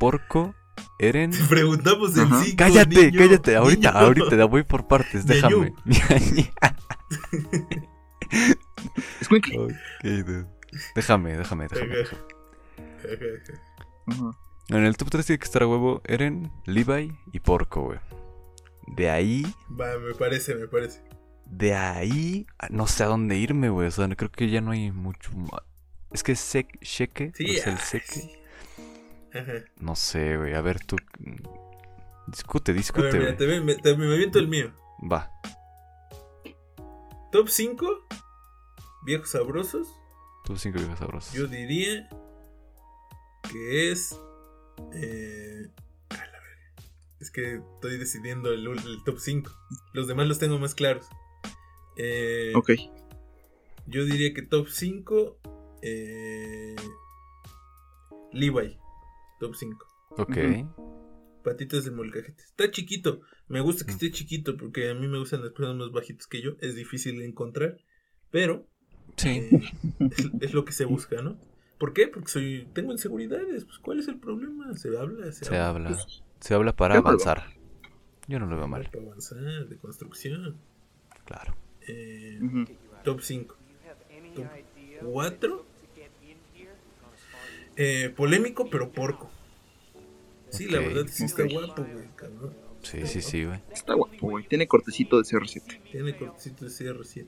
[SPEAKER 4] Porco, Eren.
[SPEAKER 2] Te preguntamos el
[SPEAKER 3] Ajá.
[SPEAKER 2] 5.
[SPEAKER 4] Cállate, cállate, ahorita, ahorita, ya voy por partes,
[SPEAKER 2] Niño.
[SPEAKER 4] déjame.
[SPEAKER 3] Squinkly.
[SPEAKER 4] Ok, dude. déjame, déjame, déjame.
[SPEAKER 3] Ajá.
[SPEAKER 4] En el top 3 tiene que estar a huevo Eren, Levi y Porco, güey. De ahí,
[SPEAKER 2] Va, me parece, me parece.
[SPEAKER 4] de ahí, a- no sé a dónde irme, güey. O sea, no- creo que ya no hay mucho más. Es que Sek, Sheke,
[SPEAKER 2] Sí,
[SPEAKER 4] o sea, Pues el
[SPEAKER 2] ay,
[SPEAKER 4] Seke,
[SPEAKER 2] sí. Ajá.
[SPEAKER 4] no sé, güey. A ver, tú. mm, Discute,
[SPEAKER 2] A ver,
[SPEAKER 4] discute,
[SPEAKER 2] mira,
[SPEAKER 4] güey.
[SPEAKER 2] te, me, te- me aviento el mío.
[SPEAKER 4] Va.
[SPEAKER 2] Top 5 viejos sabrosos.
[SPEAKER 4] Tú cinco viejos sabrosos.
[SPEAKER 2] Yo diría que es. eh, a la verga. Es que estoy decidiendo el, ul- el top 5. Los demás los tengo más claros. Eh,
[SPEAKER 3] Ok.
[SPEAKER 2] Yo diría que top 5. Levi. Top 5.
[SPEAKER 4] Ok.
[SPEAKER 2] Patitas del molcajete. Está chiquito. Me gusta que esté chiquito porque a mí me gustan las personas más bajitas que yo. Es difícil de encontrar. Pero
[SPEAKER 4] Sí.
[SPEAKER 2] eh, es, es lo que se busca, ¿no? ¿Por qué? Porque soy, tengo inseguridades. Pues, ¿Cuál es el problema? Se habla, se,
[SPEAKER 4] Se
[SPEAKER 2] habla.
[SPEAKER 3] Ah.
[SPEAKER 4] habla. Se habla para
[SPEAKER 3] Yo no lo veo.
[SPEAKER 4] avanzar. Yo no lo veo mal,
[SPEAKER 2] Para avanzar, de construcción.
[SPEAKER 4] claro.
[SPEAKER 2] Eh,
[SPEAKER 3] Ujú.
[SPEAKER 2] top 5. Top 4. Eh, polémico, pero porco. Sí, la
[SPEAKER 4] Ok.
[SPEAKER 2] verdad, sí está
[SPEAKER 3] Ok.
[SPEAKER 2] guapo, güey, cabrón.
[SPEAKER 4] Sí, sí, sí, güey.
[SPEAKER 3] Está guapo, güey. Tiene cortecito de CR7.
[SPEAKER 2] Tiene cortecito de CR7.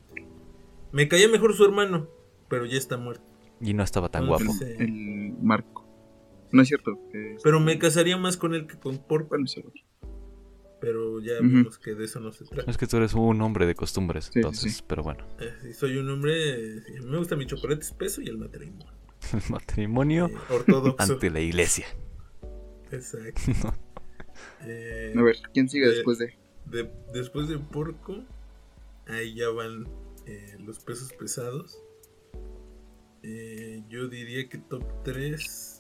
[SPEAKER 2] Me caía mejor su hermano, pero ya está muerto.
[SPEAKER 4] Y no estaba tan guapo.
[SPEAKER 2] Entonces, eh,
[SPEAKER 3] El marco. No es cierto. eh,
[SPEAKER 2] pero me casaría más con él que con porco,
[SPEAKER 3] Bueno, sí, güey.
[SPEAKER 2] pero ya
[SPEAKER 3] Ujú.
[SPEAKER 2] vimos que de eso no se trata.
[SPEAKER 4] Es que tú eres un hombre de costumbres,
[SPEAKER 3] sí,
[SPEAKER 4] entonces, pero bueno.
[SPEAKER 2] Eh, sí, soy un hombre, eh, sí, me gusta mi chocolate espeso y el matrimonio.
[SPEAKER 4] El
[SPEAKER 2] eh,
[SPEAKER 4] matrimonio
[SPEAKER 2] ortodoxo.
[SPEAKER 4] ante la iglesia.
[SPEAKER 2] Exacto. Eh,
[SPEAKER 3] A ver, ¿quién sigue
[SPEAKER 2] Eh,
[SPEAKER 3] después de...?
[SPEAKER 2] de- después de porco, ahí ya van eh, los pesos pesados. Eh, yo diría que top eh, 3.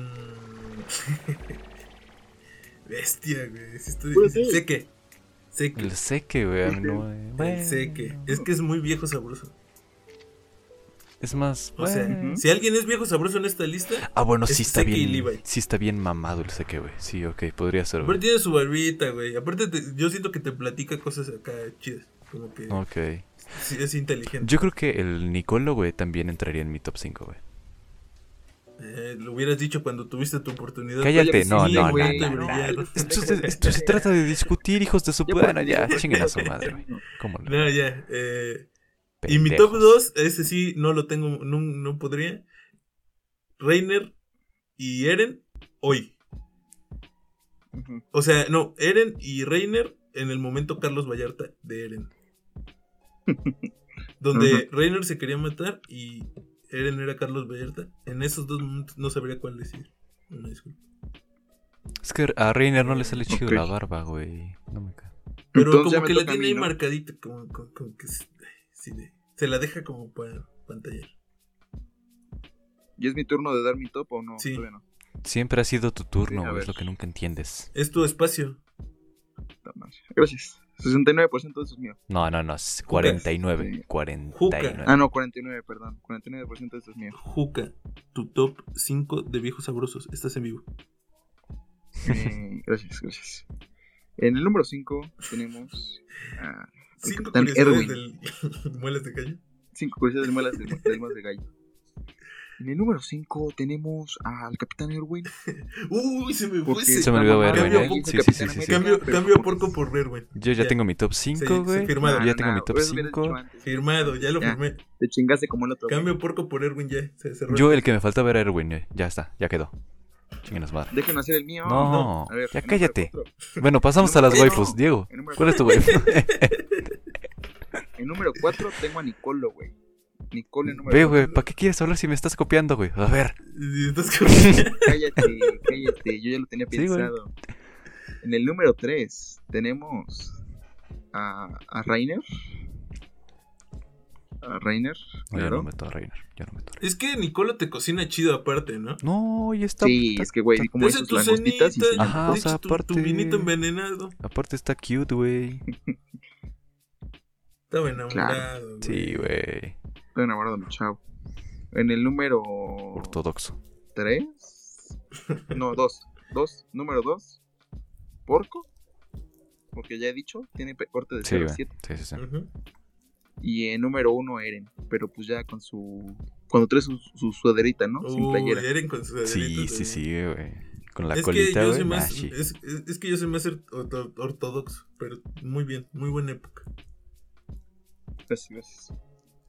[SPEAKER 2] Mm. Bestia, güey. sí está
[SPEAKER 3] Pues
[SPEAKER 2] difícil.
[SPEAKER 3] sí.
[SPEAKER 2] Sé que. Sé que.
[SPEAKER 4] El seque, güey. a mí no, eh, bueno.
[SPEAKER 2] El seque. Es que es muy viejo sabroso.
[SPEAKER 4] Es más.
[SPEAKER 2] O sea,
[SPEAKER 4] bueno.
[SPEAKER 2] si alguien es viejo sabroso en esta lista,
[SPEAKER 4] Ah, bueno,
[SPEAKER 2] es
[SPEAKER 4] sí está
[SPEAKER 2] Seque y
[SPEAKER 4] bien.
[SPEAKER 2] Levi.
[SPEAKER 4] Sí está bien mamado el seque, güey. Sí, ok, podría ser,
[SPEAKER 2] aparte
[SPEAKER 4] güey.
[SPEAKER 2] tiene su barbita, güey. Aparte, te- yo siento que te platica cosas acá chidas. Como que
[SPEAKER 4] Ok.
[SPEAKER 2] sí, es inteligente.
[SPEAKER 4] Yo creo que el Nicolo, güey, también entraría en mi top 5, güey.
[SPEAKER 2] Eh, lo hubieras dicho cuando tuviste tu oportunidad.
[SPEAKER 4] Cállate,
[SPEAKER 3] sí,
[SPEAKER 4] no, no, no,
[SPEAKER 2] güey,
[SPEAKER 4] no,
[SPEAKER 2] de
[SPEAKER 4] no.
[SPEAKER 2] brillar.
[SPEAKER 4] Esto se, esto se trata de discutir, hijos de su.
[SPEAKER 3] Ya
[SPEAKER 4] Bueno,
[SPEAKER 3] puedes.
[SPEAKER 4] ya, chinguen a su madre, güey. ¿Cómo le-
[SPEAKER 2] No, ya. eh, y mi top
[SPEAKER 4] pendejos?
[SPEAKER 2] 2, ese sí, no lo tengo, no, no podría. Reiner y Eren, hoy.
[SPEAKER 3] Ujú.
[SPEAKER 2] O sea, no, Eren y Reiner en el momento Carlos Vallarta de Eren. Donde Reiner se quería matar y Eren era Carlos Vallarta. En esos dos momentos no sabría cuál decir. Una disculpa.
[SPEAKER 4] Es que a Reiner no le sale chido
[SPEAKER 3] Ok.
[SPEAKER 4] la barba, güey. No me cae.
[SPEAKER 2] Pero
[SPEAKER 3] Entonces ya
[SPEAKER 2] como
[SPEAKER 3] me
[SPEAKER 2] que la
[SPEAKER 3] toca a
[SPEAKER 2] tiene
[SPEAKER 3] mí,
[SPEAKER 2] ahí
[SPEAKER 3] ¿no?
[SPEAKER 2] marcadita, como, como- como que se, sí, de- se la deja como para pantallar.
[SPEAKER 3] ¿Y es mi turno de dar mi top o no?
[SPEAKER 2] Sí.
[SPEAKER 3] Todavía no.
[SPEAKER 4] Siempre ha sido tu turno,
[SPEAKER 3] Sí, a
[SPEAKER 4] güey, es
[SPEAKER 3] ver.
[SPEAKER 4] lo que nunca entiendes.
[SPEAKER 2] Es tu espacio.
[SPEAKER 3] Puta madre. Gracias. 69% de eso es mío.
[SPEAKER 4] No, no, no, es 49.
[SPEAKER 3] Sí.
[SPEAKER 4] 49.
[SPEAKER 3] Ah, no, 49, perdón. 49% de eso es mío.
[SPEAKER 2] Juca, tu top 5 de viejos sabrosos. Estás en vivo.
[SPEAKER 3] Eh, gracias, gracias. En el número 5 tenemos... ah, El
[SPEAKER 2] Cinco
[SPEAKER 3] Capitán
[SPEAKER 2] curiosidades
[SPEAKER 3] Erwin.
[SPEAKER 2] del Muelas de Calle.
[SPEAKER 3] Cinco curiosidades del muelas del, del más de gallo. En el número 5 tenemos al Capitán Erwin.
[SPEAKER 2] Uy, se me fue
[SPEAKER 3] porque
[SPEAKER 2] ese.
[SPEAKER 4] Se me olvidó
[SPEAKER 3] está
[SPEAKER 2] Erwin,
[SPEAKER 3] mamado,
[SPEAKER 2] ¿eh?
[SPEAKER 3] porque
[SPEAKER 4] Sí,
[SPEAKER 3] el
[SPEAKER 4] sí,
[SPEAKER 3] Capitán
[SPEAKER 4] sí, sí, sí.
[SPEAKER 3] América,
[SPEAKER 2] Cambio,
[SPEAKER 3] pero
[SPEAKER 2] cambio
[SPEAKER 3] pues,
[SPEAKER 2] porco por Erwin.
[SPEAKER 4] Yo ya
[SPEAKER 2] Ya.
[SPEAKER 4] tengo mi top
[SPEAKER 2] Sí,
[SPEAKER 4] 5,
[SPEAKER 2] sí,
[SPEAKER 4] güey.
[SPEAKER 2] firmado.
[SPEAKER 3] Ah,
[SPEAKER 4] Yo ya tengo mi top
[SPEAKER 3] eso hubieras
[SPEAKER 4] 5.
[SPEAKER 3] dicho antes.
[SPEAKER 2] Firmado, ya lo
[SPEAKER 3] Ya.
[SPEAKER 2] firmé.
[SPEAKER 3] Te chingaste como el otro. güey.
[SPEAKER 2] Cambio porco por Erwin, ya. Se cerró.
[SPEAKER 4] Yo el que me faltaba era Erwin, eh, ya está, ya quedó. Chinguenos madre.
[SPEAKER 3] Déjenme hacer el mío.
[SPEAKER 4] No,
[SPEAKER 3] A ver,
[SPEAKER 4] ya
[SPEAKER 3] el número
[SPEAKER 4] cállate.
[SPEAKER 3] cuatro.
[SPEAKER 4] Bueno, pasamos a las
[SPEAKER 3] Número
[SPEAKER 4] waifus,
[SPEAKER 3] uno.
[SPEAKER 4] Diego.
[SPEAKER 3] El número
[SPEAKER 4] ¿Cuál es tu waifu?
[SPEAKER 3] En número 4 tengo a Nicolo, güey. Nicolo en número
[SPEAKER 4] Ve,
[SPEAKER 3] cuatro.
[SPEAKER 4] güey, ¿para qué quieres hablar si me estás copiando, güey? A ver.
[SPEAKER 2] Y Estás con-
[SPEAKER 3] Cállate, cállate. Yo ya lo tenía
[SPEAKER 4] Sí, güey.
[SPEAKER 3] pensado. en el número 3 tenemos a, a Rainer. A Rainer.
[SPEAKER 4] No, yo no
[SPEAKER 3] Claro.
[SPEAKER 4] meto a reinar, yo no meto a reinar.
[SPEAKER 2] es que Nicolo te cocina chido aparte, ¿no?
[SPEAKER 4] No, y está.
[SPEAKER 3] Sí,
[SPEAKER 4] está-
[SPEAKER 3] es que, güey, como
[SPEAKER 2] Te hace
[SPEAKER 3] esas
[SPEAKER 2] tu
[SPEAKER 3] langostitas y
[SPEAKER 2] cenita,
[SPEAKER 3] se
[SPEAKER 4] llama. Ajá,
[SPEAKER 2] te
[SPEAKER 4] o sea,
[SPEAKER 2] echa tu, tu
[SPEAKER 4] aparte-
[SPEAKER 2] vinito envenenado.
[SPEAKER 4] Aparte está cute, güey.
[SPEAKER 2] Estaba enamorado.
[SPEAKER 4] Sí, güey.
[SPEAKER 3] Estoy enamorado de mi chavo. En el número
[SPEAKER 4] Ortodoxo.
[SPEAKER 3] 3. No, 2. 2. Número 2. Porco. Porque ya he dicho, tiene pe- corte de Ah,
[SPEAKER 4] Sí,
[SPEAKER 3] 0
[SPEAKER 4] güey.
[SPEAKER 3] a 7.
[SPEAKER 4] Sí, sí, sí.
[SPEAKER 2] Ujú.
[SPEAKER 3] Y en número 1 Eren. Pero pues ya con su. Cuando trae su, su sudaderita, ¿no? Sin
[SPEAKER 2] Uy, eh.
[SPEAKER 3] playera.
[SPEAKER 2] Eren con sus
[SPEAKER 4] Sí,
[SPEAKER 2] adelitos, güey.
[SPEAKER 4] sí, sí, güey. Con la
[SPEAKER 2] es
[SPEAKER 4] colita,
[SPEAKER 2] que yo
[SPEAKER 4] güey.
[SPEAKER 2] soy
[SPEAKER 4] nah,
[SPEAKER 2] más,
[SPEAKER 4] sí.
[SPEAKER 2] es, es- es que yo soy más or- or- ortodoxo, pero muy bien, muy buena época.
[SPEAKER 3] Gracias, gracias.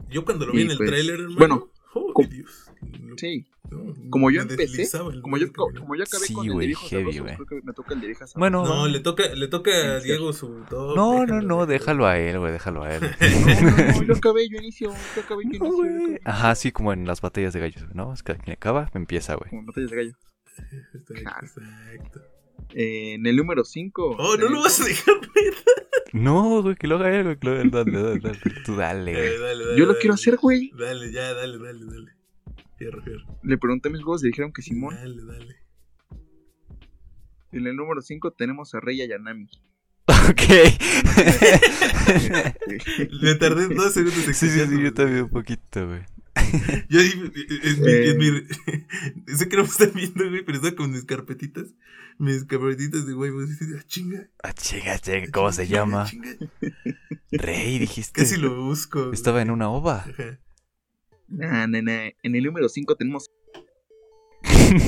[SPEAKER 2] Yo cuando lo
[SPEAKER 3] Y
[SPEAKER 2] vi en el
[SPEAKER 3] pues,
[SPEAKER 2] tráiler, hermano,
[SPEAKER 3] bueno,
[SPEAKER 2] ¡oh,
[SPEAKER 3] com-
[SPEAKER 2] Dios!
[SPEAKER 3] Sí.
[SPEAKER 2] No,
[SPEAKER 3] Como yo
[SPEAKER 2] me
[SPEAKER 3] empecé,
[SPEAKER 2] deslizaba el
[SPEAKER 3] Como yo,
[SPEAKER 2] cabrón.
[SPEAKER 3] como yo acabé
[SPEAKER 4] Sí,
[SPEAKER 3] con el
[SPEAKER 4] güey,
[SPEAKER 3] de viejos
[SPEAKER 4] heavy,
[SPEAKER 3] sabrosos,
[SPEAKER 4] güey.
[SPEAKER 3] creo que me toca el de viejas
[SPEAKER 4] Bueno,
[SPEAKER 2] No, le toca, le toca a
[SPEAKER 3] Sí,
[SPEAKER 2] Diego su top,
[SPEAKER 4] No, no,
[SPEAKER 2] déjalo,
[SPEAKER 4] no, déjalo a él, güey, déjalo a él.
[SPEAKER 3] No, no, yo acabé, yo inicio. Yo acabé, yo inicio.
[SPEAKER 4] Ah,
[SPEAKER 3] yo acabé.
[SPEAKER 4] Ajá, sí, como en las batallas de gallos, güey, ¿no? Es que quien acaba, empieza, güey.
[SPEAKER 3] Como batallas de gallo.
[SPEAKER 4] Ah.
[SPEAKER 2] Exacto, exacto.
[SPEAKER 3] Eh, en el número 5.
[SPEAKER 2] Oh, no lo vas a dejar.
[SPEAKER 4] No, güey, que lo haga él, güey, que lo haga él. Dale, dale, dale. Tú dale,
[SPEAKER 2] Dale,
[SPEAKER 4] güey.
[SPEAKER 2] dale, dale,
[SPEAKER 3] Yo lo
[SPEAKER 2] dale.
[SPEAKER 3] quiero hacer, güey.
[SPEAKER 2] Dale, ya, dale, dale, dale. Fierro, fierro.
[SPEAKER 3] Le pregunté a mis juegos y dijeron que Simón.
[SPEAKER 2] Dale, dale.
[SPEAKER 3] En el número 5 tenemos a Rey Ayanami.
[SPEAKER 4] Ok.
[SPEAKER 2] Le tardé dos segundos en
[SPEAKER 4] Sí, sí, sí,
[SPEAKER 2] escucharlo.
[SPEAKER 4] yo también un poquito, güey.
[SPEAKER 2] Yo ahí, en mi, en
[SPEAKER 4] Eh.
[SPEAKER 2] mi- sé que no me están viendo, güey, pero estaba con mis carpetitas, mis carpetitas de güey, así, ah, chinga.
[SPEAKER 4] Ah, chinga, chinga, ¿cómo se
[SPEAKER 2] chinga,
[SPEAKER 4] llama?
[SPEAKER 2] chinga.
[SPEAKER 4] Rey, dijiste.
[SPEAKER 2] Casi lo busco. güey.
[SPEAKER 4] Estaba en una ova.
[SPEAKER 2] Ajá.
[SPEAKER 3] Nah, nah, nah. En el número 5 tenemos.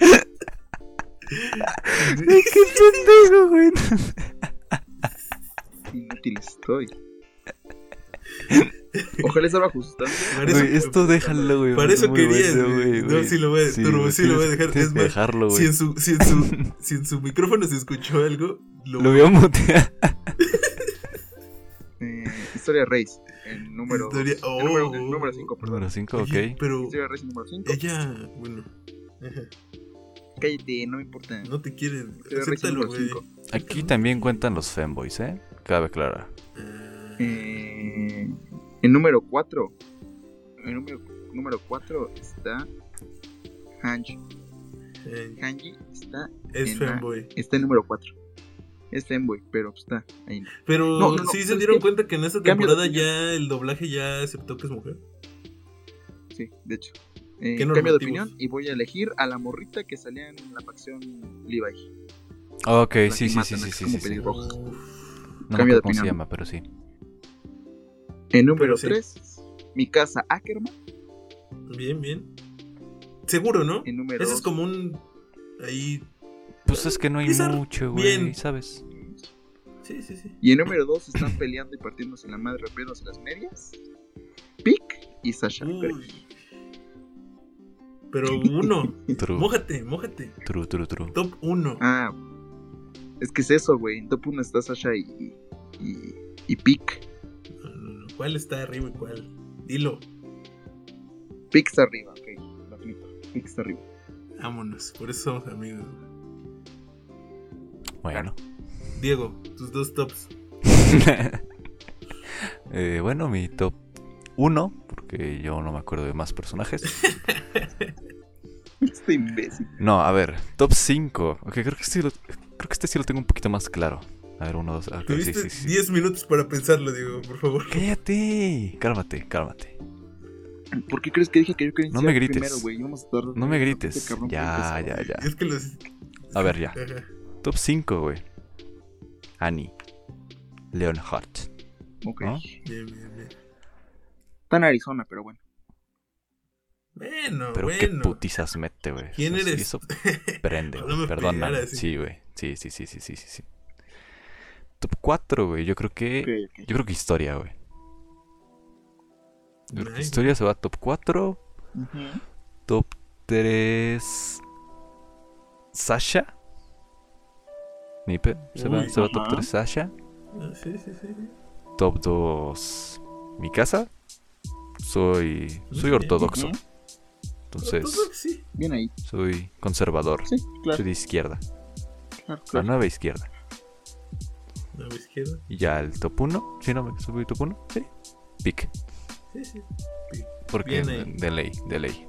[SPEAKER 4] Ay, qué pendejo, güey.
[SPEAKER 3] Inútil estoy. Ojalá estaba ajustando.
[SPEAKER 2] Para eso,
[SPEAKER 4] Güey, Esto déjalo, güey.
[SPEAKER 2] para
[SPEAKER 4] es
[SPEAKER 2] eso
[SPEAKER 4] muy
[SPEAKER 2] querías,
[SPEAKER 4] bueno,
[SPEAKER 2] güey. No, sí lo voy a- turbo,
[SPEAKER 4] güey,
[SPEAKER 2] sí lo voy a
[SPEAKER 4] tienes-
[SPEAKER 2] dejar,
[SPEAKER 4] tienes
[SPEAKER 2] es
[SPEAKER 4] que
[SPEAKER 2] más,
[SPEAKER 4] dejarlo,
[SPEAKER 2] si,
[SPEAKER 4] güey.
[SPEAKER 2] en su, si, en su, si en su micrófono se escuchó algo, lo,
[SPEAKER 4] Lo voy a mutear.
[SPEAKER 3] Eh, historia Reyes. El número.
[SPEAKER 2] Historia-
[SPEAKER 3] dos.
[SPEAKER 2] oh.
[SPEAKER 3] El número, el número 5, perdón.
[SPEAKER 4] Número 5,
[SPEAKER 2] Oye,
[SPEAKER 4] ok.
[SPEAKER 2] Pero
[SPEAKER 3] Historia Reyes número 5.
[SPEAKER 2] ella, bueno, ajá,
[SPEAKER 3] Cállate, no me importa.
[SPEAKER 2] no te quiere.
[SPEAKER 3] Historia Reyes
[SPEAKER 2] Acéptalo,
[SPEAKER 3] número
[SPEAKER 2] güey.
[SPEAKER 3] 5.
[SPEAKER 4] Aquí también cuentan los fanboys, ¿eh? Cabe aclarar.
[SPEAKER 2] Ah,
[SPEAKER 3] Eh, el número 4. El número, número 4 está. Hanji.
[SPEAKER 2] eh,
[SPEAKER 3] Hanji está
[SPEAKER 2] es
[SPEAKER 3] en la-
[SPEAKER 2] fanboy.
[SPEAKER 3] Está el número 4. Es Femboy, pero pues, está ahí.
[SPEAKER 2] Pero
[SPEAKER 3] No, no, no,
[SPEAKER 2] sí se
[SPEAKER 3] ¿sabes
[SPEAKER 2] dieron
[SPEAKER 3] qué?
[SPEAKER 2] cuenta que en esta
[SPEAKER 3] Cambio de
[SPEAKER 2] temporada ya el doblaje ya aceptó que es mujer.
[SPEAKER 3] Sí, de hecho. Eh,
[SPEAKER 2] ¿Qué
[SPEAKER 3] cambio de
[SPEAKER 2] normativos?
[SPEAKER 3] opinión y voy a elegir a la morrita que salía en la facción Levi.
[SPEAKER 4] Ok,
[SPEAKER 3] La que
[SPEAKER 4] sí, sí, sí,
[SPEAKER 3] matan,
[SPEAKER 4] sí,
[SPEAKER 3] es
[SPEAKER 4] sí,
[SPEAKER 3] como
[SPEAKER 4] sí, sí.
[SPEAKER 3] pelirroja. Rojas.
[SPEAKER 2] Uf,
[SPEAKER 4] No me
[SPEAKER 3] Cambio de
[SPEAKER 4] acuerdo cómo se
[SPEAKER 3] opinión.
[SPEAKER 4] llama, pero sí.
[SPEAKER 3] En número
[SPEAKER 2] Pero sí.
[SPEAKER 3] 3, mi casa Ackerman.
[SPEAKER 2] bien, bien. Seguro, ¿no?
[SPEAKER 3] En número
[SPEAKER 2] Ese es
[SPEAKER 3] dos,
[SPEAKER 2] como un. Ahí.
[SPEAKER 4] Pues es que no hay
[SPEAKER 2] Quizá
[SPEAKER 4] mucho,
[SPEAKER 2] bien.
[SPEAKER 4] güey, ¿sabes?
[SPEAKER 2] Sí, sí, sí.
[SPEAKER 3] Y en número 2 están peleando y partiéndose la madre, rompiéndose las medias. Pic y Sasha. Grey.
[SPEAKER 2] Uy. Pero uno.
[SPEAKER 4] True,
[SPEAKER 2] mójate, mójate.
[SPEAKER 4] true, true, true.
[SPEAKER 2] Top uno.
[SPEAKER 3] Ah, es que es eso, güey. En top 1 está Sasha y, y, y Pic.
[SPEAKER 2] No, no, no. ¿Cuál está arriba y cuál? Dilo.
[SPEAKER 3] Pic está arriba, ok. Lo admito. Pic está arriba.
[SPEAKER 2] Vámonos. Por eso somos amigos.
[SPEAKER 4] Bueno.
[SPEAKER 2] Diego, tus dos tops.
[SPEAKER 4] Eh, bueno, mi top 1, porque yo no me acuerdo de más personajes.
[SPEAKER 3] Este imbécil.
[SPEAKER 4] No, a ver, top 5. Ok, creo que, sí lo- creo que este sí lo tengo un poquito más claro. A ver, uno, dos. ah, ok, sí,
[SPEAKER 2] Tuviste
[SPEAKER 4] sí,
[SPEAKER 2] 10
[SPEAKER 4] sí.
[SPEAKER 2] minutos para pensarlo, Diego, por favor.
[SPEAKER 4] Cállate, cálmate, cálmate.
[SPEAKER 3] ¿Por qué crees que dije que yo quería
[SPEAKER 4] No
[SPEAKER 3] iniciar
[SPEAKER 4] me grites.
[SPEAKER 3] primero, güey? Íbamos a tardar-
[SPEAKER 4] No me
[SPEAKER 3] Este
[SPEAKER 4] grites.
[SPEAKER 3] cabrón
[SPEAKER 4] Ya,
[SPEAKER 3] que empezó.
[SPEAKER 4] ya, ya.
[SPEAKER 2] Es que los.
[SPEAKER 4] A ver, ya.
[SPEAKER 2] Ajá.
[SPEAKER 4] Top 5, güey. Annie. Leonhardt.
[SPEAKER 3] Ok.
[SPEAKER 4] ¿No?
[SPEAKER 2] Bien, bien, bien.
[SPEAKER 3] Está en Arizona, pero bueno.
[SPEAKER 2] Bueno,
[SPEAKER 4] Pero qué
[SPEAKER 2] Ah, bueno.
[SPEAKER 4] putizas mete, güey.
[SPEAKER 2] ¿Quién
[SPEAKER 4] O sea, sí,
[SPEAKER 2] eres?
[SPEAKER 4] Eso prende, güey.
[SPEAKER 2] Hablamos
[SPEAKER 4] Perdón,
[SPEAKER 2] primero,
[SPEAKER 4] man.
[SPEAKER 2] sí.
[SPEAKER 4] Sí, güey. Sí, sí, sí, sí, sí, sí, sí. Top 4, güey. Yo creo que.
[SPEAKER 3] Ok, ok.
[SPEAKER 4] Yo creo que historia, güey. Yo creo que
[SPEAKER 2] Nice.
[SPEAKER 4] historia se va a top 4.
[SPEAKER 3] Ujú.
[SPEAKER 4] Top 3. Sasha. Nipe. Se va,
[SPEAKER 2] Uy,
[SPEAKER 4] se va top
[SPEAKER 3] ajá.
[SPEAKER 4] 3 Sasha.
[SPEAKER 2] Ah, sí, sí, sí.
[SPEAKER 4] Top 2. Mi casa. Soy. Soy ortodoxo.
[SPEAKER 3] Ujú.
[SPEAKER 4] Entonces,
[SPEAKER 2] Pues, sí.
[SPEAKER 3] Bien ahí.
[SPEAKER 4] soy conservador.
[SPEAKER 3] Sí, claro,
[SPEAKER 4] Soy de izquierda.
[SPEAKER 3] claro,
[SPEAKER 4] La
[SPEAKER 3] claro.
[SPEAKER 4] nueva izquierda.
[SPEAKER 2] A mi izquierda.
[SPEAKER 4] Y ya el top 1, si no me subí top 1, sí. Pick.
[SPEAKER 2] Sí, sí.
[SPEAKER 4] Porque
[SPEAKER 2] Bien ahí.
[SPEAKER 4] de ley, de ley.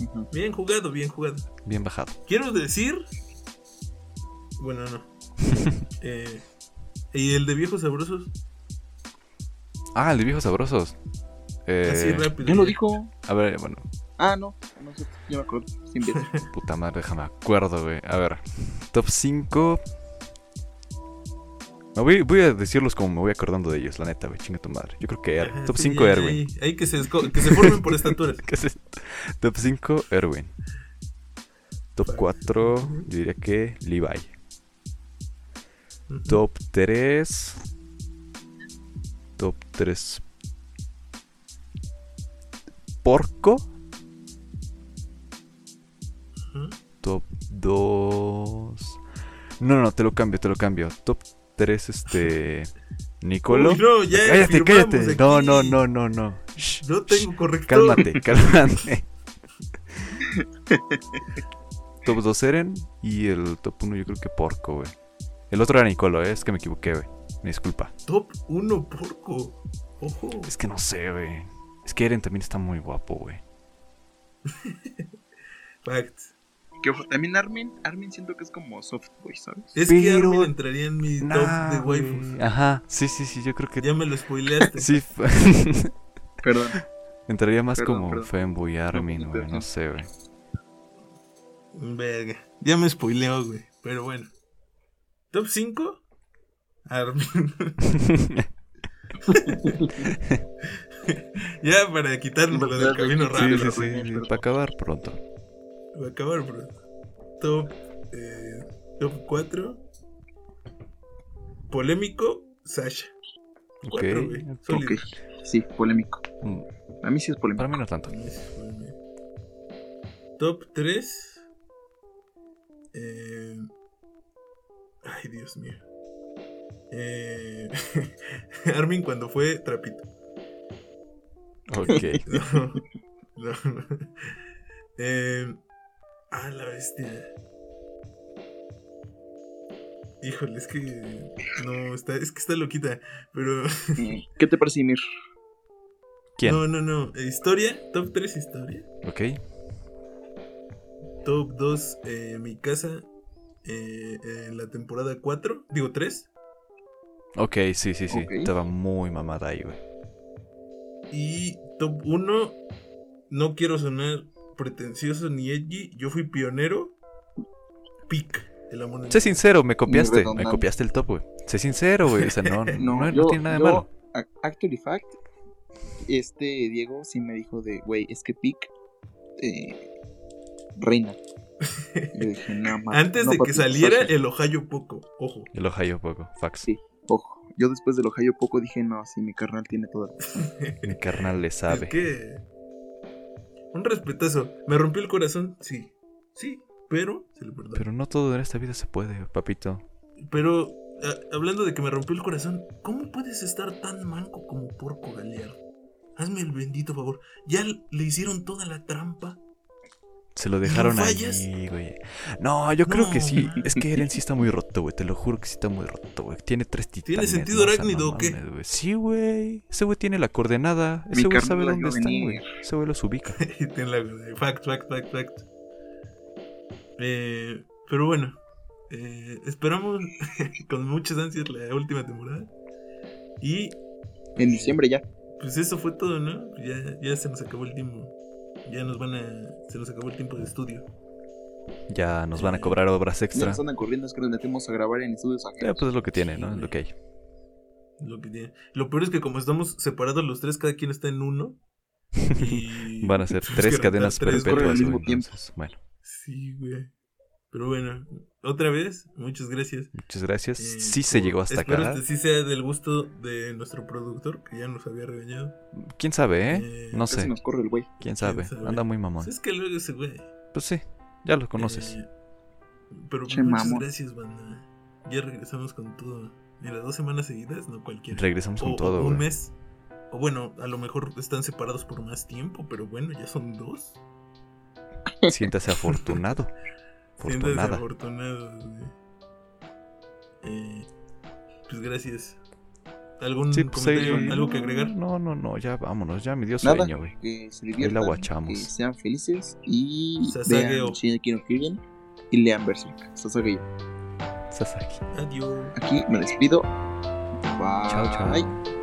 [SPEAKER 3] Ujú.
[SPEAKER 2] Bien jugado, bien jugado.
[SPEAKER 4] Bien bajado.
[SPEAKER 2] Quiero decir. Bueno, no. Eh, y el de viejos sabrosos.
[SPEAKER 4] Ah, el de viejos sabrosos. Eh,
[SPEAKER 2] así rápido.
[SPEAKER 3] Ya lo dijo.
[SPEAKER 4] a ver, bueno,
[SPEAKER 3] Ah, no. no sé, ya me acuerdo. Sin bien.
[SPEAKER 4] puta madre, déjame acuerdo, güey. A ver, top 5. Me voy, voy a decirlos como me voy acordando de ellos, la neta, güey. Chinga tu madre. Yo creo que Erwin.
[SPEAKER 2] Ajá,
[SPEAKER 4] Top
[SPEAKER 2] Ah, sí,
[SPEAKER 4] 5
[SPEAKER 2] ya,
[SPEAKER 4] Erwin.
[SPEAKER 2] ahí- Ahí que se, esco- que se formen por estaturas.
[SPEAKER 4] ¿Qué es esto? Top 5 Erwin. Top
[SPEAKER 2] Fuck.
[SPEAKER 4] 4,
[SPEAKER 2] Ujú.
[SPEAKER 4] yo diría que Levi.
[SPEAKER 2] Ujú.
[SPEAKER 4] Top 3. Top 3. Porco.
[SPEAKER 2] Ujú.
[SPEAKER 4] Top 2. No, no, te lo cambio, te lo cambio. Top 3, este. Nicolo.
[SPEAKER 2] Uy, no, ya
[SPEAKER 4] cállate,
[SPEAKER 2] firmamos
[SPEAKER 4] cállate.
[SPEAKER 2] aquí.
[SPEAKER 4] No, no, no, no, no. Shh,
[SPEAKER 2] No
[SPEAKER 4] shh.
[SPEAKER 2] tengo corrector.
[SPEAKER 4] Cálmate, cálmate. top 2 Eren y el top 1 yo creo que Porco, güey. El otro era Nicolo, eh, es que me equivoqué, güey. Me disculpa.
[SPEAKER 2] Top 1 porco. Ojo.
[SPEAKER 4] Es que no sé, güey. Es que Eren también está muy guapo, güey.
[SPEAKER 2] Fact.
[SPEAKER 3] Que ojo, también Armin. Armin siento que es como soft boy, ¿sabes?
[SPEAKER 2] Es que
[SPEAKER 4] Pero-
[SPEAKER 2] Armin entraría en mi
[SPEAKER 4] Nah,
[SPEAKER 2] top de
[SPEAKER 4] güey.
[SPEAKER 2] waifus.
[SPEAKER 4] Ajá, sí, sí, sí, yo creo que...
[SPEAKER 2] Ya me lo spoileaste.
[SPEAKER 4] Sí,
[SPEAKER 3] Perdón.
[SPEAKER 4] entraría más
[SPEAKER 3] Perdón,
[SPEAKER 4] como
[SPEAKER 3] perdón.
[SPEAKER 4] Femboy Armin,
[SPEAKER 3] No,
[SPEAKER 4] güey, no
[SPEAKER 3] perdón.
[SPEAKER 4] sé, güey.
[SPEAKER 2] Verga. Ya me spoileó, güey. Pero bueno. Top 5. Armin. ya para quitármelo del camino
[SPEAKER 4] Sí,
[SPEAKER 2] rápido.
[SPEAKER 4] sí, sí, para acabar pronto.
[SPEAKER 2] Va a acabar, bro. Top. eh, top 4. Polémico, Sasha.
[SPEAKER 4] Ok,
[SPEAKER 2] Cuatro, güey.
[SPEAKER 4] ok.
[SPEAKER 3] Ok.
[SPEAKER 2] Sólido.
[SPEAKER 3] Sí, polémico.
[SPEAKER 4] Mm,
[SPEAKER 3] A mí sí es polémico.
[SPEAKER 4] Para mí no tanto.
[SPEAKER 2] Top 3. Eh, ay, Dios mío. Eh, Armin cuando fue trapito.
[SPEAKER 4] Ok.
[SPEAKER 2] No, no, no. Eh, ah, la bestia. Híjole, es que. No, está, es que está loquita. Pero.
[SPEAKER 3] Eh, ¿Qué te parece, Ymir?
[SPEAKER 4] ¿Quién?
[SPEAKER 2] No, no, no. Eh, historia. Top 3 historia.
[SPEAKER 4] Ok.
[SPEAKER 2] Top 2 eh, mi casa. eh, en la temporada 4. Digo 3.
[SPEAKER 4] Ok, sí, sí, sí.
[SPEAKER 3] Ok.
[SPEAKER 4] Estaba muy mamada ahí, güey.
[SPEAKER 2] Y top 1. No quiero sonar pretencioso ni edgy. Yo fui pionero. Pick. El amor en
[SPEAKER 4] Sé sincero, me copiaste. Me
[SPEAKER 3] redundante.
[SPEAKER 4] copiaste el top, güey. Sé sincero, güey. O sea, no, no, no
[SPEAKER 3] yo-
[SPEAKER 4] tiene nada de
[SPEAKER 3] yo,
[SPEAKER 4] malo.
[SPEAKER 3] a- Actually fact, este Diego sí me dijo de, güey, es que Pic eh, reina. Y yo dije, no, ma-
[SPEAKER 2] Antes
[SPEAKER 3] no,
[SPEAKER 2] de
[SPEAKER 3] papi,
[SPEAKER 2] que saliera
[SPEAKER 3] Sasha,
[SPEAKER 2] el Ohio poco, ojo.
[SPEAKER 4] El Ohio poco. Fax.
[SPEAKER 3] Sí. Ojo, yo después del Ohio poco dije, no, sí, mi carnal tiene todo.
[SPEAKER 4] Mi carnal le
[SPEAKER 2] Es
[SPEAKER 4] sabe.
[SPEAKER 2] que. Un respetazo. Me rompió el corazón, sí. Sí, pero se le perdona.
[SPEAKER 4] Pero no todo en esta vida se puede, papito.
[SPEAKER 2] Pero, a- hablando de que me rompió el corazón, ¿cómo puedes estar tan manco como porco galeardo? Hazme el bendito favor. Ya l- le hicieron toda la trampa.
[SPEAKER 4] Se lo dejaron
[SPEAKER 2] fallas?
[SPEAKER 4] ahí, güey. No, yo creo que
[SPEAKER 2] No,
[SPEAKER 4] sí.
[SPEAKER 2] man.
[SPEAKER 4] Es que Eren sí está muy roto, güey. Te lo juro que sí está muy roto, güey. Tiene tres titanes.
[SPEAKER 2] ¿Tiene sentido
[SPEAKER 4] ¿no? O sea,
[SPEAKER 2] arácnido
[SPEAKER 4] no
[SPEAKER 2] o qué?
[SPEAKER 4] mames, güey. Sí, güey. Ese güey tiene la coordenada. Ese güey
[SPEAKER 3] carnal
[SPEAKER 4] sabe
[SPEAKER 3] la
[SPEAKER 4] dónde
[SPEAKER 3] vio
[SPEAKER 4] están,
[SPEAKER 3] venir.
[SPEAKER 4] güey. Ese güey los ubica.
[SPEAKER 2] Y tiene la- fact, fact, fact, fact. Eh, pero bueno, eh, esperamos con muchas ansias la última temporada. Y
[SPEAKER 3] En diciembre ya.
[SPEAKER 2] Pues eso fue todo, ¿no? Ya, ya se nos acabó el tiempo. Ya nos van a. Se nos acabó el tiempo de estudio.
[SPEAKER 4] Ya nos van a cobrar
[SPEAKER 3] Pues
[SPEAKER 4] obras
[SPEAKER 3] Ya
[SPEAKER 4] extra.
[SPEAKER 3] nos andan corriendo, es que nos metemos a grabar en estudios
[SPEAKER 4] Ya,
[SPEAKER 3] ajenos.
[SPEAKER 4] pues es lo que tiene,
[SPEAKER 2] Sí,
[SPEAKER 4] ¿no? Es
[SPEAKER 2] güey.
[SPEAKER 4] lo que hay.
[SPEAKER 2] Lo, que tiene. lo peor es que como estamos separados los tres, cada quien está en uno. Y-
[SPEAKER 4] Van a ser
[SPEAKER 2] Tienes
[SPEAKER 4] tres
[SPEAKER 2] que rentar
[SPEAKER 4] cadenas
[SPEAKER 2] pues, tres,
[SPEAKER 3] corren
[SPEAKER 4] perpetuas.
[SPEAKER 3] al mismo
[SPEAKER 4] güey,
[SPEAKER 3] tiempo.
[SPEAKER 4] entonces, bueno,
[SPEAKER 2] Sí, güey. Pero bueno, otra vez, muchas gracias.
[SPEAKER 4] muchas gracias.
[SPEAKER 2] Eh,
[SPEAKER 4] Sí se llegó hasta
[SPEAKER 2] espero
[SPEAKER 4] acá.
[SPEAKER 2] que sí sea del gusto de nuestro productor, que ya nos había regañado.
[SPEAKER 4] ¿Quién sabe, eh?
[SPEAKER 2] Eh,
[SPEAKER 4] No
[SPEAKER 3] Casi
[SPEAKER 4] sé.
[SPEAKER 3] nos corre el güey.
[SPEAKER 4] ¿Quién sabe?
[SPEAKER 2] sabe?
[SPEAKER 4] Anda muy mamón.
[SPEAKER 2] Es que luego ese güey.
[SPEAKER 4] Pues sí, ya lo conoces.
[SPEAKER 2] Eh, pero
[SPEAKER 3] Che,
[SPEAKER 2] muchas
[SPEAKER 3] mamón.
[SPEAKER 2] gracias, banda. Ya regresamos con todo. Mira, dos semanas seguidas, no cualquiera.
[SPEAKER 4] Regresamos
[SPEAKER 2] o,
[SPEAKER 4] con
[SPEAKER 2] o
[SPEAKER 4] todo,
[SPEAKER 2] un
[SPEAKER 4] güey.
[SPEAKER 2] mes. O bueno, a lo mejor están separados por más tiempo, pero bueno, ya son dos.
[SPEAKER 4] Siéntase afortunado.
[SPEAKER 2] Siendo
[SPEAKER 4] Afortunada.
[SPEAKER 2] desafortunados, güey. Eh, pues gracias. ¿Algún
[SPEAKER 4] Sí, pues,
[SPEAKER 2] comentario,
[SPEAKER 4] ahí-
[SPEAKER 2] algo que agregar?
[SPEAKER 4] No, no, no, ya vámonos, ya me dio
[SPEAKER 3] Nada.
[SPEAKER 4] sueño, güey.
[SPEAKER 3] Que se diviertan,
[SPEAKER 4] guachamos.
[SPEAKER 3] que sean felices y
[SPEAKER 2] Sasageo.
[SPEAKER 3] vean Shingeki no Kyojin y lean Berserk. Sasageo.
[SPEAKER 4] Sasaki.
[SPEAKER 2] Adiós.
[SPEAKER 3] Aquí me despido. Bye.
[SPEAKER 4] Chao, chao.